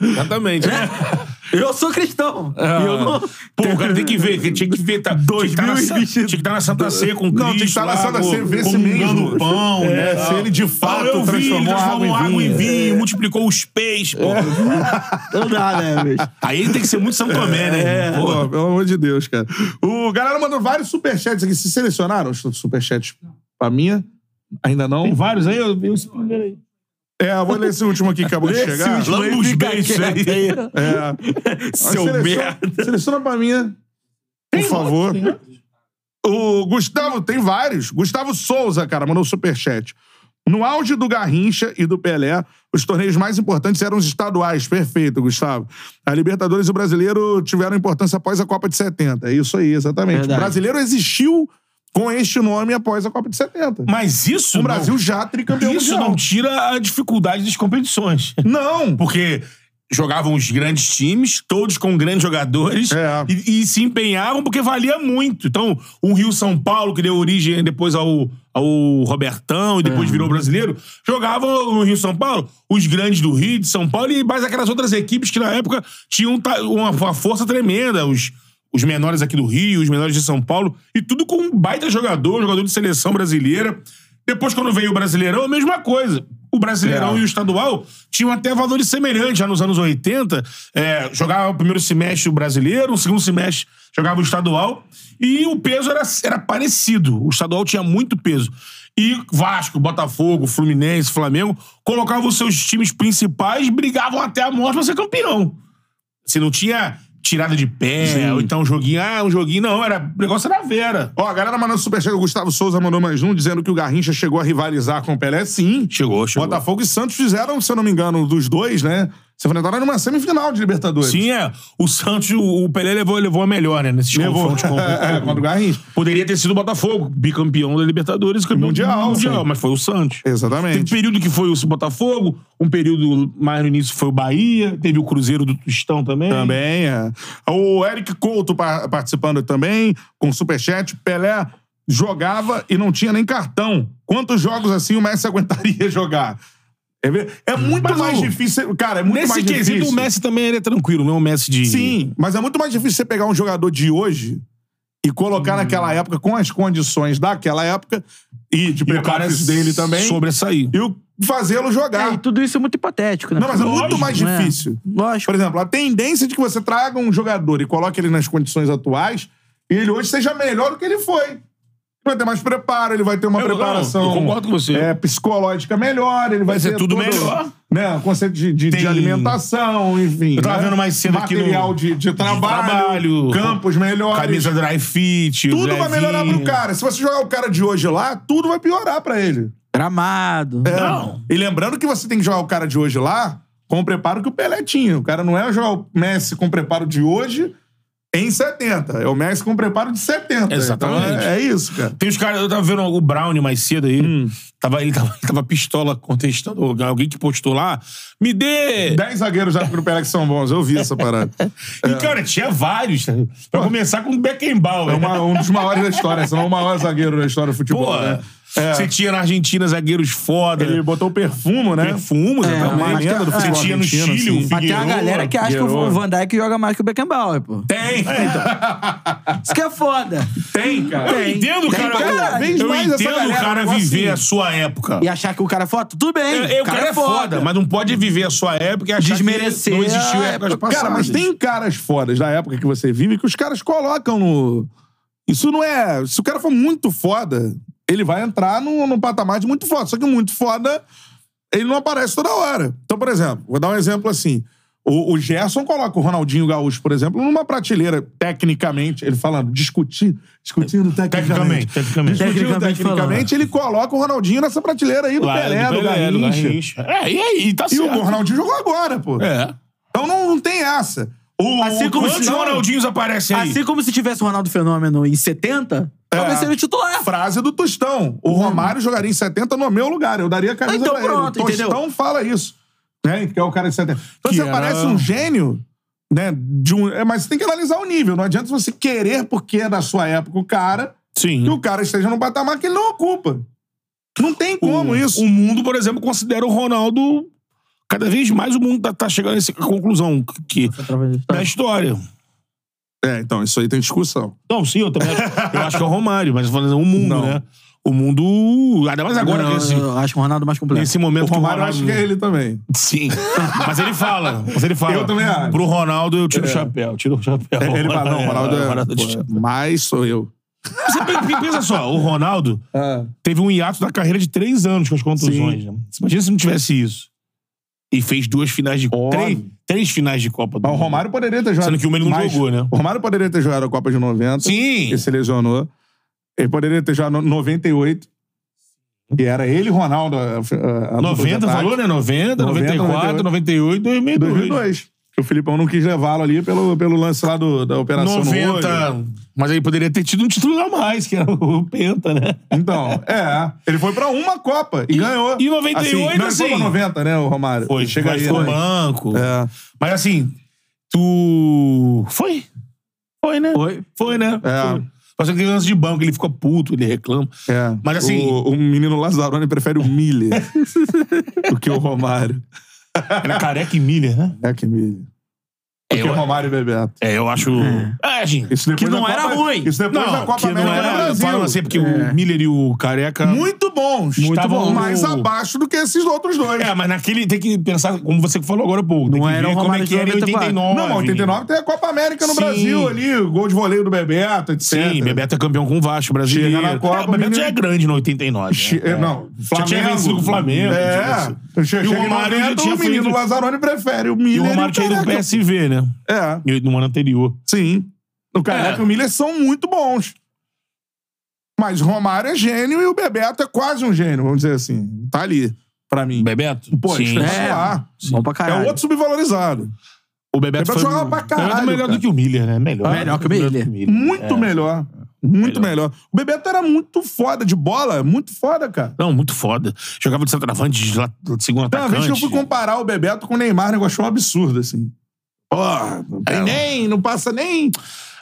[SPEAKER 2] Exatamente.
[SPEAKER 3] Eu sou cristão.
[SPEAKER 1] É.
[SPEAKER 3] E eu não...
[SPEAKER 2] É. Pô, o cara tem que ver, que tinha que ver. Tá, tinha, que tá na, sa-
[SPEAKER 3] 2022.
[SPEAKER 2] tinha que estar na Santa Ceia com Cristo.
[SPEAKER 1] Não, tinha que estar na
[SPEAKER 2] lá,
[SPEAKER 1] Santa Ceia,
[SPEAKER 2] pô,
[SPEAKER 1] ver se
[SPEAKER 2] comungando
[SPEAKER 1] mesmo.
[SPEAKER 2] pão,
[SPEAKER 1] É,
[SPEAKER 2] né,
[SPEAKER 1] se ele de fato
[SPEAKER 2] eu vi, ele
[SPEAKER 1] transformou
[SPEAKER 2] transformou
[SPEAKER 1] água em
[SPEAKER 2] água em
[SPEAKER 1] vinho. É.
[SPEAKER 2] vinho, multiplicou os peixes, pô.
[SPEAKER 3] Não dá, né, bicho?
[SPEAKER 2] Aí ele tem que ser muito São Tomé, né?
[SPEAKER 1] É.
[SPEAKER 2] irmão? Pô,
[SPEAKER 1] Pô, pelo amor de Deus, cara. O galera mandou vários superchats aqui. Se selecionaram os superchats pra minha? Ainda não?
[SPEAKER 2] vários aí, eu vi esse primeiro aí.
[SPEAKER 1] É, eu vou ler esse último aqui que acabou de chegar.
[SPEAKER 3] último aí
[SPEAKER 2] Lamba os
[SPEAKER 3] fica
[SPEAKER 2] beijos
[SPEAKER 3] quieto
[SPEAKER 2] aí.
[SPEAKER 1] É.
[SPEAKER 3] Seu
[SPEAKER 1] seleciona,
[SPEAKER 3] merda.
[SPEAKER 1] Seleciona pra mim, né? por favor. O Gustavo, tem vários. Gustavo Souza, cara, mandou um superchat. No auge do Garrincha e do Pelé, os torneios mais importantes eram os estaduais. Perfeito, Gustavo. A Libertadores e o Brasileiro tiveram importância após a Copa de 70. É isso aí, exatamente.
[SPEAKER 3] Verdade.
[SPEAKER 1] O Brasileiro existiu com este nome após a Copa de 70.
[SPEAKER 2] Mas isso.
[SPEAKER 1] o Brasil já
[SPEAKER 2] não,
[SPEAKER 1] tricampeão
[SPEAKER 2] isso
[SPEAKER 1] mundial.
[SPEAKER 2] não tira a dificuldade das competições.
[SPEAKER 1] Não!
[SPEAKER 2] Porque jogavam os grandes times, todos com grandes jogadores,
[SPEAKER 1] É.
[SPEAKER 2] e, e se empenhavam porque valia muito. Então, o Rio-São Paulo, que deu origem depois ao, ao Robertão e depois virou brasileiro, jogavam no Rio-São Paulo os grandes do Rio, de São Paulo e mais aquelas outras equipes que na época tinham ta- uma, uma força tremenda, os... Os menores aqui do Rio, os menores de São Paulo, e tudo com um baita jogador, jogador de seleção brasileira. Depois, quando veio o Brasileirão, a mesma coisa. O Brasileirão
[SPEAKER 1] É.
[SPEAKER 2] e o Estadual tinham até valores semelhantes já nos anos 80. É, jogava o primeiro semestre o brasileiro, o segundo semestre jogava o estadual. E o peso era, era parecido. O estadual tinha muito peso. E Vasco, Botafogo, Fluminense, Flamengo colocavam os seus times principais e brigavam até a morte pra ser campeão. Você não tinha tirada de pé, ou então um joguinho, ah, um joguinho, não, era, o negócio era Vera.
[SPEAKER 1] Ó, a galera mandando superchat, o Gustavo Souza mandou mais um, dizendo que o Garrincha chegou a rivalizar com o Pelé, sim.
[SPEAKER 2] Chegou,
[SPEAKER 1] Botafogo e Santos fizeram, se eu não me engano, dos dois, né? Se enfrentaram numa semifinal de Libertadores.
[SPEAKER 2] Sim, é. O Santos, o o Pelé levou, levou a melhor, né? Nesses
[SPEAKER 1] Levou.
[SPEAKER 2] confrontos. com-
[SPEAKER 1] é, contra o Garrincha.
[SPEAKER 2] Poderia ter sido o Botafogo, bicampeão da Libertadores, campeão
[SPEAKER 1] Mundial,
[SPEAKER 2] mundial, mundial
[SPEAKER 1] sim.
[SPEAKER 2] mas foi o Santos. Teve um
[SPEAKER 1] Exatamente.
[SPEAKER 2] período que foi o Botafogo, um período mais no início foi o Bahia, teve o Cruzeiro do Tostão também.
[SPEAKER 1] Também, é. O Eric Couto pa- participando também, com superchat. Pelé jogava e não tinha nem cartão. Quantos jogos assim o Messi aguentaria jogar? É, ver- é muito
[SPEAKER 2] Mas,
[SPEAKER 1] mais
[SPEAKER 2] ô,
[SPEAKER 1] difícil, cara, é muito
[SPEAKER 2] Nesse
[SPEAKER 1] mais
[SPEAKER 2] quesito,
[SPEAKER 1] difícil.
[SPEAKER 2] o Messi também ele é tranquilo,
[SPEAKER 1] né?
[SPEAKER 2] não é um Messi de.
[SPEAKER 1] Sim, mas é muito mais difícil você pegar um jogador de hoje e colocar naquela época com as condições daquela época e de
[SPEAKER 2] E o cara
[SPEAKER 1] preparação dele também
[SPEAKER 2] Sobressair.
[SPEAKER 1] e o- fazê-lo
[SPEAKER 3] É,
[SPEAKER 1] jogar.
[SPEAKER 3] e tudo isso é muito hipotético, né?
[SPEAKER 1] Tá. Não, mas é muito
[SPEAKER 3] Lógico,
[SPEAKER 1] mais
[SPEAKER 3] não é?
[SPEAKER 1] difícil.
[SPEAKER 3] Lógico.
[SPEAKER 1] Por exemplo, a tendência de que você traga um jogador e coloque ele nas condições atuais e ele hoje seja melhor do que ele foi. Ele Vai ter mais preparo, ele vai ter uma
[SPEAKER 2] Eu- não,
[SPEAKER 1] preparação
[SPEAKER 2] eu concordo com você.
[SPEAKER 1] é, psicológica melhor, ele vai,
[SPEAKER 2] Vai ser
[SPEAKER 1] ter
[SPEAKER 2] tudo
[SPEAKER 1] todo,
[SPEAKER 2] melhor.
[SPEAKER 1] Né, o conceito de, de, de
[SPEAKER 2] Tem-
[SPEAKER 1] alimentação, enfim.
[SPEAKER 2] Eu tava
[SPEAKER 1] né?
[SPEAKER 2] vendo mais cedo aqui no-
[SPEAKER 1] Material de, de trabalho,
[SPEAKER 2] trabalho,
[SPEAKER 1] campos melhores.
[SPEAKER 2] Camisa dry fit.
[SPEAKER 1] tudo vai
[SPEAKER 2] drivinho.
[SPEAKER 1] melhorar pro cara. Se você jogar o cara de hoje lá, tudo vai piorar pra ele.
[SPEAKER 3] Gramado.
[SPEAKER 1] É.
[SPEAKER 2] Não.
[SPEAKER 1] E lembrando que você tem que jogar o cara de hoje lá com o preparo que o Pelé tinha. O cara não é jogar o Messi com o preparo de hoje em 70. É o Messi com o preparo de 70.
[SPEAKER 2] Exatamente.
[SPEAKER 1] Então, é, é isso, cara.
[SPEAKER 2] Tem os caras, eu tava vendo o Brown mais cedo aí.
[SPEAKER 1] Hum.
[SPEAKER 2] Tava, ele, tava, ele tava pistola contestando alguém que postou lá. Me dê!
[SPEAKER 1] 10 zagueiros já pro Pelé que são bons. Eu vi essa parada.
[SPEAKER 2] E, cara, tinha vários. né? Pra começar com o
[SPEAKER 1] É
[SPEAKER 2] Beckenbauer. né?
[SPEAKER 1] uma- um dos maiores da história, se não o maior zagueiro da história do futebol,
[SPEAKER 2] Pô,
[SPEAKER 1] né?
[SPEAKER 2] você tinha na Argentina zagueiros foda.
[SPEAKER 1] Ele botou o perfumo, né?
[SPEAKER 2] Perfumo,
[SPEAKER 3] É,
[SPEAKER 2] exatamente.
[SPEAKER 3] uma
[SPEAKER 1] lenda do
[SPEAKER 2] Você
[SPEAKER 1] futebol
[SPEAKER 2] tinha no
[SPEAKER 1] argentino,
[SPEAKER 2] Chile
[SPEAKER 1] assim.
[SPEAKER 2] o
[SPEAKER 1] Mas
[SPEAKER 3] Mas tem a
[SPEAKER 2] Figueiredo.
[SPEAKER 3] galera que é- acha que
[SPEAKER 1] Figueiredo.
[SPEAKER 3] o Van Dijk joga mais que o Beckenbauer, pô.
[SPEAKER 2] Tem,
[SPEAKER 3] Isso que é foda.
[SPEAKER 1] Tem, cara.
[SPEAKER 2] Eu entendo, cara.
[SPEAKER 1] cada vez
[SPEAKER 2] eu
[SPEAKER 1] mais essa
[SPEAKER 2] entendo o
[SPEAKER 1] galera,
[SPEAKER 2] cara
[SPEAKER 1] um negócio
[SPEAKER 2] viver
[SPEAKER 1] assim.
[SPEAKER 2] a sua época.
[SPEAKER 3] E achar que o cara é foda, tudo bem.
[SPEAKER 2] É, é, o cara, é foda, mas não pode viver a sua época e achar
[SPEAKER 3] Desmerecer
[SPEAKER 2] que não existiu
[SPEAKER 3] a
[SPEAKER 2] épocas
[SPEAKER 3] época.
[SPEAKER 2] passadas.
[SPEAKER 1] Cara, mas tem caras fodas da época que você vive que os caras colocam no. Isso não é. Se o cara for muito foda, ele vai entrar num, num patamar de muito foda. Só que muito foda, ele não aparece toda hora. Então, por exemplo, vou dar um exemplo assim. O, o Gerson coloca o Ronaldinho Gaúcho, por exemplo, numa prateleira, tecnicamente, ele fala, discutir, discutindo tecnicamente.
[SPEAKER 2] Tecnicamente, tecnicamente.
[SPEAKER 1] Discutindo
[SPEAKER 3] Tecnicamente
[SPEAKER 1] tecnicamente, ele coloca o Ronaldinho nessa prateleira aí do
[SPEAKER 2] Lá, é
[SPEAKER 1] Pelé, do
[SPEAKER 2] Pelé, do
[SPEAKER 1] Garrincha.
[SPEAKER 2] Garrincha. É, e aí, tá
[SPEAKER 1] E
[SPEAKER 2] certo.
[SPEAKER 1] o Ronaldinho jogou agora, pô.
[SPEAKER 2] É.
[SPEAKER 1] Então não, não tem essa. O, Ah,
[SPEAKER 3] Assim como
[SPEAKER 2] Quantos
[SPEAKER 3] se não-
[SPEAKER 2] Ronaldinhos aparecem aí?
[SPEAKER 3] Assim como se tivesse o Ronaldo Fenômeno em 70, talvez seria o titular.
[SPEAKER 1] frase do Tostão. O Romário jogaria em 70 no meu lugar. Eu daria a camisa
[SPEAKER 3] Então
[SPEAKER 1] pra
[SPEAKER 3] pronto,
[SPEAKER 1] ele. O
[SPEAKER 3] entendeu?
[SPEAKER 1] Tostão fala isso. Né? Que é o cara de 70. Então
[SPEAKER 2] Que
[SPEAKER 1] você
[SPEAKER 2] era-
[SPEAKER 1] parece um gênio, né? De um... é, Mas você tem que analisar o nível. Não adianta você querer, porque é da sua época o cara,
[SPEAKER 2] Sim.
[SPEAKER 1] que o cara esteja num patamar que ele não ocupa. Não tem como
[SPEAKER 2] o,
[SPEAKER 1] isso.
[SPEAKER 2] O mundo, por exemplo, considera o Ronaldo. Cada vez mais o mundo tá, tá chegando a essa conclusão que,
[SPEAKER 1] Tá.
[SPEAKER 2] da história.
[SPEAKER 1] É, então, isso aí tem discussão.
[SPEAKER 2] Não, sim, eu também acho, eu acho que é o Romário, mas eu tô falando o mundo,
[SPEAKER 1] Não.
[SPEAKER 2] né? O mundo. Ainda mais agora,
[SPEAKER 3] Não,
[SPEAKER 2] nesse,
[SPEAKER 3] eu acho o Ronaldo mais completo.
[SPEAKER 2] nesse momento
[SPEAKER 1] O
[SPEAKER 2] que o
[SPEAKER 1] Romário, eu acho que é ele também.
[SPEAKER 2] Sim. Mas ele fala. Mas ele fala.
[SPEAKER 1] Eu também acho.
[SPEAKER 2] Pro Ronaldo, eu tiro o
[SPEAKER 1] É.
[SPEAKER 2] chapéu. Tiro o chapéu.
[SPEAKER 1] É, ele fala, não, o Ronaldo
[SPEAKER 2] É,
[SPEAKER 1] é.
[SPEAKER 2] Ronaldo tira o chapéu.
[SPEAKER 1] pô, Mas sou eu.
[SPEAKER 2] Você pe- pe- pensa só, o Ronaldo teve um hiato da carreira de três anos com as contusões. Né? Você Imagina se não tivesse isso. E fez duas finais de Copa.
[SPEAKER 1] Óbvio.
[SPEAKER 2] Três, três finais de Copa do
[SPEAKER 1] Mas o
[SPEAKER 2] Mundo.
[SPEAKER 1] Romário poderia ter jogado.
[SPEAKER 2] Sendo que uma ele não
[SPEAKER 1] mais-
[SPEAKER 2] jogou, né?
[SPEAKER 1] O Romário poderia ter jogado a Copa de 90.
[SPEAKER 2] Sim.
[SPEAKER 1] que se lesionou. Ele poderia ter já no 98. E era ele e Ronaldo. A, a- a
[SPEAKER 2] 90
[SPEAKER 1] dupla de
[SPEAKER 2] falou,
[SPEAKER 1] ataque.
[SPEAKER 2] né? 90, 94, 98, 2002.
[SPEAKER 1] 2002. Que o Filipão não quis levá-lo ali pelo, pelo lance lá do, da operação no
[SPEAKER 2] 90.
[SPEAKER 1] olho.
[SPEAKER 2] Mas ele poderia ter tido um título a mais, que era o Penta, né?
[SPEAKER 1] Então, é. Ele foi pra uma Copa e, ganhou.
[SPEAKER 2] e 98,
[SPEAKER 1] não, ele foi pra
[SPEAKER 2] assim.
[SPEAKER 1] 90, né, o Romário?
[SPEAKER 2] Foi,
[SPEAKER 1] Chega aí,
[SPEAKER 2] ficou
[SPEAKER 1] né?
[SPEAKER 2] banco.
[SPEAKER 1] É.
[SPEAKER 2] Mas assim, tu. Foi? Foi, né?
[SPEAKER 3] Foi.
[SPEAKER 2] né?
[SPEAKER 1] É.
[SPEAKER 2] Foi. Mas aquele lance de banco, ele fica puto, ele reclama.
[SPEAKER 1] É.
[SPEAKER 2] Mas assim-
[SPEAKER 1] O, o menino Lazzaroni prefere o Miller do que o Romário.
[SPEAKER 2] Era careca e milha, né?
[SPEAKER 1] É que Miller. Do que
[SPEAKER 2] eu-
[SPEAKER 1] o Romário e Bebeto.
[SPEAKER 2] É, eu acho. É, gente.
[SPEAKER 1] Isso depois
[SPEAKER 3] Que não
[SPEAKER 1] da
[SPEAKER 3] era
[SPEAKER 1] Copa-
[SPEAKER 3] ruim.
[SPEAKER 1] Isso depois da Copa
[SPEAKER 2] que não
[SPEAKER 1] América do
[SPEAKER 2] era. Eu
[SPEAKER 1] Brasil.
[SPEAKER 2] falo assim, porque
[SPEAKER 3] É.
[SPEAKER 2] o Miller e o Careca.
[SPEAKER 1] Muito bons.
[SPEAKER 2] Muito
[SPEAKER 1] Estavam
[SPEAKER 2] bom.
[SPEAKER 1] mais abaixo do que esses outros dois.
[SPEAKER 2] É, mas naquele. Tem que pensar, como você falou agora há pouco. Tem
[SPEAKER 3] Não
[SPEAKER 2] que
[SPEAKER 3] era
[SPEAKER 2] ver
[SPEAKER 3] o
[SPEAKER 2] como é
[SPEAKER 3] Romário
[SPEAKER 2] que era em
[SPEAKER 3] de
[SPEAKER 2] 89.
[SPEAKER 3] 94.
[SPEAKER 1] Não, 89 tem a Copa América no
[SPEAKER 2] Sim.
[SPEAKER 1] Brasil ali, o gol de voleio do Bebeto, etc.
[SPEAKER 2] Sim, Bebeto é campeão com o Vasco brasileiro.
[SPEAKER 1] Chega na Copa,
[SPEAKER 2] É, o Bebeto já é
[SPEAKER 1] menino.
[SPEAKER 2] grande no 89.
[SPEAKER 1] Che-
[SPEAKER 2] né?
[SPEAKER 1] é, Não,
[SPEAKER 2] Já
[SPEAKER 1] Flamengo.
[SPEAKER 2] tinha vencido com o Flamengo.
[SPEAKER 1] É.
[SPEAKER 2] tipo assim.
[SPEAKER 1] Che-
[SPEAKER 2] E o
[SPEAKER 1] chega em
[SPEAKER 2] Romário já
[SPEAKER 1] 90,
[SPEAKER 2] tinha
[SPEAKER 1] o menino
[SPEAKER 2] feito.
[SPEAKER 1] Lazzaroni prefere o
[SPEAKER 2] E
[SPEAKER 1] Miller
[SPEAKER 2] o Romário tinha ido pro
[SPEAKER 1] Careca.
[SPEAKER 2] PSV, né?
[SPEAKER 1] É,
[SPEAKER 2] E No ano anterior.
[SPEAKER 1] sim. O Careca
[SPEAKER 2] É.
[SPEAKER 1] e o Miller são muito bons. Mas o Romário é gênio e o Bebeto é quase um gênio, vamos dizer assim. Tá ali, pra mim.
[SPEAKER 2] Bebeto?
[SPEAKER 1] Pô,
[SPEAKER 2] Sim.
[SPEAKER 3] É.
[SPEAKER 1] espetacular.
[SPEAKER 3] Bom pra
[SPEAKER 1] É
[SPEAKER 3] caralho.
[SPEAKER 1] outro subvalorizado.
[SPEAKER 2] O Bebeto
[SPEAKER 1] Bebeto
[SPEAKER 2] foi um
[SPEAKER 1] jogava pra caralho,
[SPEAKER 2] Bebeto é melhor
[SPEAKER 1] cara.
[SPEAKER 2] do que o Miller, né? Melhor.
[SPEAKER 3] Melhor que o Miller.
[SPEAKER 1] Muito
[SPEAKER 2] É.
[SPEAKER 1] melhor. Muito melhor. O Bebeto era muito foda de bola, muito foda, cara.
[SPEAKER 2] Não, muito foda. Jogava de centroavante, de, lá- de segundo
[SPEAKER 1] Tem uma vez
[SPEAKER 2] atacante.
[SPEAKER 1] que eu fui comparar o Bebeto Ah, com o Neymar, o negócio é um absurdo, assim. Porra, aí nem, não passa nem.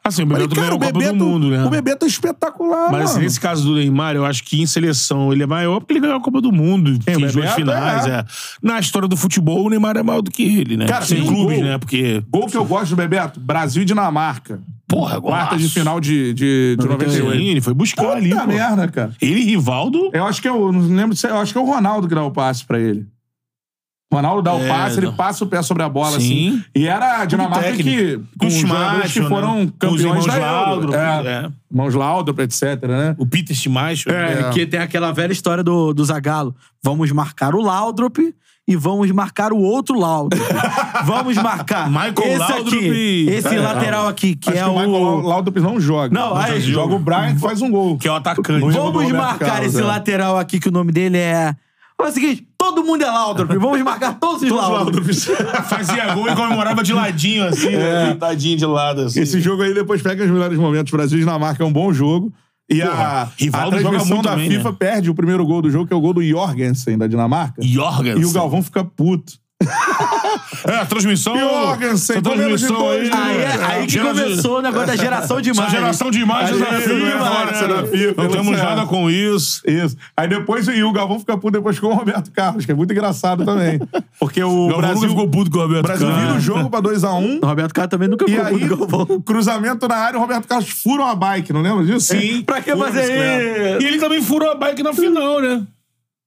[SPEAKER 2] Assim, É. o
[SPEAKER 1] Falei,
[SPEAKER 2] Bebeto
[SPEAKER 1] cara,
[SPEAKER 2] ganhou
[SPEAKER 1] o
[SPEAKER 2] a Copa do
[SPEAKER 1] Bebeto,
[SPEAKER 2] Mundo, né?
[SPEAKER 1] o Bebeto é espetacular,
[SPEAKER 2] Mas assim,
[SPEAKER 1] mano.
[SPEAKER 2] nesse caso do Neymar, eu acho que em seleção ele é maior porque ele ganhou a Copa do Mundo. Tem
[SPEAKER 1] o
[SPEAKER 2] duas
[SPEAKER 1] Bebeto,
[SPEAKER 2] finais,
[SPEAKER 1] é.
[SPEAKER 2] é. Na história do futebol, o Neymar é maior do que ele, né?
[SPEAKER 1] Cara,
[SPEAKER 2] Sem
[SPEAKER 1] tem
[SPEAKER 2] clubes,
[SPEAKER 1] gol.
[SPEAKER 2] né? Porque.
[SPEAKER 1] Gol que eu gosto do Bebeto, Brasil e Dinamarca.
[SPEAKER 2] Porra,
[SPEAKER 1] Quarta
[SPEAKER 2] golaço.
[SPEAKER 1] de final de, de, de 98.
[SPEAKER 2] Sim, ele foi buscar
[SPEAKER 1] Puta
[SPEAKER 2] ali. pô.
[SPEAKER 1] merda, cara.
[SPEAKER 2] Ele e Rivaldo.
[SPEAKER 1] Eu acho que eu não lembro, se- eu acho que é o Ronaldo que dá o passe pra ele. O Ronaldo dá
[SPEAKER 2] É,
[SPEAKER 1] o passe,
[SPEAKER 2] não.
[SPEAKER 1] ele passa o pé sobre a bola assim.
[SPEAKER 2] Sim.
[SPEAKER 1] E era a Dinamarca que
[SPEAKER 2] técnico.
[SPEAKER 1] com os jogadores
[SPEAKER 2] Schmeichel,
[SPEAKER 1] que
[SPEAKER 2] né?
[SPEAKER 1] foram
[SPEAKER 2] Com os
[SPEAKER 1] campeões
[SPEAKER 2] irmãos
[SPEAKER 1] da Euro.
[SPEAKER 2] Laudrup,
[SPEAKER 1] É,
[SPEAKER 2] é.
[SPEAKER 1] Mãos Laudrup, etc, né?
[SPEAKER 2] O Peter Schmeichel.
[SPEAKER 1] É.
[SPEAKER 2] né?
[SPEAKER 3] Que tem aquela velha história do, do Zagalo. Vamos marcar o Laudrup e vamos marcar o outro Laudrup. vamos marcar
[SPEAKER 2] Michael
[SPEAKER 3] esse
[SPEAKER 2] Laudrup
[SPEAKER 3] aqui,
[SPEAKER 2] e-
[SPEAKER 3] esse
[SPEAKER 2] É,
[SPEAKER 3] lateral aqui, que
[SPEAKER 1] Acho
[SPEAKER 3] é
[SPEAKER 1] que o Michael
[SPEAKER 3] o...
[SPEAKER 1] Laudrup não joga. assim,
[SPEAKER 3] Não, aí-
[SPEAKER 1] joga, o Brian que faz um gol.
[SPEAKER 2] Que é o atacante.
[SPEAKER 1] Vamos-
[SPEAKER 2] Vamos-
[SPEAKER 3] Vamos
[SPEAKER 1] Roberto
[SPEAKER 3] marcar
[SPEAKER 1] Carlos,
[SPEAKER 3] esse
[SPEAKER 1] é.
[SPEAKER 3] lateral aqui, que o nome dele é Foi o seguinte: todo mundo é Laudrup. Vamos marcar todos os Laudrup.
[SPEAKER 1] assim.
[SPEAKER 2] Fazia gol e comemorava de ladinho, assim, né? deitadinho de lado, assim.
[SPEAKER 1] Esse jogo aí depois pega os melhores momentos. Brasil e Dinamarca é um bom jogo. E a,
[SPEAKER 2] Porra,
[SPEAKER 1] a
[SPEAKER 2] Rivaldo joga
[SPEAKER 1] transmissão
[SPEAKER 2] muito
[SPEAKER 1] da
[SPEAKER 2] bem,
[SPEAKER 1] FIFA
[SPEAKER 2] né?
[SPEAKER 1] perde o primeiro gol do jogo, que é o gol do Jorgensen, da Dinamarca.
[SPEAKER 2] Jorgensen.
[SPEAKER 1] E o Galvão fica puto.
[SPEAKER 2] É, a transmissão.
[SPEAKER 1] Jorgensen,
[SPEAKER 2] essa
[SPEAKER 1] comendo de
[SPEAKER 2] transmissão
[SPEAKER 1] dois,
[SPEAKER 2] aí.
[SPEAKER 1] né?
[SPEAKER 3] Aí, é- aí que
[SPEAKER 2] Gera-
[SPEAKER 3] começou o negócio da É. geração de
[SPEAKER 2] Essa
[SPEAKER 3] imagens.
[SPEAKER 2] geração de imagens
[SPEAKER 1] Aí,
[SPEAKER 2] da FIFA,
[SPEAKER 1] né? é-
[SPEAKER 2] fora,
[SPEAKER 1] Essa da
[SPEAKER 2] né?
[SPEAKER 1] FIFA,
[SPEAKER 2] Não temos
[SPEAKER 1] lançado.
[SPEAKER 2] nada com isso.
[SPEAKER 1] Isso. Aí depois e o Galvão fica puto depois com o Roberto Carlos, que é muito engraçado também. Porque o
[SPEAKER 2] Galvão
[SPEAKER 1] Brasil,
[SPEAKER 2] nunca ficou puto com o
[SPEAKER 1] o
[SPEAKER 2] Roberto
[SPEAKER 1] Brasil
[SPEAKER 2] Carlos.
[SPEAKER 1] vira o jogo pra 2x1.
[SPEAKER 3] O Roberto Carlos também nunca
[SPEAKER 1] E
[SPEAKER 3] ficou
[SPEAKER 1] aí,
[SPEAKER 3] muito Galvão.
[SPEAKER 1] cruzamento na área, o Roberto Carlos fura uma bike, não lembra disso?
[SPEAKER 2] Sim.
[SPEAKER 3] Pra que
[SPEAKER 2] Pura
[SPEAKER 3] fazer
[SPEAKER 2] bicicleta.
[SPEAKER 3] isso?
[SPEAKER 2] E ele também furou a bike na final, né?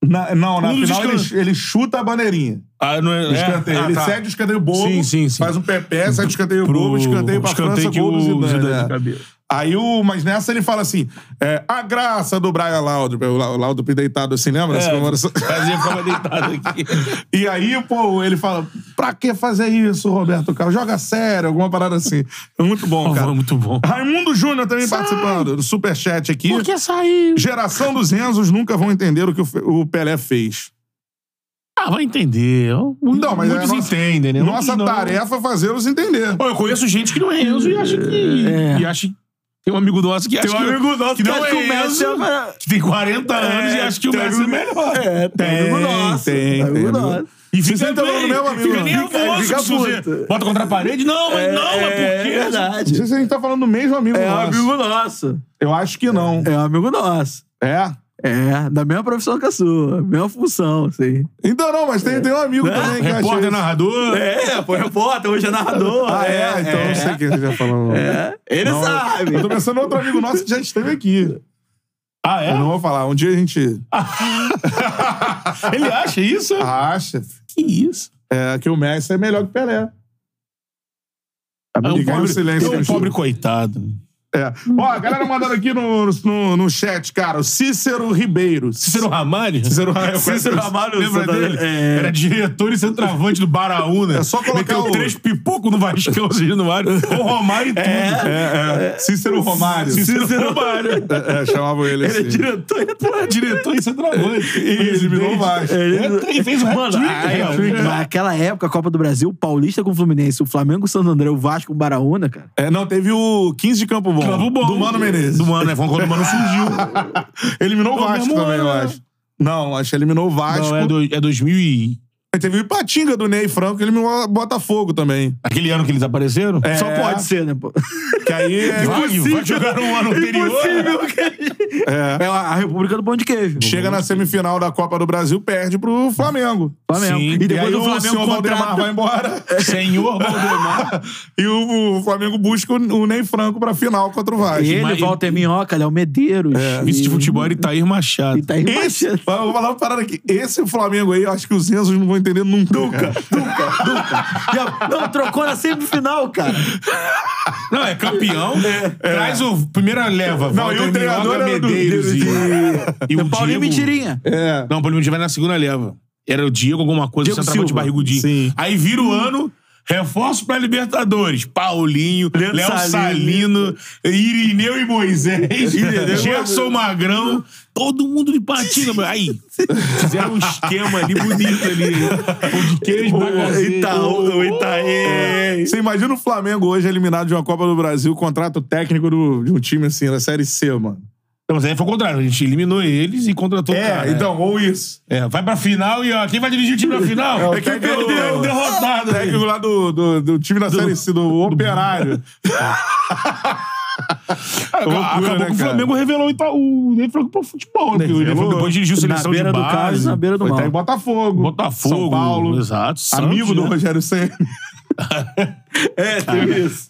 [SPEAKER 1] Na- não, na
[SPEAKER 2] Um dos
[SPEAKER 1] final ele,
[SPEAKER 2] escanteios.
[SPEAKER 1] ele chuta a bandeirinha.
[SPEAKER 2] Ah, não é,
[SPEAKER 1] do escanteio.
[SPEAKER 2] Ah,
[SPEAKER 1] ele
[SPEAKER 2] tá.
[SPEAKER 1] cede o escanteio bobo,
[SPEAKER 2] Sim, sim, sim.
[SPEAKER 1] faz um pepé, cede o escanteio
[SPEAKER 2] Pro-
[SPEAKER 1] bobo, escanteio pra
[SPEAKER 2] escanteio
[SPEAKER 1] França,
[SPEAKER 2] que
[SPEAKER 1] gol do
[SPEAKER 2] o
[SPEAKER 1] Zidane.
[SPEAKER 2] Zidane né?
[SPEAKER 1] é.
[SPEAKER 2] cabelo.
[SPEAKER 1] Aí o... Mas nessa ele fala assim, é, a graça do Brian Laudrup, o La- o Laudrup deitado assim, lembra?
[SPEAKER 2] É.
[SPEAKER 1] Essa comemoração?
[SPEAKER 2] Fazia, ficava deitado aqui.
[SPEAKER 1] E aí, pô, ele fala, pra que fazer isso, Roberto Carlos? Joga sério, alguma parada assim. É muito bom, cara.
[SPEAKER 2] Foi muito bom.
[SPEAKER 1] Raimundo Júnior também participando do superchat aqui.
[SPEAKER 2] que saiu?
[SPEAKER 1] Geração dos Enzos nunca vão entender o que o Fe- o Pelé fez.
[SPEAKER 2] Ah, vai entender. Muitos,
[SPEAKER 1] Não, mas é
[SPEAKER 2] muitos
[SPEAKER 1] nossa-
[SPEAKER 2] entendem, né?
[SPEAKER 1] Nossa
[SPEAKER 2] Muitos não.
[SPEAKER 1] tarefa é fazê-los entender.
[SPEAKER 2] Pô, eu conheço gente que não é Enzo e acha que.
[SPEAKER 3] É.
[SPEAKER 2] E acha que. Tem um amigo nosso que acha
[SPEAKER 3] um
[SPEAKER 2] que.
[SPEAKER 3] amigo nosso
[SPEAKER 2] que,
[SPEAKER 3] que
[SPEAKER 2] não
[SPEAKER 3] acha
[SPEAKER 2] é
[SPEAKER 3] que o Messi
[SPEAKER 2] Enzo,
[SPEAKER 3] é-
[SPEAKER 2] que tem 40 anos e acha que o
[SPEAKER 1] tem um
[SPEAKER 2] Messi é
[SPEAKER 1] amigo-
[SPEAKER 2] melhor.
[SPEAKER 3] É,
[SPEAKER 1] Tem, um
[SPEAKER 3] amigo nosso.
[SPEAKER 1] tem,
[SPEAKER 3] amigo
[SPEAKER 1] tem.
[SPEAKER 3] nosso.
[SPEAKER 2] E
[SPEAKER 1] Você tá falando do meu amigo.
[SPEAKER 2] Fica nervoso.
[SPEAKER 3] fica
[SPEAKER 2] que se você
[SPEAKER 3] puto.
[SPEAKER 2] Bota contra a parede. Não, mas não, mas por quê?
[SPEAKER 3] É
[SPEAKER 1] Não
[SPEAKER 3] verdade.
[SPEAKER 1] sei se a gente tá falando do mesmo amigo
[SPEAKER 3] É um
[SPEAKER 1] nosso.
[SPEAKER 3] amigo nosso.
[SPEAKER 1] Eu acho que não.
[SPEAKER 3] É um amigo nosso.
[SPEAKER 1] É?
[SPEAKER 3] É, da mesma profissão que a sua, mesma função, assim.
[SPEAKER 1] Então não, mas tem, tem um amigo também que eu achei.
[SPEAKER 2] Repórter, narrador.
[SPEAKER 3] É, foi repórter, hoje é narrador.
[SPEAKER 1] Ah, é? Então eu não sei quem você já falou.
[SPEAKER 3] É, ele
[SPEAKER 1] Não,
[SPEAKER 3] sabe.
[SPEAKER 1] Eu tô pensando em outro amigo nosso que já esteve aqui.
[SPEAKER 2] Ah, é?
[SPEAKER 1] Eu não vou falar. Um dia a gente
[SPEAKER 2] Ele acha isso?
[SPEAKER 1] Ah, acha
[SPEAKER 2] que isso?
[SPEAKER 1] é, que o Messi é melhor que o Pelé.
[SPEAKER 2] É um
[SPEAKER 1] Fica aí o
[SPEAKER 2] pobre,
[SPEAKER 1] silêncio,
[SPEAKER 2] é um
[SPEAKER 1] Cachorro.
[SPEAKER 2] pobre coitado.
[SPEAKER 1] É. Ó, a galera mandando aqui no, no, no chat, cara. O Cícero Ribeiro.
[SPEAKER 2] Cícero Ramalho?
[SPEAKER 1] Cícero Ramalho.
[SPEAKER 2] Cícero Ramalho,
[SPEAKER 1] Lembra
[SPEAKER 2] Santa-
[SPEAKER 1] dele?
[SPEAKER 2] É. Era diretor e centroavante do Baraúna.
[SPEAKER 1] É só colocar
[SPEAKER 2] Meteu
[SPEAKER 1] o-
[SPEAKER 2] Então, três pipocos no Vascão, ou seja, no ar. O Romário e tudo.
[SPEAKER 1] É, é. Cícero Romário.
[SPEAKER 2] Cícero, Romário.
[SPEAKER 1] É, é, chamavam ele assim.
[SPEAKER 3] Ele é diretor e
[SPEAKER 2] Era diretor e centroavante.
[SPEAKER 1] E eliminou o Vasco.
[SPEAKER 2] É, Ele fez o
[SPEAKER 3] Mano,
[SPEAKER 2] hat-trick,
[SPEAKER 3] aí, ó,
[SPEAKER 2] hat-trick.
[SPEAKER 3] naquela época, a Copa do Brasil, o Paulista com o Fluminense, o Flamengo com o Santo André, o Vasco com o Baraúna, cara.
[SPEAKER 1] É, não, teve o 15 de Campo Bom.
[SPEAKER 2] Campo Bom.
[SPEAKER 1] Do Mano Menezes.
[SPEAKER 2] Do Mano, é né? Foi quando o Mano surgiu.
[SPEAKER 1] eliminou o
[SPEAKER 2] Do
[SPEAKER 1] Vasco
[SPEAKER 2] mesmo
[SPEAKER 1] também, eu
[SPEAKER 2] ano,
[SPEAKER 1] acho. Não, acho que eliminou o Vasco.
[SPEAKER 2] é. Não, é, do, é 2000 e...
[SPEAKER 1] Aí Teve o Ipatinga do Ney Franco, que eliminou o Botafogo também.
[SPEAKER 2] Aquele ano que eles apareceram?
[SPEAKER 1] É.
[SPEAKER 3] Só pode ser, né, pô?
[SPEAKER 1] Que aí é-
[SPEAKER 2] Vai, vai jogar um ano anterior.
[SPEAKER 3] É a a República do Pão de Queijo.
[SPEAKER 1] chega na semifinal da Copa do Brasil, perde pro Flamengo.
[SPEAKER 3] Flamengo.
[SPEAKER 2] Sim.
[SPEAKER 3] E
[SPEAKER 1] e aí
[SPEAKER 3] depois o
[SPEAKER 1] o senhor
[SPEAKER 3] Flamengo
[SPEAKER 1] Valdemar vai
[SPEAKER 3] contrata...
[SPEAKER 1] embora.
[SPEAKER 2] Senhor Valdemar.
[SPEAKER 1] E o, o Flamengo busca o Ney Franco pra final contra o Vasco.
[SPEAKER 3] Ele,
[SPEAKER 2] Mas-
[SPEAKER 3] Walter Minhoca, Léo Medeiros.
[SPEAKER 2] É. Vice de futebol era Itair Machado.
[SPEAKER 3] E tá aí
[SPEAKER 1] Esse, eu vou falar uma parada aqui. Esse Flamengo aí, eu acho que os Enzos não vão entender nunca. cara.
[SPEAKER 3] Duca, Duca. Já- Não, trocou na semifinal, cara.
[SPEAKER 2] Não, é campeão. Traz o primeira leva.
[SPEAKER 1] Não, e o
[SPEAKER 2] Walter
[SPEAKER 1] treinador
[SPEAKER 2] Minhoca,
[SPEAKER 1] era do-
[SPEAKER 2] Medeiros e, É,
[SPEAKER 1] de-
[SPEAKER 2] e o
[SPEAKER 3] Paulinho
[SPEAKER 2] Diego.
[SPEAKER 3] Mentirinha.
[SPEAKER 1] É.
[SPEAKER 2] Não, o Paulinho Mentirinha vai na segunda leva. Era o Diego alguma coisa,
[SPEAKER 3] Diego
[SPEAKER 2] centroavante
[SPEAKER 3] Silva.
[SPEAKER 2] barrigudinho.
[SPEAKER 1] Sim.
[SPEAKER 2] Aí vira o ano, reforço pra Libertadores. Paulinho,
[SPEAKER 3] Leandro
[SPEAKER 2] Léo Salino,
[SPEAKER 3] Salino.
[SPEAKER 2] Irineu e Moisés,
[SPEAKER 3] Irineu e
[SPEAKER 2] Gerson Magrão. Todo mundo de patina. mano. Aí, fizeram um esquema ali bonito ali. Pão de queijo, bagaceiro.
[SPEAKER 3] o Itaí.
[SPEAKER 1] É. Você imagina o Flamengo hoje eliminado de uma Copa do Brasil, contrato técnico do- de um time assim, da Série C, mano.
[SPEAKER 2] Não, mas aí foi o contrário. A gente eliminou eles e contratou o
[SPEAKER 1] É,
[SPEAKER 2] cara.
[SPEAKER 1] então, ou isso.
[SPEAKER 2] É, vai pra final e ó, quem vai dirigir o time pra final?
[SPEAKER 1] É, o técnico-
[SPEAKER 2] é o derrotado.
[SPEAKER 1] O técnico lá do, do, do time da Série C, do, Operário.
[SPEAKER 2] É, Acabou
[SPEAKER 1] né,
[SPEAKER 2] que o
[SPEAKER 1] cara?
[SPEAKER 2] Flamengo revelou o Ita- o Ney Franco pro futebol, né? Porque o Ney Franco
[SPEAKER 1] Revelou.
[SPEAKER 2] depois dirigiu seleção
[SPEAKER 3] na
[SPEAKER 2] de
[SPEAKER 3] beira do caos,
[SPEAKER 2] base,
[SPEAKER 3] na beira do
[SPEAKER 1] Foi até em
[SPEAKER 3] mal.
[SPEAKER 1] Botafogo.
[SPEAKER 2] Botafogo,
[SPEAKER 1] São Paulo.
[SPEAKER 2] exato,
[SPEAKER 1] amigo
[SPEAKER 2] Santos,
[SPEAKER 1] do
[SPEAKER 2] né?
[SPEAKER 1] Rogério Ceni.
[SPEAKER 3] É, teve isso.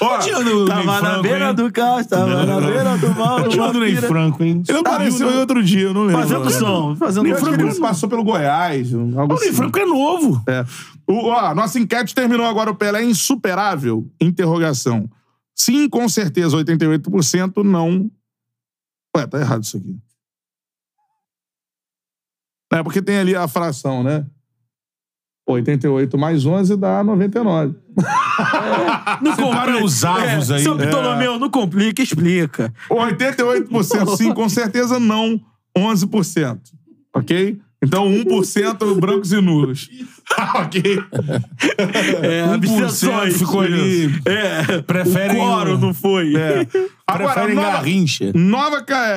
[SPEAKER 1] Ó,
[SPEAKER 2] Tadinho do Ney
[SPEAKER 3] Tava na
[SPEAKER 2] Franco,
[SPEAKER 3] beira
[SPEAKER 2] hein?
[SPEAKER 3] do caos, tava na beira do mal.
[SPEAKER 2] Tadinho do Ney
[SPEAKER 3] Mafira.
[SPEAKER 2] Franco, né? hein?
[SPEAKER 1] ele apareceu em outro dia, eu não lembro. né?
[SPEAKER 3] Fazendo som, fazendo
[SPEAKER 1] Eu acho que ele
[SPEAKER 3] som.
[SPEAKER 1] passou pelo Goiás. Algo
[SPEAKER 2] O Ney
[SPEAKER 1] assim.
[SPEAKER 2] Franco é novo.
[SPEAKER 1] É. O, ó, nossa enquete terminou agora. O Pelé é insuperável? Interrogação. Sim, com certeza, 88%. Não. Ué, tá errado isso aqui. É porque tem ali a fração, né? 88 mais 11 dá 99.
[SPEAKER 3] Não
[SPEAKER 2] Para os avos aí.
[SPEAKER 3] Seu
[SPEAKER 2] é,
[SPEAKER 3] Ptolomeu, não complica, explica.
[SPEAKER 1] 88% sim, com certeza não. 11%. Ok? Então, 1% brancos e nulos. ok.
[SPEAKER 3] É,
[SPEAKER 2] 1% ficou ali.
[SPEAKER 3] É,
[SPEAKER 2] Preferem
[SPEAKER 3] o quórum
[SPEAKER 2] o-
[SPEAKER 3] não foi.
[SPEAKER 1] É. Agora,
[SPEAKER 2] Preferem
[SPEAKER 1] nova,
[SPEAKER 2] Garrincha.
[SPEAKER 1] nova ca-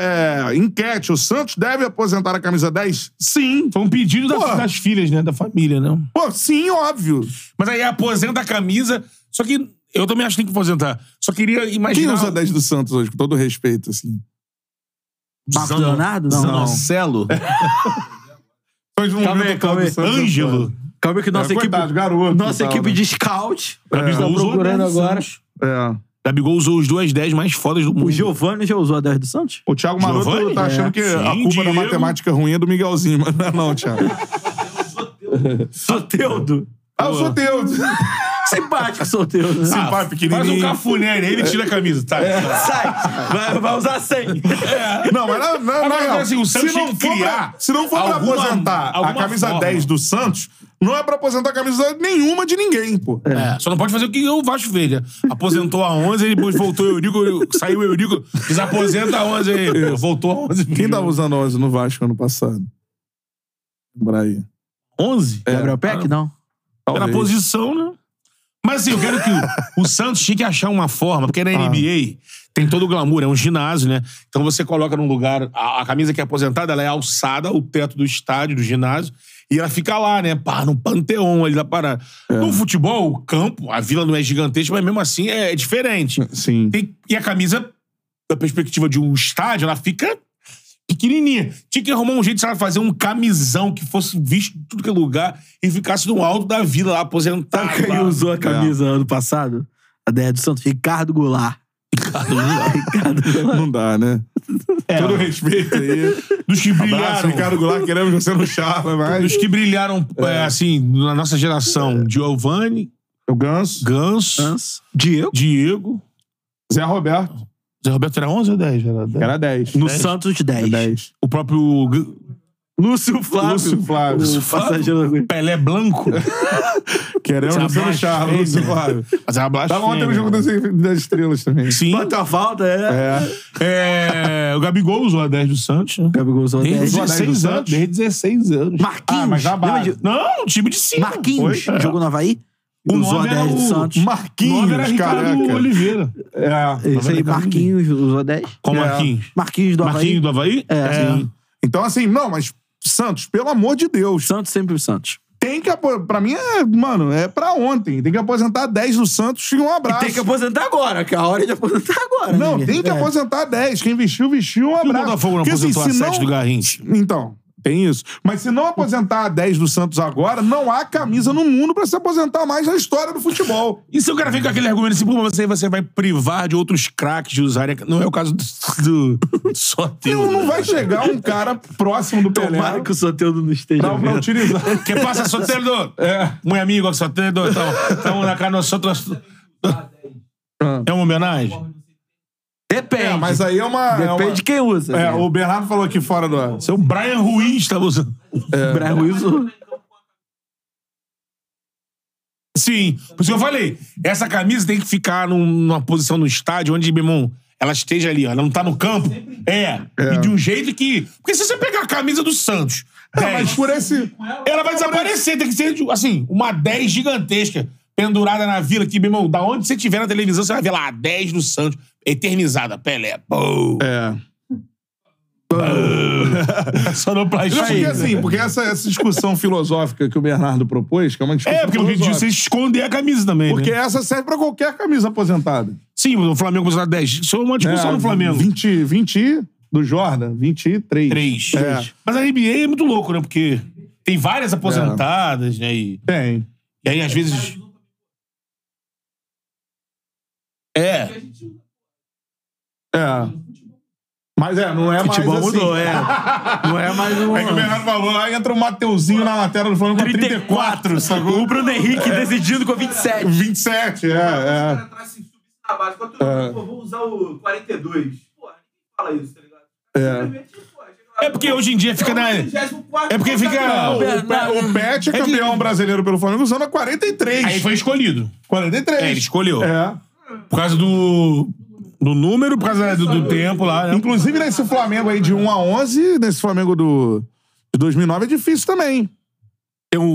[SPEAKER 1] é, enquete. O Santos deve aposentar a camisa 10? Sim.
[SPEAKER 2] Foi um pedido das,
[SPEAKER 1] Pô.
[SPEAKER 2] das filhas, né? Da família, né?
[SPEAKER 1] Pô, sim, óbvio.
[SPEAKER 2] Mas aí aposenta a camisa. Só que eu também acho que tem que aposentar. Só queria
[SPEAKER 1] Quem
[SPEAKER 2] imaginar.
[SPEAKER 1] usa 10 do Santos hoje, com todo respeito, assim?
[SPEAKER 3] Marcos Leonardo? Não.
[SPEAKER 1] Não.
[SPEAKER 2] Marcelo?
[SPEAKER 1] Hoje não
[SPEAKER 3] Calma aí,
[SPEAKER 1] vê o
[SPEAKER 3] calma
[SPEAKER 1] clube
[SPEAKER 3] aí.
[SPEAKER 1] do Santos,
[SPEAKER 2] Ângelo.
[SPEAKER 1] pô.
[SPEAKER 3] Calma que nossa
[SPEAKER 1] É,
[SPEAKER 3] equipe,
[SPEAKER 1] coitado, garoto,
[SPEAKER 3] nossa
[SPEAKER 1] tal,
[SPEAKER 3] equipe
[SPEAKER 1] né?
[SPEAKER 3] de scout
[SPEAKER 2] Gabigol
[SPEAKER 3] está
[SPEAKER 2] usou
[SPEAKER 3] procurando
[SPEAKER 2] a 10 do
[SPEAKER 3] agora.
[SPEAKER 2] Santos.
[SPEAKER 1] É.
[SPEAKER 2] Gabigol usou os duas 10 mais fodas do mundo.
[SPEAKER 3] O Giovanni já usou a 10 do Santos?
[SPEAKER 1] O Thiago Maroto
[SPEAKER 2] Giovani?
[SPEAKER 1] tá achando que
[SPEAKER 2] É.
[SPEAKER 1] a
[SPEAKER 2] Sim,
[SPEAKER 1] culpa da
[SPEAKER 2] Diego.
[SPEAKER 1] matemática ruim é do Miguelzinho, mas não é não, Thiago.
[SPEAKER 3] Soteudo.
[SPEAKER 1] ah, eu sou teu.
[SPEAKER 3] Simpático, Soteudo.
[SPEAKER 2] Ah,
[SPEAKER 1] pai,
[SPEAKER 2] faz um
[SPEAKER 1] pequenininho.
[SPEAKER 2] cafuné nele, ele tira a camisa. Tá, É. tá.
[SPEAKER 3] Sai, vai, vai usar 100.
[SPEAKER 1] Não, mas na, na, na
[SPEAKER 2] Agora,
[SPEAKER 1] real,
[SPEAKER 2] assim, o Santos
[SPEAKER 1] se não
[SPEAKER 2] tinha que
[SPEAKER 1] for
[SPEAKER 2] criar
[SPEAKER 1] pra, se não for pra
[SPEAKER 2] alguma-
[SPEAKER 1] aposentar a
[SPEAKER 2] alguma
[SPEAKER 1] camisa
[SPEAKER 2] forma.
[SPEAKER 1] 10 do Santos, não é pra aposentar a camisa nenhuma de ninguém, pô.
[SPEAKER 2] É, só não pode fazer o que o Vasco fez, né? Aposentou a 11, aí depois voltou o Eurico, eu- saiu o Eurico, desaposenta a 11 aí. pô, Voltou a 11.
[SPEAKER 1] Quem tava usando 11 no Vasco ano passado? Lembrar aí.
[SPEAKER 2] 11?
[SPEAKER 3] Gabriel Peck, não.
[SPEAKER 2] Era a
[SPEAKER 1] Talvez.
[SPEAKER 2] posição, né? Mas assim, eu quero que o, o Santos tinha que achar uma forma, porque na NBA tem todo o glamour, é um ginásio, né? Então você coloca num lugar, a, a camisa que é aposentada, ela é alçada ao teto do estádio, do ginásio, e ela fica lá, né? Pá, no panteão ali da parada. No futebol, o campo, a vila não é gigantesca, mas mesmo assim é, é diferente.
[SPEAKER 1] Sim.
[SPEAKER 2] Tem- e a camisa, da perspectiva de um estádio, ela fica pequenininha. Tinha que arrumar um jeito, sabe, fazer um camisão que fosse visto em tudo que é lugar e ficasse no alto da vila lá,
[SPEAKER 1] Tá,
[SPEAKER 2] aposentado.
[SPEAKER 3] Sabe quem
[SPEAKER 2] lá.
[SPEAKER 1] É.
[SPEAKER 3] usou a camisa ano passado? A 10 do Santos? Ricardo Goulart. Ricardo Goulart.
[SPEAKER 1] Não dá, né? Todo respeito aí.
[SPEAKER 2] É. Dos que
[SPEAKER 1] Abraço,
[SPEAKER 2] brilharam.
[SPEAKER 1] Ricardo Goulart, queremos você no Charla, mas...
[SPEAKER 2] Dos que brilharam, é, assim, na nossa geração. Giovanni,
[SPEAKER 1] O É. Ganso,
[SPEAKER 2] Ganso,
[SPEAKER 3] Diego.
[SPEAKER 2] Diego.
[SPEAKER 1] Zé Roberto.
[SPEAKER 2] Zé Roberto era 11 ou 10? Era 10.
[SPEAKER 1] Era 10.
[SPEAKER 3] No Santos, 10.
[SPEAKER 1] 10.
[SPEAKER 2] O próprio G-
[SPEAKER 3] Lúcio Flávio.
[SPEAKER 1] Lúcio Flávio.
[SPEAKER 3] O passageiro da
[SPEAKER 2] Pelé Blanco.
[SPEAKER 1] Queremos
[SPEAKER 2] Essa
[SPEAKER 1] você no Charla,
[SPEAKER 2] blasfêmia.
[SPEAKER 1] Lúcio Flávio.
[SPEAKER 2] Mas é uma
[SPEAKER 1] Tava ontem no
[SPEAKER 2] blasfêmia.
[SPEAKER 1] jogo das, das estrelas também.
[SPEAKER 2] Sim.
[SPEAKER 3] Bota a falta, é.
[SPEAKER 1] É.
[SPEAKER 2] É, o Gabigol usou a 10 do Santos, né?
[SPEAKER 3] Gabigol usou a
[SPEAKER 2] Desde
[SPEAKER 3] 10.
[SPEAKER 1] Usou a 10 do
[SPEAKER 2] 16 anos.
[SPEAKER 1] Santos?
[SPEAKER 2] Desde 16 anos.
[SPEAKER 3] Marquinhos.
[SPEAKER 1] Ah, mas na
[SPEAKER 3] lembra
[SPEAKER 1] base.
[SPEAKER 3] de-
[SPEAKER 2] Não, um time de 5.
[SPEAKER 3] Marquinhos. Jogou no Havaí?
[SPEAKER 2] O
[SPEAKER 3] usou a
[SPEAKER 2] nome
[SPEAKER 3] 10
[SPEAKER 2] era
[SPEAKER 3] do
[SPEAKER 2] o
[SPEAKER 3] Santos.
[SPEAKER 2] Nove era
[SPEAKER 1] Marquinhos,
[SPEAKER 2] Ricardo tá
[SPEAKER 1] caraca.
[SPEAKER 2] Oliveira.
[SPEAKER 1] É.
[SPEAKER 3] Isso aí, Marquinhos usou a 10.
[SPEAKER 2] Qual
[SPEAKER 1] É.
[SPEAKER 2] Marquinhos?
[SPEAKER 3] Marquinhos do Havaí.
[SPEAKER 2] Marquinhos do Havaí?
[SPEAKER 3] É. Sim.
[SPEAKER 1] Então, assim, não, mas Santos, pelo amor de Deus,
[SPEAKER 3] Santos sempre o Santos.
[SPEAKER 1] tem que. apo- Pra mim, é, mano, é pra ontem. Tem que aposentar 10 do Santos e um abraço.
[SPEAKER 3] Tem que aposentar agora, que a hora é de aposentar agora.
[SPEAKER 1] Não,
[SPEAKER 3] né,
[SPEAKER 1] tem que
[SPEAKER 3] é.
[SPEAKER 1] aposentar 10. Quem vestiu, vestiu um
[SPEAKER 2] E o
[SPEAKER 1] abraço.
[SPEAKER 2] Botafogo não
[SPEAKER 1] Porque, assim,
[SPEAKER 2] aposentou
[SPEAKER 1] se
[SPEAKER 2] a 7
[SPEAKER 1] não-
[SPEAKER 2] do Garrincha.
[SPEAKER 1] Então, tem isso. Mas se não aposentar a 10 do Santos agora, não há camisa no mundo pra se aposentar mais na história do futebol.
[SPEAKER 2] E se o cara vem com aquele argumento assim, pô, mas você, você vai privar de outros craques de usarem... a- Não é o caso do... do só teu.
[SPEAKER 1] Não, não vai chegar um cara próximo do Pelé.
[SPEAKER 3] Tomara que o Soteudo não esteja
[SPEAKER 1] né? Não, pra
[SPEAKER 3] vendo.
[SPEAKER 1] utilizar.
[SPEAKER 2] Que passa, Soteldo? É. Meu amigo, Soteldo. Estamos na casa, nós outros... Ah, É uma homenagem?
[SPEAKER 3] Depende.
[SPEAKER 1] É, mas aí é uma. é uma-
[SPEAKER 3] Depende de quem usa.
[SPEAKER 1] É,
[SPEAKER 3] né?
[SPEAKER 1] o Bernardo falou aqui fora do ar.
[SPEAKER 2] Seu Brian Ruiz estava usando...
[SPEAKER 3] O Brian Ruiz usou.
[SPEAKER 2] Sim, por isso que eu falei. Essa camisa tem que ficar num- numa posição no estádio onde, meu irmão, ela esteja ali, ó. Ela não tá no campo. É. E de um jeito que. Porque se você pegar a camisa do Santos,
[SPEAKER 1] Não, mas
[SPEAKER 2] 10,
[SPEAKER 1] por esse.
[SPEAKER 2] ela vai desaparecer. Tem que ser, assim, uma 10 gigantesca pendurada na vila aqui, meu irmão. Da onde você estiver na televisão, você vai ver lá a 10 do Santos, eternizada. Pelé. Pô.
[SPEAKER 1] É.
[SPEAKER 2] Sonoplastia.
[SPEAKER 1] Não, porque assim, porque essa, essa discussão filosófica que o Bernardo propôs, que é uma discussão.
[SPEAKER 2] É, porque o que diz você
[SPEAKER 1] filosófica,
[SPEAKER 2] esconder a camisa também. né?
[SPEAKER 1] Porque essa serve pra qualquer camisa aposentada.
[SPEAKER 2] Sim, o Flamengo usar 10. Isso é uma discussão
[SPEAKER 1] É,
[SPEAKER 2] no Flamengo.
[SPEAKER 1] 20, 20 do Jordan, 23.
[SPEAKER 2] Três.
[SPEAKER 1] É.
[SPEAKER 2] Mas a NBA é muito louco, né? Porque tem várias aposentadas, né? E,
[SPEAKER 1] Tem.
[SPEAKER 2] e aí, às vezes. É.
[SPEAKER 1] É. Mas é, não é
[SPEAKER 3] Futebol
[SPEAKER 1] mais.
[SPEAKER 3] mudou,
[SPEAKER 1] assim.
[SPEAKER 3] é. Não é mais um.
[SPEAKER 1] É que o Bernardo falou, lá entra o Mateuzinho na matéria do Flamengo com 34,
[SPEAKER 3] 34,
[SPEAKER 1] sacou?
[SPEAKER 3] O Bruno Henrique decidindo com 27.
[SPEAKER 1] 27, é,
[SPEAKER 4] Os
[SPEAKER 1] é.
[SPEAKER 4] caras atrás se assim, subir na base. Quando eu
[SPEAKER 2] Ah.
[SPEAKER 1] É.
[SPEAKER 4] pô, vou usar o 42. Porra, ninguém fala isso, tá ligado?
[SPEAKER 1] É.
[SPEAKER 4] Simplesmente, pô, chega lá,
[SPEAKER 2] Ah. É porque hoje em dia fica na.
[SPEAKER 4] É o 34
[SPEAKER 2] É porque
[SPEAKER 1] Não, o,
[SPEAKER 2] fica.
[SPEAKER 1] Pe- o Pet é campeão brasileiro pelo Flamengo usando a 43.
[SPEAKER 2] Aí foi escolhido.
[SPEAKER 1] 43.
[SPEAKER 2] É, ele escolheu.
[SPEAKER 1] É.
[SPEAKER 2] Por causa do. Do número, por causa do, do tempo lá, né?
[SPEAKER 1] um Inclusive nesse Flamengo aí de 1 a 11, nesse Flamengo do, De 2009 é difícil também.
[SPEAKER 3] Tem o,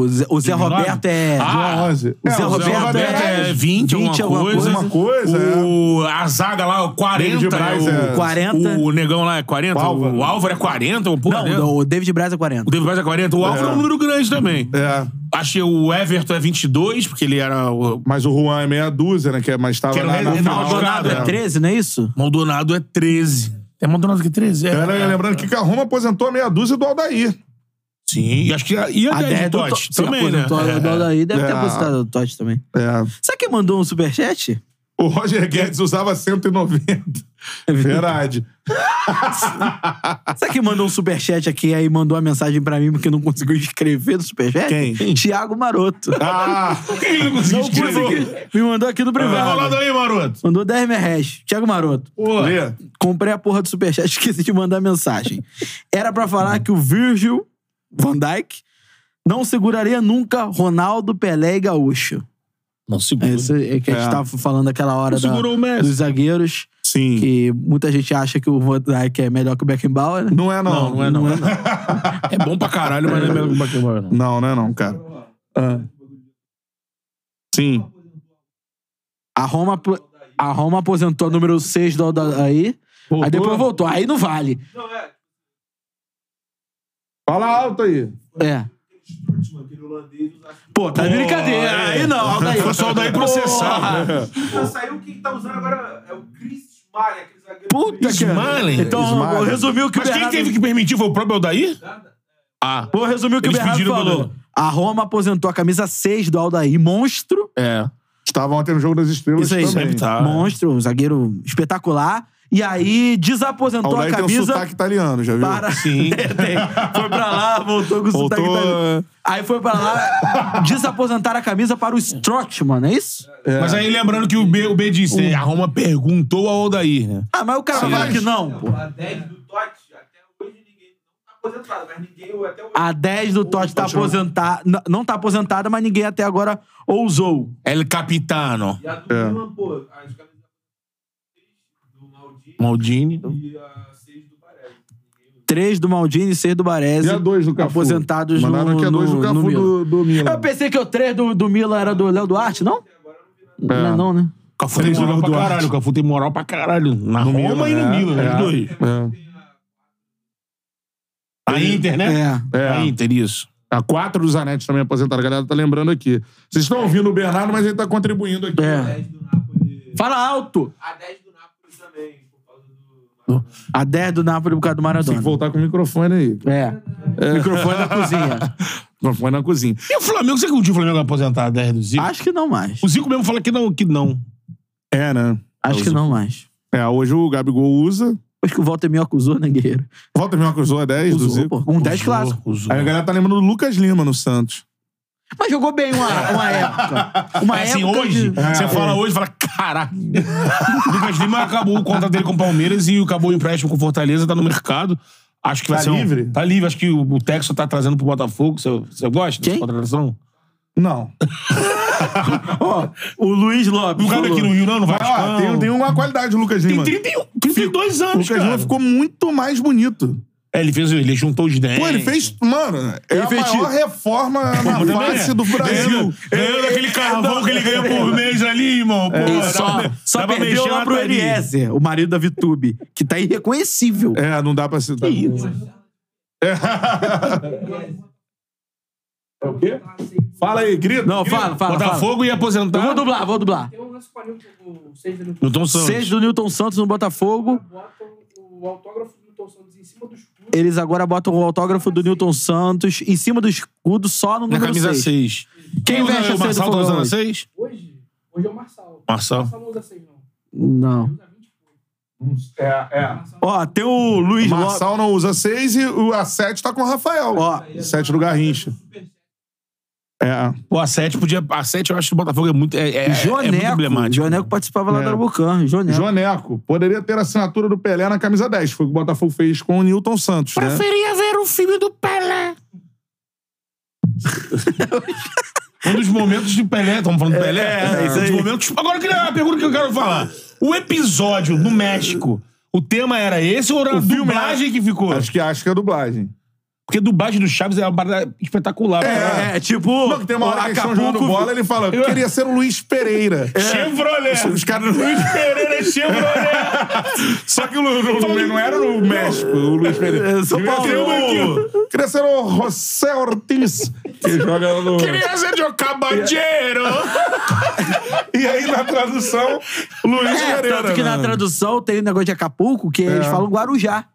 [SPEAKER 3] o Zé, o Zé
[SPEAKER 2] 2009?
[SPEAKER 3] Roberto é.
[SPEAKER 2] Ah,
[SPEAKER 1] 11.
[SPEAKER 3] o Zé
[SPEAKER 2] o Zé
[SPEAKER 3] Roberto
[SPEAKER 2] Roberto
[SPEAKER 3] é
[SPEAKER 2] é 20,
[SPEAKER 3] 20
[SPEAKER 2] alguma
[SPEAKER 3] alguma
[SPEAKER 2] coisa.
[SPEAKER 1] Uma coisa, é.
[SPEAKER 2] O, a zaga lá, o 40.
[SPEAKER 1] David Braz
[SPEAKER 2] o,
[SPEAKER 1] é-
[SPEAKER 3] 40.
[SPEAKER 2] O negão lá é 40.
[SPEAKER 1] O Álvaro.
[SPEAKER 2] O Álvaro é 40. O, porra,
[SPEAKER 3] não,
[SPEAKER 2] né?
[SPEAKER 3] o David Braz é 40.
[SPEAKER 2] o David Braz é 40. O Álvaro é. um número grande também.
[SPEAKER 1] É.
[SPEAKER 2] Achei o Everton é 22, porque ele era o...
[SPEAKER 1] Mas o Juan é meia dúzia, né? Que é, mas tava
[SPEAKER 2] Que era
[SPEAKER 1] na,
[SPEAKER 2] o
[SPEAKER 1] na
[SPEAKER 2] Renan
[SPEAKER 1] final.
[SPEAKER 3] Maldonado
[SPEAKER 2] Maldonado,
[SPEAKER 3] é
[SPEAKER 2] é.
[SPEAKER 3] 13, não é isso?
[SPEAKER 2] Maldonado é 13. É Maldonado que é 13? É.
[SPEAKER 1] Era, lembrando que a Roma aposentou a meia dúzia do Aldair.
[SPEAKER 2] Sim, e acho que e a, 10 do
[SPEAKER 3] do
[SPEAKER 2] Totti
[SPEAKER 3] To- se
[SPEAKER 2] também, né?
[SPEAKER 3] aposentou
[SPEAKER 2] É.
[SPEAKER 3] a Dó daí, deve ter
[SPEAKER 1] É.
[SPEAKER 3] aposentado o Totti também.
[SPEAKER 1] É.
[SPEAKER 3] Sabe quem mandou um superchat?
[SPEAKER 1] O Roger Guedes usava 190.
[SPEAKER 3] É
[SPEAKER 1] Verdade.
[SPEAKER 3] Sabe quem mandou um superchat aqui aí mandou uma mensagem pra mim porque não conseguiu escrever no superchat?
[SPEAKER 1] Quem? Quem?
[SPEAKER 3] Tiago Maroto.
[SPEAKER 1] Ah!
[SPEAKER 2] Por que ele É. não conseguiu
[SPEAKER 3] Não
[SPEAKER 2] escrever?
[SPEAKER 3] consegui. Me mandou aqui no
[SPEAKER 2] Tá
[SPEAKER 3] privado.
[SPEAKER 2] enrolado aí, maroto.
[SPEAKER 3] Mandou 10 mil reais. Tiago Maroto.
[SPEAKER 2] Pô,
[SPEAKER 1] Lê.
[SPEAKER 3] Comprei a porra do Superchat, esqueci de mandar mensagem. Era pra falar que o Virgil Van Dijk não seguraria nunca Ronaldo, Pelé e Gaúcho.
[SPEAKER 2] não
[SPEAKER 3] É
[SPEAKER 2] segura.
[SPEAKER 3] isso aí que a gente
[SPEAKER 1] É.
[SPEAKER 3] tava falando aquela hora
[SPEAKER 2] Não
[SPEAKER 3] é da-
[SPEAKER 2] segurou o Messi.
[SPEAKER 3] dos zagueiros,
[SPEAKER 1] Sim.
[SPEAKER 3] que muita gente acha que o Van Dijk é melhor que o Beckenbauer, né?
[SPEAKER 1] Não é, não.
[SPEAKER 2] Não, não é não. É bom pra caralho, mas não é melhor que o Baquemar, não.
[SPEAKER 1] Não, não é não, cara.
[SPEAKER 3] Ah.
[SPEAKER 1] Sim.
[SPEAKER 3] A Roma, apo- a Roma aposentou o número 6 do aí, aí depois voltou. Aí não vale.
[SPEAKER 4] Não, é.
[SPEAKER 1] Fala alto aí.
[SPEAKER 3] É.
[SPEAKER 4] Aquele Sturtman, aquele holandês, os artistas.
[SPEAKER 3] Pô, tá de brincadeira.
[SPEAKER 2] é.
[SPEAKER 3] Aí não, Aldair.
[SPEAKER 2] Foi só o Aldair processar. né?
[SPEAKER 3] Porra.
[SPEAKER 4] Já saiu quem tá usando agora é o Chris Smiley, aquele zagueiro.
[SPEAKER 3] Puta que...
[SPEAKER 2] Smalling.
[SPEAKER 3] Então,
[SPEAKER 1] Smalling.
[SPEAKER 3] resumiu o que o
[SPEAKER 2] Mas quem
[SPEAKER 3] Bernardo-
[SPEAKER 2] teve que permitir foi o próprio Aldair?
[SPEAKER 4] Nada.
[SPEAKER 2] Ah.
[SPEAKER 3] Vou resumir o que
[SPEAKER 2] Eles
[SPEAKER 3] o Bernardo
[SPEAKER 2] pediram
[SPEAKER 3] falou.
[SPEAKER 2] pra Dani.
[SPEAKER 3] A Roma aposentou a camisa 6 do Aldair. Monstro.
[SPEAKER 2] É.
[SPEAKER 1] Estava ontem no Jogo das Estrelas
[SPEAKER 3] Isso aí.
[SPEAKER 1] também.
[SPEAKER 2] Sempre tá.
[SPEAKER 3] Monstro, um zagueiro espetacular. E aí desaposentou
[SPEAKER 1] Aldair
[SPEAKER 3] a
[SPEAKER 1] tem um
[SPEAKER 3] camisa
[SPEAKER 1] sotaque italiano, já viu?
[SPEAKER 3] para...
[SPEAKER 2] Sim.
[SPEAKER 3] Tem. foi pra lá, voltou com o
[SPEAKER 1] Voltou, é.
[SPEAKER 3] sotaque italiano. Aí foi pra lá desaposentar a camisa para o Strotman, é isso?
[SPEAKER 2] Mas aí lembrando que o B, o B disse, né, a Roma perguntou ao Aldair, né?
[SPEAKER 3] Ah, mas o cara vai falar
[SPEAKER 1] Sim.
[SPEAKER 3] que não, pô.
[SPEAKER 4] A 10 do Totti, até hoje ninguém não tá aposentado, mas ninguém até
[SPEAKER 2] Ah.
[SPEAKER 4] hoje.
[SPEAKER 3] A 10 do Totti tá aposentada. Não tá aposentada, mas ninguém até agora ousou.
[SPEAKER 2] El Capitano.
[SPEAKER 4] E a do
[SPEAKER 1] É.
[SPEAKER 4] Milan, pô, as camisas do Maldini
[SPEAKER 2] Maldini.
[SPEAKER 4] e a 6 do Barelli. Ninguém
[SPEAKER 3] 3 do Maldini e 6 do Baresi.
[SPEAKER 1] E a dois do Cafu.
[SPEAKER 3] Aposentados no-
[SPEAKER 1] Mandaram que a dois
[SPEAKER 3] no-
[SPEAKER 1] do
[SPEAKER 3] no
[SPEAKER 1] Cafu
[SPEAKER 3] Milan.
[SPEAKER 1] do, do Milan.
[SPEAKER 3] Eu pensei que o 3 do, do Milan era do Léo Duarte, não? Não é não, né?
[SPEAKER 2] Cafu
[SPEAKER 1] Três
[SPEAKER 2] tem moral
[SPEAKER 1] do
[SPEAKER 2] pra
[SPEAKER 1] Duarte.
[SPEAKER 2] caralho. O Cafu tem moral pra caralho. Na Roma e no
[SPEAKER 1] é,
[SPEAKER 2] Milan, né?
[SPEAKER 1] é,
[SPEAKER 2] Os dois.
[SPEAKER 1] é.
[SPEAKER 2] A Inter, né?
[SPEAKER 3] É.
[SPEAKER 1] É.
[SPEAKER 2] A Inter, isso.
[SPEAKER 1] A quatro do Zanetti também aposentado. A galera tá lembrando aqui. Vocês estão ouvindo o Bernardo, mas ele tá contribuindo aqui.
[SPEAKER 4] A
[SPEAKER 3] É.
[SPEAKER 4] 10 do Napoli.
[SPEAKER 3] Fala alto!
[SPEAKER 4] A 10 do Napoli também, por causa do.
[SPEAKER 3] A 10 do Napoli por causa do
[SPEAKER 1] Tem que
[SPEAKER 3] Maradona.
[SPEAKER 1] voltar com o microfone aí.
[SPEAKER 3] É. Microfone da cozinha.
[SPEAKER 1] Microfone na cozinha.
[SPEAKER 2] E o Flamengo, você que um dia o Flamengo vai aposentar a 10 do Zico?
[SPEAKER 3] Acho que não mais.
[SPEAKER 2] O Zico mesmo fala que não, que não.
[SPEAKER 1] É, né?
[SPEAKER 3] Acho que não mais.
[SPEAKER 1] É, hoje o Gabigol usa.
[SPEAKER 3] Acho que o Walter me acusou, né, Guerreiro?
[SPEAKER 1] Volta mesmo acusou a 10 do
[SPEAKER 3] Usou,
[SPEAKER 1] Zico.
[SPEAKER 3] pô. Um 10
[SPEAKER 2] Usou,
[SPEAKER 3] clássico.
[SPEAKER 2] usou.
[SPEAKER 1] Aí a galera tá lembrando do Lucas Lima no Santos.
[SPEAKER 3] Mas jogou bem uma, uma época. Uma
[SPEAKER 2] É assim,
[SPEAKER 3] época
[SPEAKER 2] hoje,
[SPEAKER 3] de-
[SPEAKER 2] você fala hoje, fala, caralho. Lucas Lima acabou o contrato dele com o Palmeiras e acabou o empréstimo com o Fortaleza, tá no mercado. Acho que vai
[SPEAKER 1] Tá
[SPEAKER 2] ser. um-
[SPEAKER 1] livre?
[SPEAKER 2] Tá livre, acho que o, o Texo tá trazendo pro Botafogo. Você, você gosta
[SPEAKER 3] Quem?
[SPEAKER 2] dessa contratação?
[SPEAKER 1] Não.
[SPEAKER 3] Ó, o Luiz Lopes.
[SPEAKER 2] Um cara
[SPEAKER 3] falou.
[SPEAKER 2] aqui no Rio, não, no
[SPEAKER 1] Ah,
[SPEAKER 2] Vascão.
[SPEAKER 1] tem, tem uma qualidade o Lucas
[SPEAKER 2] Tem
[SPEAKER 1] Lima.
[SPEAKER 2] 31, 32
[SPEAKER 1] O
[SPEAKER 2] anos,
[SPEAKER 1] Lucas
[SPEAKER 2] cara.
[SPEAKER 1] Lima ficou muito mais bonito.
[SPEAKER 2] É, ele fez, ele juntou os 10.
[SPEAKER 1] Pô, ele fez. Mano, é
[SPEAKER 3] Ele
[SPEAKER 1] a
[SPEAKER 3] fez
[SPEAKER 1] maior reforma na
[SPEAKER 2] é.
[SPEAKER 1] face Tá do Brasil. É.
[SPEAKER 2] Ganhando aquele carvão que ele ganha por mês ali, irmão. Pô, É, dá
[SPEAKER 3] É. Só,
[SPEAKER 2] pra-
[SPEAKER 3] só
[SPEAKER 2] dá pra
[SPEAKER 3] perdeu
[SPEAKER 2] mexer
[SPEAKER 3] lá
[SPEAKER 2] na
[SPEAKER 3] pro
[SPEAKER 2] tarinha.
[SPEAKER 3] Eliezer, o marido da Vitube, que tá irreconhecível.
[SPEAKER 1] É, não dá pra citar. É o quê?
[SPEAKER 4] Tá
[SPEAKER 1] Fala aí, grita.
[SPEAKER 3] Não, fala, fala, fala.
[SPEAKER 2] Botafogo ia aposentar.
[SPEAKER 3] Eu vou dublar, vou dublar.
[SPEAKER 5] Tem um lance com a Newton, o 6 da Newton.
[SPEAKER 2] Milton Santos.
[SPEAKER 3] Seis do Newton Santos no Botafogo.
[SPEAKER 5] Botam o autógrafo do Newton Santos em cima do escudo.
[SPEAKER 3] Eles agora botam o autógrafo do Newton Santos em cima do escudo, só no
[SPEAKER 2] Na
[SPEAKER 3] número
[SPEAKER 2] camisa
[SPEAKER 3] 6.
[SPEAKER 2] 6.
[SPEAKER 3] Quem veste a
[SPEAKER 2] o
[SPEAKER 3] seis do
[SPEAKER 2] Marçal tá
[SPEAKER 3] Fogão
[SPEAKER 2] usando a
[SPEAKER 3] hoje?
[SPEAKER 2] 6?
[SPEAKER 5] Hoje, hoje é o Marçal.
[SPEAKER 2] Marçal.
[SPEAKER 5] O Marçal não usa 6, não.
[SPEAKER 3] Não.
[SPEAKER 5] Ele usa 20 pontos. é
[SPEAKER 3] Ó, tem o Luiz Lopes.
[SPEAKER 1] Marçal não usa 6 e o A7 tá com o Rafael.
[SPEAKER 3] Ó,
[SPEAKER 1] 7 do
[SPEAKER 5] um
[SPEAKER 1] Garrincha. É.
[SPEAKER 2] Pô, a 7 podia. A 7 eu acho que o Botafogo é muito. É, é, é muito
[SPEAKER 3] Joneco.
[SPEAKER 2] emblemático.
[SPEAKER 3] Joneco participava lá
[SPEAKER 1] É.
[SPEAKER 3] do Arabucan. Joneco.
[SPEAKER 1] Joneco. Poderia ter a assinatura do Pelé na camisa 10. Foi o que o Botafogo fez com o Newton Santos, né?
[SPEAKER 2] Preferia ver o filme do Pelé. um dos momentos de Pelé, estamos falando do Pelé.
[SPEAKER 3] é isso
[SPEAKER 2] Um dos
[SPEAKER 3] aí.
[SPEAKER 2] momentos- Agora, eu queria a pergunta que eu quero falar. O episódio no México, o tema era esse ou era a
[SPEAKER 1] filme
[SPEAKER 2] dublagem que ficou?
[SPEAKER 1] Acho que acho que é a dublagem.
[SPEAKER 2] Porque a dublagem do Chaves é uma parada espetacular. né? cara.
[SPEAKER 3] É, tipo.
[SPEAKER 1] Não, que tem uma hora que eles estão jogando
[SPEAKER 3] Acapulco-
[SPEAKER 1] bola, ele fala, eu queria ser o Luiz Pereira.
[SPEAKER 2] Chevrolet!
[SPEAKER 1] É, Os caras não...
[SPEAKER 2] Luiz Pereira é Chevrolet!
[SPEAKER 1] Só que o Lu- Lu- Lu- não era no México, o Luiz Pereira.
[SPEAKER 3] É, São
[SPEAKER 1] Devia
[SPEAKER 3] Paulo.
[SPEAKER 1] ser o- Queria ser o José Ortiz, que joga no...
[SPEAKER 2] Queria ser de um cabandeiro!
[SPEAKER 1] E aí, na tradução, Luiz
[SPEAKER 3] É,
[SPEAKER 1] Pereira.
[SPEAKER 2] né,
[SPEAKER 1] né?
[SPEAKER 3] tanto que na
[SPEAKER 1] mano.
[SPEAKER 3] tradução tem um negócio de Acapulco que eles falam Guarujá.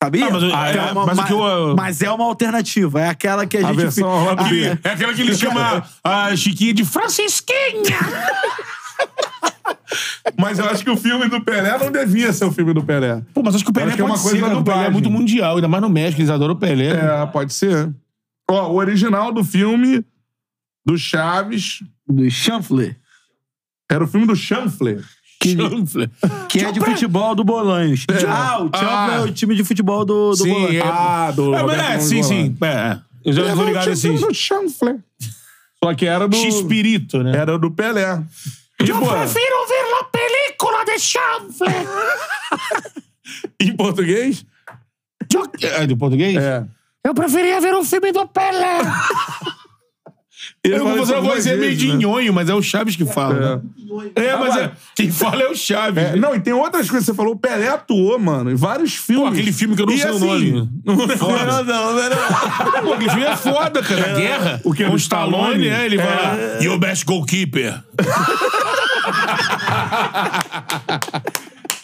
[SPEAKER 3] Sabia?
[SPEAKER 2] Ah, É. mas eu-
[SPEAKER 3] Tem
[SPEAKER 2] é, mas o que eu-
[SPEAKER 3] mas é uma alternativa. É aquela que a,
[SPEAKER 1] A
[SPEAKER 3] gente.
[SPEAKER 1] versão
[SPEAKER 3] fi-
[SPEAKER 1] Orlando
[SPEAKER 2] Que- É aquela que ele chama a Chiquinha de Francisquinha!
[SPEAKER 1] Mas eu acho que o filme do Pelé não devia ser o filme do Pelé.
[SPEAKER 2] Pô, mas acho que o Pelé
[SPEAKER 1] Acho que é
[SPEAKER 2] pode
[SPEAKER 1] uma coisa
[SPEAKER 2] ser,
[SPEAKER 1] da
[SPEAKER 2] cara. O Pelé é
[SPEAKER 1] dublagem.
[SPEAKER 2] muito mundial, ainda mais no México, eles adoram o Pelé.
[SPEAKER 1] É, pode ser. Ó, o original do filme do Chaves
[SPEAKER 3] Do Chanfle,
[SPEAKER 1] era o filme do Chanfler.
[SPEAKER 3] que,
[SPEAKER 2] Chanfle.
[SPEAKER 3] que é de futebol do Bolanhos. Ah, o Chanfle
[SPEAKER 1] Ah.
[SPEAKER 3] é o time de futebol do, do Bolanhos.
[SPEAKER 2] é.
[SPEAKER 1] Ah, do
[SPEAKER 2] É, mas
[SPEAKER 1] Roberto
[SPEAKER 2] é,
[SPEAKER 1] Gomes
[SPEAKER 2] sim,
[SPEAKER 1] Goulart.
[SPEAKER 2] sim. É, é. Eu já tô ligado
[SPEAKER 1] Era o
[SPEAKER 2] nesse.
[SPEAKER 1] time do Chanfler. Só que era do...
[SPEAKER 2] X-Pirito, né?
[SPEAKER 1] Era do Pelé. Tipo, E, pô,
[SPEAKER 2] ver a película de Chanfle!
[SPEAKER 1] em português?
[SPEAKER 2] É, de português?
[SPEAKER 1] É.
[SPEAKER 2] Eu preferia ver um filme do Pelé! Eu vou fazer uma voz é meio
[SPEAKER 1] né?
[SPEAKER 2] de nhonho, mas é o Chaves que fala. É, mas é, quem fala é o Chaves.
[SPEAKER 1] É, não, e tem outras coisas. Você falou, o Pelé atuou, mano, em vários filmes.
[SPEAKER 2] Pô, aquele filme que eu não
[SPEAKER 1] E
[SPEAKER 2] sei o
[SPEAKER 1] assim,
[SPEAKER 2] nome. Não é
[SPEAKER 1] Não, não, não, não.
[SPEAKER 2] Pô, aquele filme é foda, cara. A guerra.
[SPEAKER 1] O que,
[SPEAKER 2] Com
[SPEAKER 1] do
[SPEAKER 2] o Stallone,
[SPEAKER 1] Stallone?
[SPEAKER 2] é, ele
[SPEAKER 1] É.
[SPEAKER 2] vai lá. Your best goalkeeper.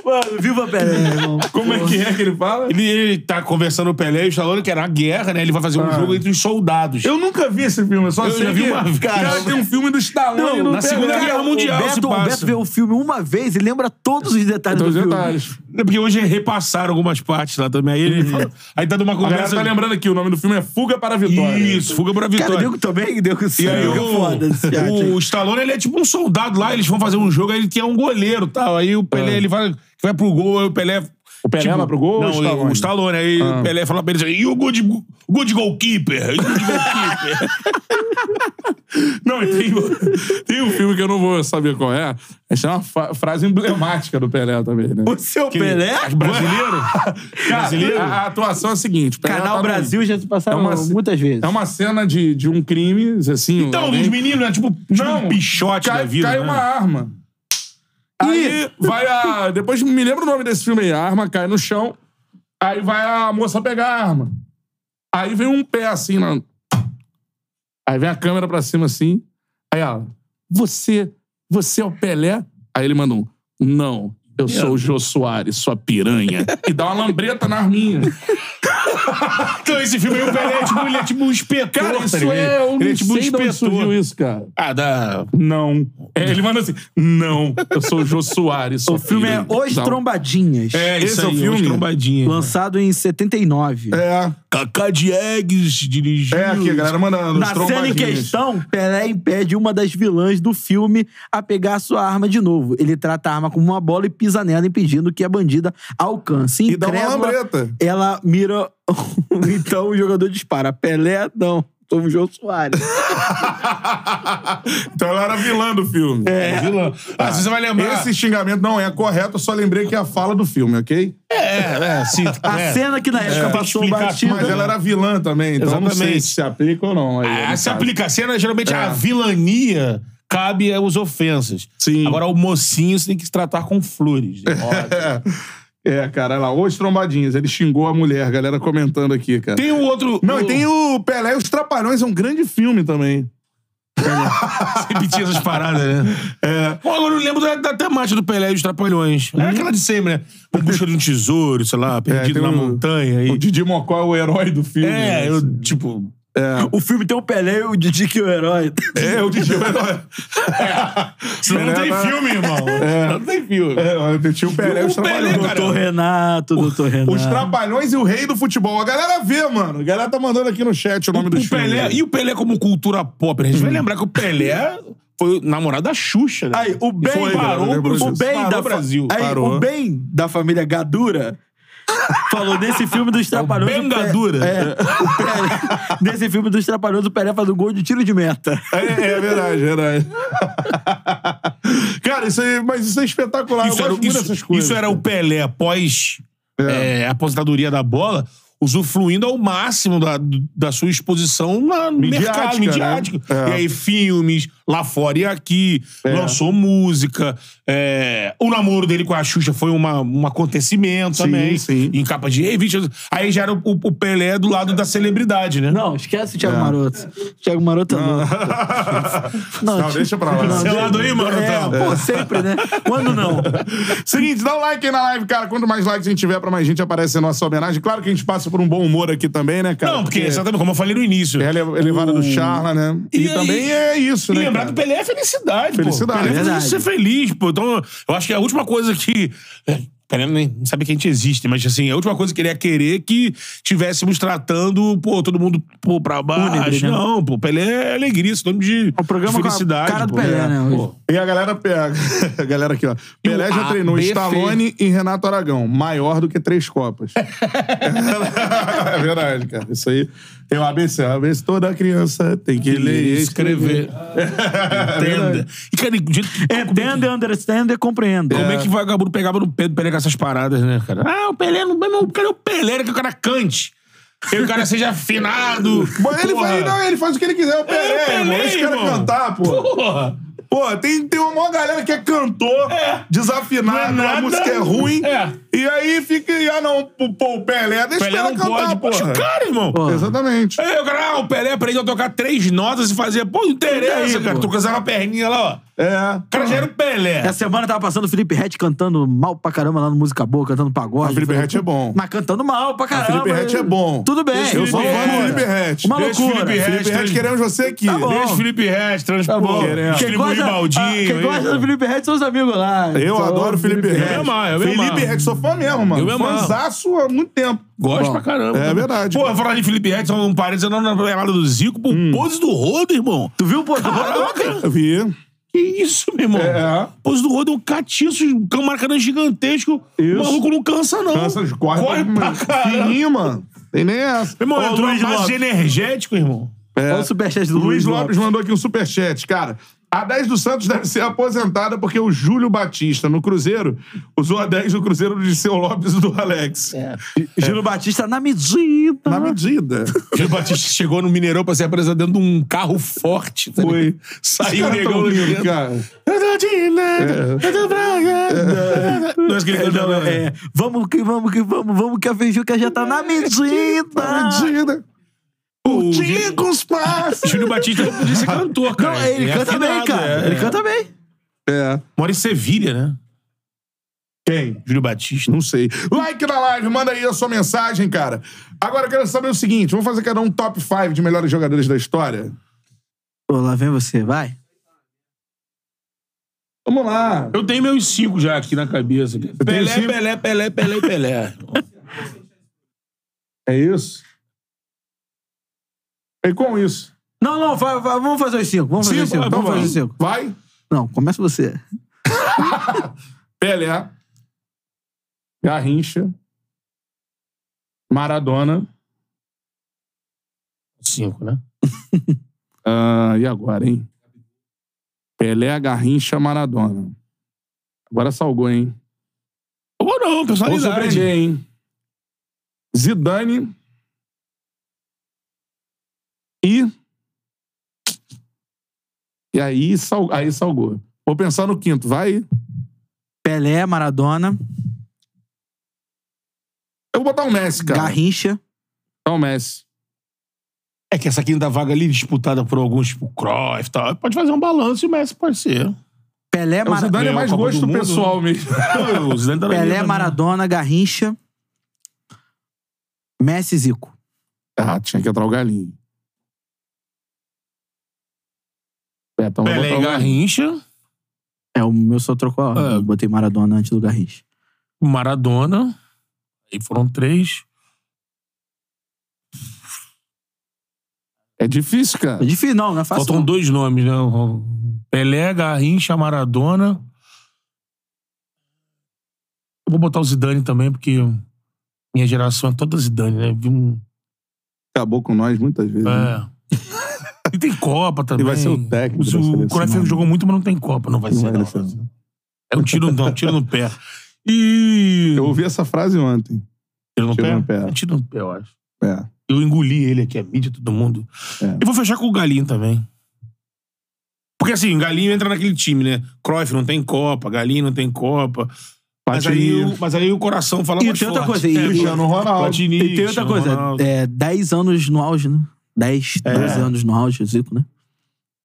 [SPEAKER 3] Mano, viva Pelé, irmão.
[SPEAKER 1] Como é que é que ele fala?
[SPEAKER 2] Ele, ele tá conversando o Pelé e o Stallone, que era a guerra, né? Ele vai fazer um
[SPEAKER 1] Ah.
[SPEAKER 2] jogo entre os soldados.
[SPEAKER 1] Eu nunca vi esse filme, eu só
[SPEAKER 2] Eu
[SPEAKER 1] sei
[SPEAKER 2] já vi
[SPEAKER 1] que-
[SPEAKER 2] uma vez.
[SPEAKER 1] Cara, tem um filme do Stallone
[SPEAKER 2] Não,
[SPEAKER 1] no Pelé.
[SPEAKER 2] na Segunda Guerra Mundial
[SPEAKER 3] o
[SPEAKER 2] se
[SPEAKER 3] Beto, o
[SPEAKER 2] passa.
[SPEAKER 3] Beto vê o filme uma vez e lembra todos os detalhes
[SPEAKER 1] Todos
[SPEAKER 3] do
[SPEAKER 1] os
[SPEAKER 3] filme.
[SPEAKER 1] detalhes.
[SPEAKER 2] É porque hoje repassaram algumas partes lá também. Aí ele fala- Aí tá numa
[SPEAKER 1] Uhum. A galera
[SPEAKER 2] conversa.
[SPEAKER 1] tá lembrando aqui, o nome do filme é Fuga para a Vitória.
[SPEAKER 2] Isso, fuga pra
[SPEAKER 3] Cara,
[SPEAKER 2] vitória.
[SPEAKER 3] deu também, deu com
[SPEAKER 2] E aí o,
[SPEAKER 3] é foda. esse cara.
[SPEAKER 2] o Stallone, ele é tipo um soldado lá, eles vão fazer um jogo, aí ele quer um goleiro e tal. Aí o Pelé, ele fala que vai pro gol, aí o Pelé... O
[SPEAKER 1] Pelé vai pro gol ou
[SPEAKER 2] Não,
[SPEAKER 1] Ah. o Stallone? Ah.
[SPEAKER 2] o Stallone. Aí o Pelé fala pra ele, assim, e o good, good goalkeeper? E o Good goalkeeper?
[SPEAKER 1] Não, e tem, o- tem um filme que eu não vou saber qual é. Essa é uma fa- frase emblemática do Pelé também, né?
[SPEAKER 3] O seu Pelé?
[SPEAKER 1] Brasileiro?
[SPEAKER 2] Brasileiro?
[SPEAKER 1] A, a atuação é a seguinte: o Pelé tá
[SPEAKER 3] Canal
[SPEAKER 1] num-
[SPEAKER 3] Brasil já se passaram
[SPEAKER 1] É uma-
[SPEAKER 3] muitas vezes.
[SPEAKER 1] É uma cena de, de um crime, assim.
[SPEAKER 2] então,
[SPEAKER 1] alguém-
[SPEAKER 2] os meninos, né, tipo, tipo
[SPEAKER 1] Não,
[SPEAKER 2] um pichote
[SPEAKER 1] cai,
[SPEAKER 2] da vida.
[SPEAKER 1] cai
[SPEAKER 2] né?
[SPEAKER 1] uma arma. Aí vai a. Depois me lembra o nome desse filme aí. A arma cai no chão. Aí vai a moça pegar a arma. Aí vem um pé assim, na... Aí vem a câmera pra cima assim. Aí ela. Você. Você é o Pelé? Aí ele manda um. Não.
[SPEAKER 2] É.
[SPEAKER 1] Eu sou o Jô Soares, sua piranha. E dá uma lambreta na arminha.
[SPEAKER 2] Então, esse filme aí, o Pelé é tipo, ele é tipo um inspetor.
[SPEAKER 1] Cara,
[SPEAKER 2] tá
[SPEAKER 1] isso
[SPEAKER 2] ligado?
[SPEAKER 1] é. Eu não
[SPEAKER 2] ele é tipo um
[SPEAKER 1] sei de onde surgiu
[SPEAKER 2] inspetor.
[SPEAKER 1] isso, cara.
[SPEAKER 2] Ah, da...
[SPEAKER 1] Não. É, ele manda assim, não, eu sou o Jô Soares.
[SPEAKER 3] O filme é Os Trombadinhas.
[SPEAKER 2] É,
[SPEAKER 1] um- Esse
[SPEAKER 2] isso
[SPEAKER 1] é o
[SPEAKER 2] aí,
[SPEAKER 1] filme?
[SPEAKER 2] umas trombadinhas.
[SPEAKER 3] Lançado em 79.
[SPEAKER 1] É,
[SPEAKER 2] Cacá Diegues dirigiu.
[SPEAKER 1] é aqui, a galera manda nos
[SPEAKER 3] Na cena em
[SPEAKER 1] trombadinhas.
[SPEAKER 3] questão, Pelé impede uma das vilãs do filme a pegar sua arma de novo. Ele trata a arma como uma bola e pisa nela, impedindo que a bandida alcance.
[SPEAKER 1] E dá uma
[SPEAKER 3] Incrédula,
[SPEAKER 1] lambreta.
[SPEAKER 3] Ela mira. então o jogador dispara. Pelé, não. Sou o João Soares.
[SPEAKER 1] Então ela era vilã do filme.
[SPEAKER 2] É. vilã. Ah, você vai lembrar.
[SPEAKER 1] Esse xingamento não é correto, eu só lembrei que é a fala do filme, ok?
[SPEAKER 2] É, é, sim.
[SPEAKER 3] A
[SPEAKER 2] é.
[SPEAKER 3] cena que na época passou um
[SPEAKER 2] explicar
[SPEAKER 3] batida.
[SPEAKER 1] Mas ela era vilã também, então eu não sei
[SPEAKER 2] Exatamente.
[SPEAKER 1] se se aplica ou não. aí, é no
[SPEAKER 2] Ah, se
[SPEAKER 1] caso.
[SPEAKER 2] aplica a cena, geralmente
[SPEAKER 1] É.
[SPEAKER 2] a vilania cabe aos ofensas.
[SPEAKER 1] Sim.
[SPEAKER 2] Agora, o mocinho você tem que se tratar com flores. né?
[SPEAKER 1] É, cara, olha lá, os trombadinhas. Ele xingou a mulher, a galera comentando aqui, cara.
[SPEAKER 3] um
[SPEAKER 2] tem o outro.
[SPEAKER 1] Não,
[SPEAKER 2] o...
[SPEAKER 1] e tem o Pelé e os Trapalhões, é um grande filme também.
[SPEAKER 2] Repetir essas paradas, né? É. Pô, agora eu lembro da, da temática do Pelé e os Trapalhões.
[SPEAKER 3] Uhum.
[SPEAKER 2] Era aquela de sempre, né? Em busca de um tesouro, sei
[SPEAKER 3] É,
[SPEAKER 2] lá, perdido
[SPEAKER 1] tem
[SPEAKER 2] na
[SPEAKER 3] um-
[SPEAKER 1] o-
[SPEAKER 2] montanha.
[SPEAKER 1] O
[SPEAKER 2] E...
[SPEAKER 1] Didi Mocó é o herói do filme.
[SPEAKER 2] É,
[SPEAKER 1] né?
[SPEAKER 2] eu, tipo.
[SPEAKER 3] O filme tem o Pelé e o Didi que é o herói.
[SPEAKER 1] É, o Didi é o herói.
[SPEAKER 2] Senão não tem
[SPEAKER 3] tá-
[SPEAKER 1] Pelé, né?
[SPEAKER 2] filme, irmão.
[SPEAKER 3] É,
[SPEAKER 2] Não tem filme.
[SPEAKER 1] É, eu tinha o Pelé e os
[SPEAKER 2] O Pelé,
[SPEAKER 1] Trapalhões.
[SPEAKER 2] cara.
[SPEAKER 3] Doutor Renato, doutor Renato.
[SPEAKER 1] Os Trapalhões e o Rei do Futebol. A galera vê, mano. A galera tá mandando aqui no chat o nome do
[SPEAKER 2] o Pelé, e o Pelé como cultura pop, né? a gente vai lembrar que o Pelé foi o namorado da Xuxa, né?
[SPEAKER 3] Uhum. Aí, o bem
[SPEAKER 2] Foi, cara, eu
[SPEAKER 3] parou,
[SPEAKER 2] lembro
[SPEAKER 3] o
[SPEAKER 2] disso.
[SPEAKER 3] bem
[SPEAKER 2] Parou
[SPEAKER 3] da fa-
[SPEAKER 2] Brasil.
[SPEAKER 3] Aí,
[SPEAKER 1] parou.
[SPEAKER 3] o bem da família Gadura falou nesse filme dos Trapalhões.
[SPEAKER 2] bem
[SPEAKER 3] o Pe-
[SPEAKER 2] É Gadura.
[SPEAKER 3] É, o Pelé- nesse filme dos Trapalhões, o Pelé faz um gol de tiro de meta.
[SPEAKER 1] É, é verdade, é verdade. cara, isso aí, mas isso é espetacular.
[SPEAKER 2] Isso
[SPEAKER 1] Eu
[SPEAKER 2] era,
[SPEAKER 1] gosto muito
[SPEAKER 2] isso-
[SPEAKER 1] dessas coisas.
[SPEAKER 2] isso era o Pelé após é, a é, aposentadoria da bola. O usufruindo ao máximo da, da sua exposição na, no
[SPEAKER 1] Midiática,
[SPEAKER 2] mercado
[SPEAKER 1] né?
[SPEAKER 2] midiático.
[SPEAKER 1] É.
[SPEAKER 2] E aí, filmes, lá fora e aqui, lançou música. é, o namoro dele com a Xuxa foi uma, um acontecimento
[SPEAKER 1] Sim,
[SPEAKER 2] também.
[SPEAKER 1] sim.
[SPEAKER 2] Em capa de revista. Aí já era o, o Pelé do lado da celebridade, né?
[SPEAKER 3] Não, esquece o Thiago Maroto. Thiago Maroto é louco. Não,
[SPEAKER 1] Não,
[SPEAKER 3] ti-
[SPEAKER 1] deixa pra lá.
[SPEAKER 3] Não,
[SPEAKER 2] Cancelado aí, Marotão.
[SPEAKER 3] É, pô, sempre, né? Quando não?
[SPEAKER 1] Seguinte, dá um like aí na live, cara. Quanto mais likes a gente tiver, pra mais gente aparecer a nossa homenagem. Claro que a gente passa por um bom humor aqui também, né, cara?
[SPEAKER 2] Não, porque exatamente como eu falei no início.
[SPEAKER 1] É ele- elevada do Charla, né? E,
[SPEAKER 2] E aí-
[SPEAKER 1] também é isso,
[SPEAKER 2] E
[SPEAKER 1] né?
[SPEAKER 2] lembrar
[SPEAKER 1] cara?
[SPEAKER 2] do Pelé é felicidade,
[SPEAKER 1] Felicidade.
[SPEAKER 2] pô. Pelé faz a
[SPEAKER 3] Verdade.
[SPEAKER 2] gente ser feliz, pô. Então, eu acho que a última coisa que... é, Pelé nem sabe que a gente existe, mas assim, a última coisa que ele ia querer é que tivéssemos tratando, pô, todo mundo pô, pra baixo.
[SPEAKER 3] Fúnebre, né?
[SPEAKER 2] Não, pô, Pelé é alegria, sinônimo de
[SPEAKER 3] O programa com a
[SPEAKER 2] felicidade.
[SPEAKER 3] cara do
[SPEAKER 2] pô. É.
[SPEAKER 3] Pelé, né, hoje.
[SPEAKER 2] Pô,
[SPEAKER 1] E a galera pega. A galera aqui, ó. Pelé já
[SPEAKER 3] A,
[SPEAKER 1] treinou
[SPEAKER 3] B, F.
[SPEAKER 1] Stallone e Renato Aragão. Maior do que três copas. é verdade, cara. Isso aí. Tem o ABC. O ABC toda criança tem que ler e escrever.
[SPEAKER 2] escrever. Entenda. E, cara, do jeito que-
[SPEAKER 3] Entende, understand e compreende.
[SPEAKER 2] Como é que o vagabundo pegava no pé do Pelé com essas paradas, né, cara? Ah, o Pelé não. meu irmão, O cara é o Pelé, que o cara cante. Que o cara seja afinado.
[SPEAKER 1] Mas ele,
[SPEAKER 2] porra. É,
[SPEAKER 1] faz, não, ele faz o que ele quiser, o Pelé,
[SPEAKER 2] o Pelé,
[SPEAKER 1] irmão. Deixa o cara
[SPEAKER 2] irmão.
[SPEAKER 1] cantar, pô.
[SPEAKER 2] Porra!
[SPEAKER 1] Pô, tem, tem uma maior galera que é cantor, desafinado,
[SPEAKER 2] Não é
[SPEAKER 1] a
[SPEAKER 2] nada.
[SPEAKER 1] música é ruim.
[SPEAKER 2] É.
[SPEAKER 1] E aí fica, e, ah não, pô, o Pelé, deixa
[SPEAKER 2] Pelé é um
[SPEAKER 1] o cara
[SPEAKER 2] não
[SPEAKER 1] cantar,
[SPEAKER 2] pode.
[SPEAKER 1] pô.
[SPEAKER 2] Poxa, cara, irmão.
[SPEAKER 1] Exatamente.
[SPEAKER 2] Aí o cara, ah, o Pelé aprendeu a tocar três notas e fazia. Pô, não interessa, cara. Tu cruzava a perninha lá, ó.
[SPEAKER 1] É.
[SPEAKER 2] O cara já era o Pelé.
[SPEAKER 3] Essa semana tava passando o Felipe Rett cantando mal pra caramba lá no Música Boa, cantando pagode.
[SPEAKER 1] O Felipe
[SPEAKER 3] Falei,
[SPEAKER 1] Rett é bom.
[SPEAKER 3] Mas cantando mal pra caramba. né?
[SPEAKER 1] Felipe Rett é bom.
[SPEAKER 3] Tudo bem.
[SPEAKER 1] Eu sou fã do Felipe Rett.
[SPEAKER 3] Uma
[SPEAKER 2] Deixa o
[SPEAKER 3] loucura.
[SPEAKER 2] Felipe Rett.
[SPEAKER 1] Felipe Rett, queremos você aqui.
[SPEAKER 3] Tá bom. Tá
[SPEAKER 2] Deixa o Felipe Rett, transpor.
[SPEAKER 1] Queremos.
[SPEAKER 3] Quem
[SPEAKER 2] Distribuir
[SPEAKER 3] gosta, ah,
[SPEAKER 2] baldinho.
[SPEAKER 3] quem gosta do Felipe Rett são os amigos lá.
[SPEAKER 1] Eu
[SPEAKER 3] Então,
[SPEAKER 1] adoro o Felipe Rett.
[SPEAKER 2] Rett. Eu me amarro, eu me
[SPEAKER 1] Felipe
[SPEAKER 2] amarro.
[SPEAKER 1] Rett, sou fã mesmo, mano.
[SPEAKER 2] Eu me amarro.
[SPEAKER 1] Fãzaço há muito tempo.
[SPEAKER 2] Gosto pra caramba. né?
[SPEAKER 1] É verdade.
[SPEAKER 2] Pô, falar de Felipe Rett, só um parênteses, não na pegada do Zico, pô, pose do Rodo, irmão.
[SPEAKER 3] Hum. Tu viu o pô?
[SPEAKER 2] Caraca!
[SPEAKER 1] Eu vi.
[SPEAKER 2] Que isso, meu irmão?
[SPEAKER 1] É.
[SPEAKER 2] Pose do Rodo é um catiço, um cam- maracanã gigantesco.
[SPEAKER 1] Isso.
[SPEAKER 2] O maluco não cansa, não.
[SPEAKER 1] Danças, corre,
[SPEAKER 2] corre pra caramba. Meu
[SPEAKER 1] Fininho, mano. Tem nem essa. É.
[SPEAKER 2] irmão,
[SPEAKER 3] Ô,
[SPEAKER 2] entrou
[SPEAKER 3] Luiz
[SPEAKER 2] um passe
[SPEAKER 3] Lopes.
[SPEAKER 2] de energético, irmão.
[SPEAKER 3] Olha o superchat do
[SPEAKER 1] Luiz
[SPEAKER 3] Luiz
[SPEAKER 1] Lopes
[SPEAKER 3] Lopes.
[SPEAKER 1] mandou aqui um superchat, cara. A 10 do Santos deve ser aposentada porque o Júlio Batista, no Cruzeiro, usou a 10 do Cruzeiro do Liceu Lopes e do Alex.
[SPEAKER 3] Giro É. Batista na medida.
[SPEAKER 1] Na medida.
[SPEAKER 2] Gil Batista chegou no Mineirão pra ser apresentado dentro de um carro forte. tá ligado?
[SPEAKER 1] Foi.
[SPEAKER 2] Saiu o
[SPEAKER 1] Cara,
[SPEAKER 2] negão
[SPEAKER 1] tão
[SPEAKER 2] no
[SPEAKER 1] lindo,
[SPEAKER 2] Mineirão.
[SPEAKER 1] cara.
[SPEAKER 2] Eu tô de nada, eu tô bragado. Não é isso que ele
[SPEAKER 3] É,
[SPEAKER 2] cantava,
[SPEAKER 3] não,
[SPEAKER 2] né?
[SPEAKER 3] é, vamos que vamos que vamos, vamos que a feijuca já tá na
[SPEAKER 1] Na
[SPEAKER 3] medida.
[SPEAKER 1] medida.
[SPEAKER 2] O
[SPEAKER 1] Tinha
[SPEAKER 2] Gil-
[SPEAKER 1] com os passos.
[SPEAKER 2] Júlio Batista é um não podia ser cantor, cara.
[SPEAKER 3] Não, ele
[SPEAKER 2] é
[SPEAKER 3] canta bem,
[SPEAKER 2] afinado,
[SPEAKER 3] cara.
[SPEAKER 2] é.
[SPEAKER 3] Ele canta bem.
[SPEAKER 1] É.
[SPEAKER 2] Mora em Sevilha, né?
[SPEAKER 1] Quem?
[SPEAKER 2] Júlio Batista.
[SPEAKER 1] Não sei. Like na live, manda aí a sua mensagem, cara. Agora eu quero saber o seguinte: vamos fazer cada um top 5 de melhores jogadores da história?
[SPEAKER 3] Ô, lá vem você, vai.
[SPEAKER 1] Vamos lá.
[SPEAKER 2] Eu tenho meus cinco já aqui na cabeça.
[SPEAKER 1] tenho
[SPEAKER 2] Pelé,
[SPEAKER 1] cinco?
[SPEAKER 2] Pelé, Pelé, Pelé, Pelé.
[SPEAKER 1] É isso? E com isso?
[SPEAKER 3] Não, não, vai- vai- vamos fazer os cinco. Vamos fazer os cinco.
[SPEAKER 1] então
[SPEAKER 3] Vamos fazer os
[SPEAKER 1] vamos.
[SPEAKER 3] cinco.
[SPEAKER 1] Vai.
[SPEAKER 3] Não, começa você.
[SPEAKER 1] Pelé. Garrincha. Maradona.
[SPEAKER 2] Cinco, né?
[SPEAKER 1] Ah, e agora, hein? Pelé, Garrincha, Maradona. Agora salgou, hein?
[SPEAKER 2] Ou não,
[SPEAKER 1] Vou
[SPEAKER 2] personalidade.
[SPEAKER 1] surpreender, hein? Zidane. E. E aí, sal... aí salgou. Vou pensar no quinto, vai.
[SPEAKER 3] Pelé, Maradona,
[SPEAKER 1] Eu vou botar o Messi, cara.
[SPEAKER 3] Garrincha.
[SPEAKER 1] Botar o Messi.
[SPEAKER 2] É que essa quinta vaga ali disputada por alguns, tipo Cruyff e tal, pode fazer um balanço e o Messi pode ser.
[SPEAKER 3] Pelé,
[SPEAKER 1] O
[SPEAKER 3] Mara-
[SPEAKER 1] Zidane é
[SPEAKER 2] É, o
[SPEAKER 1] mais
[SPEAKER 2] Copa do
[SPEAKER 1] gosto
[SPEAKER 2] Mundo,
[SPEAKER 1] pessoal mesmo.
[SPEAKER 2] O Zidane tá na
[SPEAKER 3] Pelé, é
[SPEAKER 2] linha
[SPEAKER 3] Maradona, Garrincha, Messi, Zico.
[SPEAKER 1] Ah, tinha que entrar o Galinho. É, então
[SPEAKER 2] também.
[SPEAKER 1] vou
[SPEAKER 2] Pelé
[SPEAKER 1] botar
[SPEAKER 2] e
[SPEAKER 1] o
[SPEAKER 2] Garrincha,
[SPEAKER 3] É, o meu só trocou. ó.
[SPEAKER 2] É.
[SPEAKER 3] Eu Botei Maradona antes do Garrincha.
[SPEAKER 2] Maradona. Aí foram três.
[SPEAKER 1] É difícil,
[SPEAKER 3] É
[SPEAKER 1] cara.
[SPEAKER 3] difícil, não, não é fácil.
[SPEAKER 2] Faltam
[SPEAKER 3] não.
[SPEAKER 2] dois nomes, né? Pelé, Garrincha, Maradona. Eu vou botar o Zidane também, porque minha geração é toda Zidane, né? Vi um-
[SPEAKER 1] Acabou com nós muitas vezes. né?
[SPEAKER 2] É. E tem Copa também.
[SPEAKER 1] E vai ser o técnico da
[SPEAKER 2] O
[SPEAKER 1] seleção,
[SPEAKER 2] Cruyff
[SPEAKER 1] né?
[SPEAKER 2] jogou muito, mas não tem Copa. Não vai
[SPEAKER 1] Não
[SPEAKER 2] ser,
[SPEAKER 1] vai
[SPEAKER 2] não.
[SPEAKER 1] dar certo.
[SPEAKER 2] É um tiro, não, um tiro no pé. E...
[SPEAKER 1] Eu ouvi essa frase ontem.
[SPEAKER 2] Tiro no
[SPEAKER 1] Tiro
[SPEAKER 2] pé?
[SPEAKER 1] no pé.
[SPEAKER 2] É tiro no pé, eu acho.
[SPEAKER 1] É.
[SPEAKER 2] Eu engoli ele aqui, a mídia, todo mundo.
[SPEAKER 1] É.
[SPEAKER 2] Eu vou fechar com o Galinho também. Porque assim, o Galinho entra naquele time, né? Cruyff não tem Copa, Galinho não tem Copa. Mas aí,
[SPEAKER 1] Platini.
[SPEAKER 2] o- mas aí o coração fala
[SPEAKER 3] E
[SPEAKER 2] mais
[SPEAKER 3] tem outra
[SPEAKER 2] forte.
[SPEAKER 3] coisa, e-
[SPEAKER 2] É,
[SPEAKER 1] Cristiano Ronaldo.
[SPEAKER 2] Platini,
[SPEAKER 3] E tem outra
[SPEAKER 2] Cristiano
[SPEAKER 3] coisa,
[SPEAKER 2] Ronaldo.
[SPEAKER 3] é, 10 anos no auge, né? 10, 12 anos no auge, Zico, né?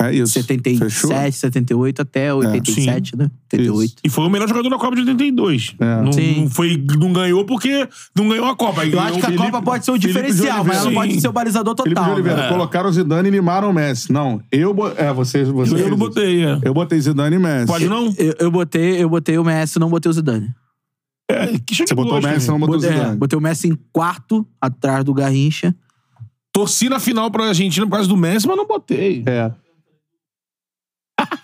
[SPEAKER 1] É isso.
[SPEAKER 3] 77,
[SPEAKER 1] É. Fechou? É.
[SPEAKER 3] 78 até 87, né? 88.
[SPEAKER 2] E foi o melhor jogador da Copa de 82.
[SPEAKER 1] É.
[SPEAKER 2] Não,
[SPEAKER 3] Sim.
[SPEAKER 2] não, foi, não ganhou porque não ganhou a Copa.
[SPEAKER 3] Eu acho que a Copa pode ser o
[SPEAKER 1] Felipe de
[SPEAKER 3] diferencial, mas ela não
[SPEAKER 2] Oliveira.
[SPEAKER 3] pode ser o balizador
[SPEAKER 1] Felipe de
[SPEAKER 3] total.
[SPEAKER 1] Oliveira,
[SPEAKER 3] né?
[SPEAKER 1] colocaram o Zidane e limaram o Messi. Não, eu... bo- É, vocês... vocês
[SPEAKER 2] Eu não botei, é.
[SPEAKER 1] Eu botei Zidane e Messi.
[SPEAKER 2] Pode não?
[SPEAKER 3] Eu, eu botei, eu botei o Messi, não botei o Zidane.
[SPEAKER 2] É, que chega
[SPEAKER 1] Você botou o Messi, não botou o
[SPEAKER 3] Botei, é,
[SPEAKER 1] Zidane.
[SPEAKER 3] botei o Messi em quarto, atrás do Garrincha.
[SPEAKER 2] Torci na final pra Argentina por causa do Messi, mas não botei.
[SPEAKER 1] É.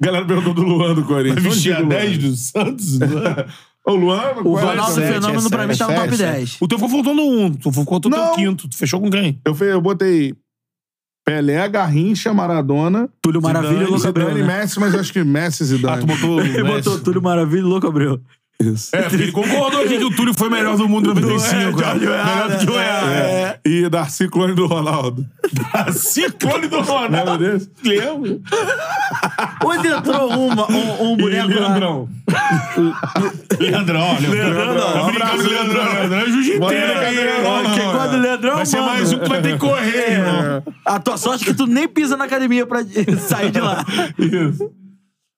[SPEAKER 2] galera perguntou do Luan do Corinthians.
[SPEAKER 1] Onde
[SPEAKER 2] Vestia
[SPEAKER 1] é do Luan?
[SPEAKER 2] 10 do Santos. né? Luan.
[SPEAKER 1] O Luan...
[SPEAKER 3] O
[SPEAKER 1] qual é
[SPEAKER 3] Ronaldo
[SPEAKER 1] também?
[SPEAKER 3] Fenômeno,
[SPEAKER 1] É
[SPEAKER 3] pra mim, tá no
[SPEAKER 1] sete,
[SPEAKER 3] top
[SPEAKER 1] é sete.
[SPEAKER 3] 10.
[SPEAKER 2] o teu ficou faltando um. Tu ficou tu teu
[SPEAKER 1] Não.
[SPEAKER 2] quinto. Tu fechou com quem?
[SPEAKER 1] Eu, fe- eu botei Pelé, Garrincha, Maradona,
[SPEAKER 3] Túlio Maravilha e
[SPEAKER 2] Zidane,
[SPEAKER 3] Louco Abreu.
[SPEAKER 1] Zidane e
[SPEAKER 3] Né?
[SPEAKER 1] Messi, mas acho que Messi e
[SPEAKER 2] Ah,
[SPEAKER 1] Zidane.
[SPEAKER 2] tu botou o
[SPEAKER 3] Ele botou
[SPEAKER 2] Messi.
[SPEAKER 3] Túlio Maravilha e Louco Abreu.
[SPEAKER 1] Isso.
[SPEAKER 2] É, porque ele concordou aqui que o Túlio foi melhor do mundo em 95.
[SPEAKER 3] É,
[SPEAKER 2] cara.
[SPEAKER 3] de olho
[SPEAKER 2] melhor do que o
[SPEAKER 3] errado,
[SPEAKER 2] Real.
[SPEAKER 1] É. E Darcy Clone do Ronaldo.
[SPEAKER 2] Ciclone do
[SPEAKER 1] Lembra
[SPEAKER 2] Ronaldo.
[SPEAKER 1] desse?
[SPEAKER 2] Lembro.
[SPEAKER 3] Onde entrou uma, um, um boneco lá?
[SPEAKER 2] Leandrão, olha.
[SPEAKER 3] Leandrão,
[SPEAKER 2] Tá brincando com o Leandrão. Leandrão é jiu-jiteiro.
[SPEAKER 1] Bora, Leandrão.
[SPEAKER 2] hein?
[SPEAKER 3] Porque quando o Leandrão
[SPEAKER 2] Vai ser
[SPEAKER 3] manda.
[SPEAKER 2] mais um que vai ter que correr, irmão.
[SPEAKER 3] A tua sorte é que tu nem pisa na academia pra sair de lá.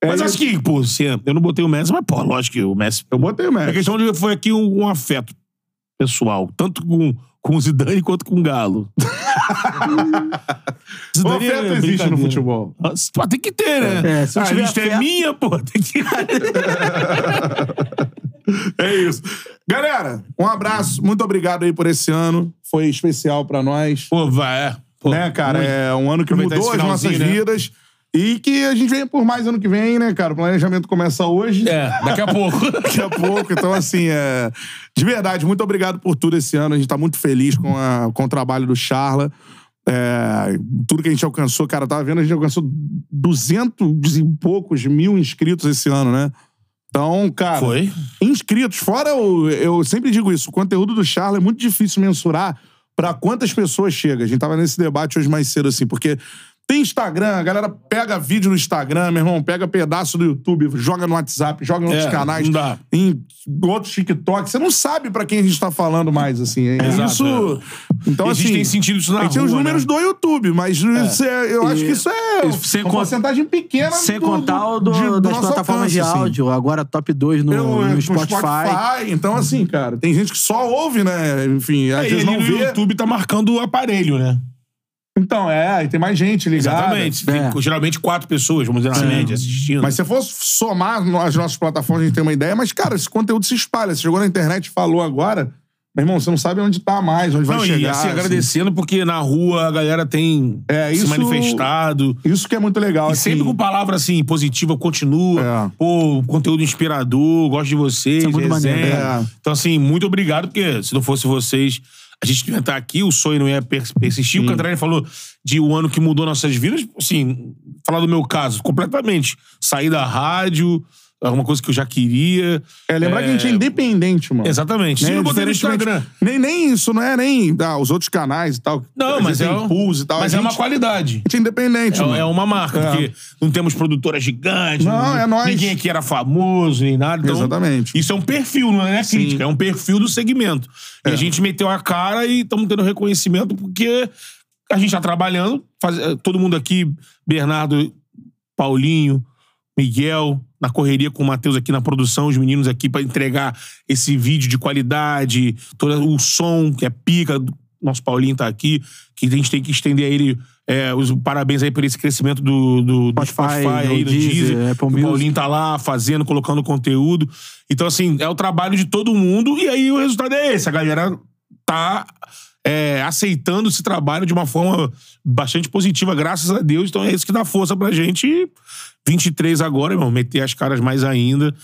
[SPEAKER 1] É
[SPEAKER 2] Mas acho que, pô, se- eu não botei o Messi, mas, pô, lógico que o Messi.
[SPEAKER 1] Eu botei o
[SPEAKER 2] A
[SPEAKER 1] Messi.
[SPEAKER 2] questão de foi aqui um, um afeto pessoal, tanto com, com o Zidane quanto com o Galo.
[SPEAKER 1] O afeto
[SPEAKER 2] é
[SPEAKER 1] existe no
[SPEAKER 2] brincadeira.
[SPEAKER 1] futebol.
[SPEAKER 2] Nossa, Pô, tem que ter, né?
[SPEAKER 3] É, se não
[SPEAKER 2] a
[SPEAKER 3] tiver
[SPEAKER 2] lista é
[SPEAKER 3] afeto-
[SPEAKER 2] minha, pô. Tem que...
[SPEAKER 1] É isso. Galera, um abraço. Muito obrigado aí por esse ano. Foi especial pra nós.
[SPEAKER 2] Pô, vai. é. Pô,
[SPEAKER 1] né, cara?
[SPEAKER 2] muito.
[SPEAKER 1] É um ano que
[SPEAKER 2] Aproveitar
[SPEAKER 1] mudou as
[SPEAKER 2] esse
[SPEAKER 1] nossas
[SPEAKER 2] finalzinho, né?
[SPEAKER 1] vidas. E que a gente vem por mais ano que vem, né, cara? O planejamento começa hoje.
[SPEAKER 2] É, daqui a pouco.
[SPEAKER 1] daqui a pouco. Então, assim, é... de verdade, muito obrigado por tudo esse ano. A gente tá muito feliz com, a- com o trabalho do Charla. É, Tudo que a gente alcançou, cara, tava vendo, a gente alcançou 200 e poucos mil inscritos esse ano, né? Então, cara,
[SPEAKER 2] Foi?
[SPEAKER 1] inscritos, fora o. Eu sempre digo isso, o conteúdo do Charla é muito difícil mensurar pra quantas pessoas chega. A gente tava nesse debate hoje mais cedo, assim, porque tem Instagram, a galera pega vídeo no Instagram, meu irmão, pega pedaço do YouTube, joga no WhatsApp, joga em outros
[SPEAKER 2] É,
[SPEAKER 1] canais,
[SPEAKER 2] não dá.
[SPEAKER 1] em outros TikTok. Você não sabe pra quem a gente tá falando mais, assim. É
[SPEAKER 2] Exato,
[SPEAKER 1] isso.
[SPEAKER 3] é.
[SPEAKER 1] Então,
[SPEAKER 2] Existem
[SPEAKER 1] assim.
[SPEAKER 2] sentido isso na
[SPEAKER 1] A gente tem os
[SPEAKER 2] rua,
[SPEAKER 1] números
[SPEAKER 2] né?
[SPEAKER 1] do YouTube, mas isso é- eu acho que isso é
[SPEAKER 3] e sem
[SPEAKER 1] uma
[SPEAKER 3] con-
[SPEAKER 1] porcentagem pequena
[SPEAKER 3] Sem
[SPEAKER 1] do-
[SPEAKER 3] contar o do,
[SPEAKER 1] de- do
[SPEAKER 3] das
[SPEAKER 1] nosso
[SPEAKER 3] plataformas de
[SPEAKER 1] alcance, assim.
[SPEAKER 3] áudio, agora top 2 no,
[SPEAKER 1] Eu, é,
[SPEAKER 3] no
[SPEAKER 1] com
[SPEAKER 3] Spotify.
[SPEAKER 1] Então, assim, cara, tem gente que só ouve, né? Enfim, às
[SPEAKER 2] É, e
[SPEAKER 1] vezes
[SPEAKER 2] ali
[SPEAKER 1] não
[SPEAKER 2] no
[SPEAKER 1] vê.
[SPEAKER 2] YouTube tá marcando o aparelho, né?
[SPEAKER 1] Então, é, aí tem mais gente ligada.
[SPEAKER 2] Exatamente. Tem,
[SPEAKER 3] É.
[SPEAKER 2] geralmente quatro pessoas, vamos dizer, na média, assistindo.
[SPEAKER 1] Mas se for somar no- as nossas plataformas, a gente tem uma ideia. Mas, cara, esse conteúdo se espalha. Você jogou na internet e falou agora. Meu irmão, você não sabe onde tá mais, onde
[SPEAKER 2] Não,
[SPEAKER 1] vai
[SPEAKER 2] e,
[SPEAKER 1] chegar.
[SPEAKER 2] assim,
[SPEAKER 1] assim.
[SPEAKER 2] agradecendo porque na rua a galera tem
[SPEAKER 1] É,
[SPEAKER 2] se
[SPEAKER 1] isso-
[SPEAKER 2] manifestado.
[SPEAKER 1] Isso que é muito legal.
[SPEAKER 2] E
[SPEAKER 1] assim.
[SPEAKER 2] sempre com palavra assim, positiva, continua.
[SPEAKER 1] É.
[SPEAKER 2] Pô, conteúdo inspirador, gosto de vocês.
[SPEAKER 3] Isso é muito
[SPEAKER 2] resenha.
[SPEAKER 3] maneiro,
[SPEAKER 1] né?
[SPEAKER 2] Então, assim, muito obrigado, porque se não fosse vocês, a gente não ia estar aqui, o sonho não ia pers- persistir. O Cantarelli falou de um ano que mudou nossas vidas. Assim, falar do meu caso, completamente. Sair da rádio, alguma coisa que eu já queria.
[SPEAKER 1] É, lembrar que a gente é independente, mano.
[SPEAKER 2] Exatamente. Se
[SPEAKER 1] Né?
[SPEAKER 2] não botei no
[SPEAKER 1] Diferentemente-
[SPEAKER 2] Instagram.
[SPEAKER 1] Nem, nem isso, não é nem ah, os outros canais e tal.
[SPEAKER 2] Não, mas é, um-
[SPEAKER 1] impulso e tal.
[SPEAKER 2] mas
[SPEAKER 1] a
[SPEAKER 2] é uma
[SPEAKER 1] gente-
[SPEAKER 2] qualidade.
[SPEAKER 1] a gente é independente, mano.
[SPEAKER 2] É, é uma marca,
[SPEAKER 1] É.
[SPEAKER 2] porque não temos produtora gigante.
[SPEAKER 1] Não, é nóis.
[SPEAKER 2] Ninguém aqui era famoso, nem nada. Então,
[SPEAKER 1] Exatamente.
[SPEAKER 2] Isso é um perfil, não é crítica, é um perfil do segmento.
[SPEAKER 3] É.
[SPEAKER 2] E a gente meteu a cara e estamos tendo reconhecimento porque a gente está trabalhando, faz- eh, todo mundo aqui, Bernardo, Paulinho, Miguel, na correria com o Matheus aqui na produção, os meninos aqui para entregar esse vídeo de qualidade, todo o som que é pica, nosso Paulinho tá aqui, que a gente tem que estender a ele eh, os parabéns aí por esse crescimento do, do, do
[SPEAKER 3] Spotify,
[SPEAKER 2] Spotify, aí,
[SPEAKER 3] o
[SPEAKER 2] do
[SPEAKER 3] Deezer,
[SPEAKER 2] Deezer.
[SPEAKER 3] Apple
[SPEAKER 2] o
[SPEAKER 3] Music.
[SPEAKER 2] Paulinho tá lá fazendo, colocando conteúdo. Então, assim, é o trabalho de todo mundo e aí o resultado é esse. A galera tá é, aceitando esse trabalho de uma forma bastante positiva, graças a Deus. Então é isso que dá força pra gente. E 23 agora, irmão, meter as caras mais ainda.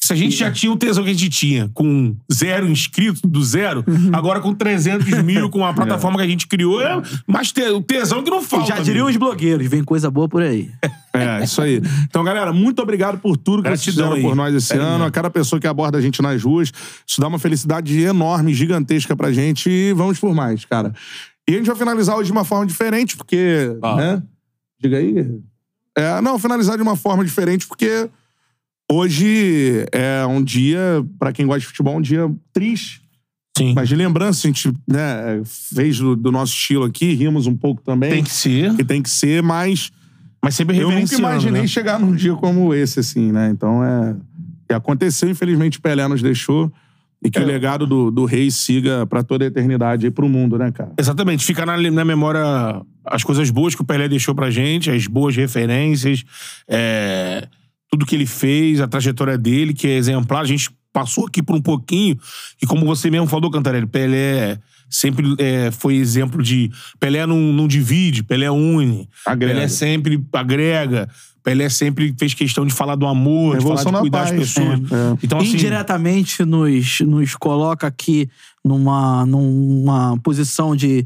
[SPEAKER 2] Se a gente já tinha o tesão que a gente tinha com zero inscritos, do zero, agora com 300 mil, com a plataforma que a gente criou, é mais te- o tesão que não falta.
[SPEAKER 3] Já diriam
[SPEAKER 2] amigo.
[SPEAKER 3] os blogueiros, vem coisa boa por aí.
[SPEAKER 1] É, isso aí. Então, galera, muito obrigado por tudo que vocês
[SPEAKER 2] Gratidão
[SPEAKER 1] fizeram
[SPEAKER 2] aí.
[SPEAKER 1] por nós esse
[SPEAKER 2] É
[SPEAKER 1] ano.
[SPEAKER 2] mesmo.
[SPEAKER 1] A cada pessoa que aborda a gente nas ruas, isso dá uma felicidade enorme, gigantesca pra gente. E vamos por mais, cara. E a gente vai finalizar hoje de uma forma diferente, porque.
[SPEAKER 2] Ah.
[SPEAKER 1] né? Diga aí. É, não, finalizar de uma forma diferente, porque hoje é um dia, pra quem gosta de futebol, um dia triste.
[SPEAKER 2] Sim.
[SPEAKER 1] Mas de lembrança, a gente né, fez do, do nosso estilo aqui, rimos um pouco também.
[SPEAKER 2] Tem que ser,
[SPEAKER 1] Que tem que ser, mas
[SPEAKER 2] mas sempre
[SPEAKER 1] eu nunca
[SPEAKER 2] reverenciando.
[SPEAKER 1] imaginei
[SPEAKER 2] né?
[SPEAKER 1] chegar num dia como esse, assim, né? Então é. E aconteceu, infelizmente, o Pelé nos deixou. E
[SPEAKER 2] É.
[SPEAKER 1] que o legado do, do rei siga pra toda a eternidade e pro mundo, né, cara?
[SPEAKER 2] Exatamente, ficar na, na memória as coisas boas que o Pelé deixou pra gente, as boas referências, é, tudo que ele fez, a trajetória dele, que é exemplar. A gente passou aqui por um pouquinho, e como você mesmo falou, Cantarelli, Pelé sempre é, foi exemplo de. Pelé não, não divide, Pelé une,
[SPEAKER 1] Agrega.
[SPEAKER 2] Pelé é sempre agrega, Pelé sempre fez questão de falar do amor, de, falar
[SPEAKER 1] Revolução
[SPEAKER 2] de
[SPEAKER 1] na
[SPEAKER 2] cuidar
[SPEAKER 1] paz.
[SPEAKER 2] das pessoas.
[SPEAKER 1] É.
[SPEAKER 2] Então, assim,
[SPEAKER 3] indiretamente nos, nos coloca aqui numa, numa posição de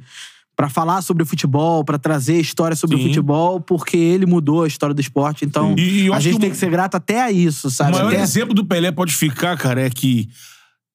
[SPEAKER 3] para falar sobre o futebol, para trazer história sobre
[SPEAKER 2] Sim.
[SPEAKER 3] o futebol, porque ele mudou a história do esporte. Então,
[SPEAKER 2] E- e eu
[SPEAKER 3] a
[SPEAKER 2] acho
[SPEAKER 3] gente
[SPEAKER 2] que o-
[SPEAKER 3] tem que ser grato até a isso,
[SPEAKER 2] O
[SPEAKER 3] sabe?
[SPEAKER 2] maior
[SPEAKER 3] Até-
[SPEAKER 2] exemplo do Pelé pode ficar, cara, é que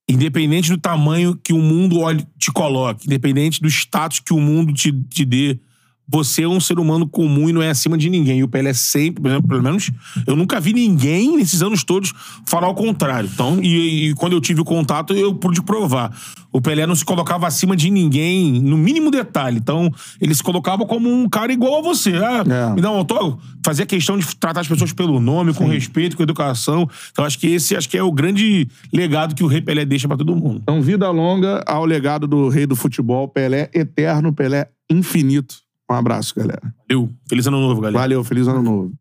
[SPEAKER 2] independente do tamanho que o mundo olhe, te coloque, independente do status que o mundo te, te dê, você é um ser humano comum e não é acima de ninguém. E o Pelé sempre, por exemplo, pelo menos, eu nunca vi ninguém nesses anos todos falar o contrário. Então, e, e quando eu tive o contato, eu pude provar. O Pelé não se colocava acima de ninguém, no mínimo detalhe. Então, ele se colocava como um cara igual a você. Ah,
[SPEAKER 1] É.
[SPEAKER 2] me dá um autógrafo. Fazia questão de tratar as pessoas pelo nome, com respeito, com educação. Então, acho que esse acho que é o grande legado que o Rei Pelé deixa pra todo mundo.
[SPEAKER 1] Então, vida longa ao legado do rei do futebol, Pelé eterno, Pelé infinito. Um abraço, galera.
[SPEAKER 2] Valeu. Feliz ano novo, galera.
[SPEAKER 1] Valeu, feliz ano novo.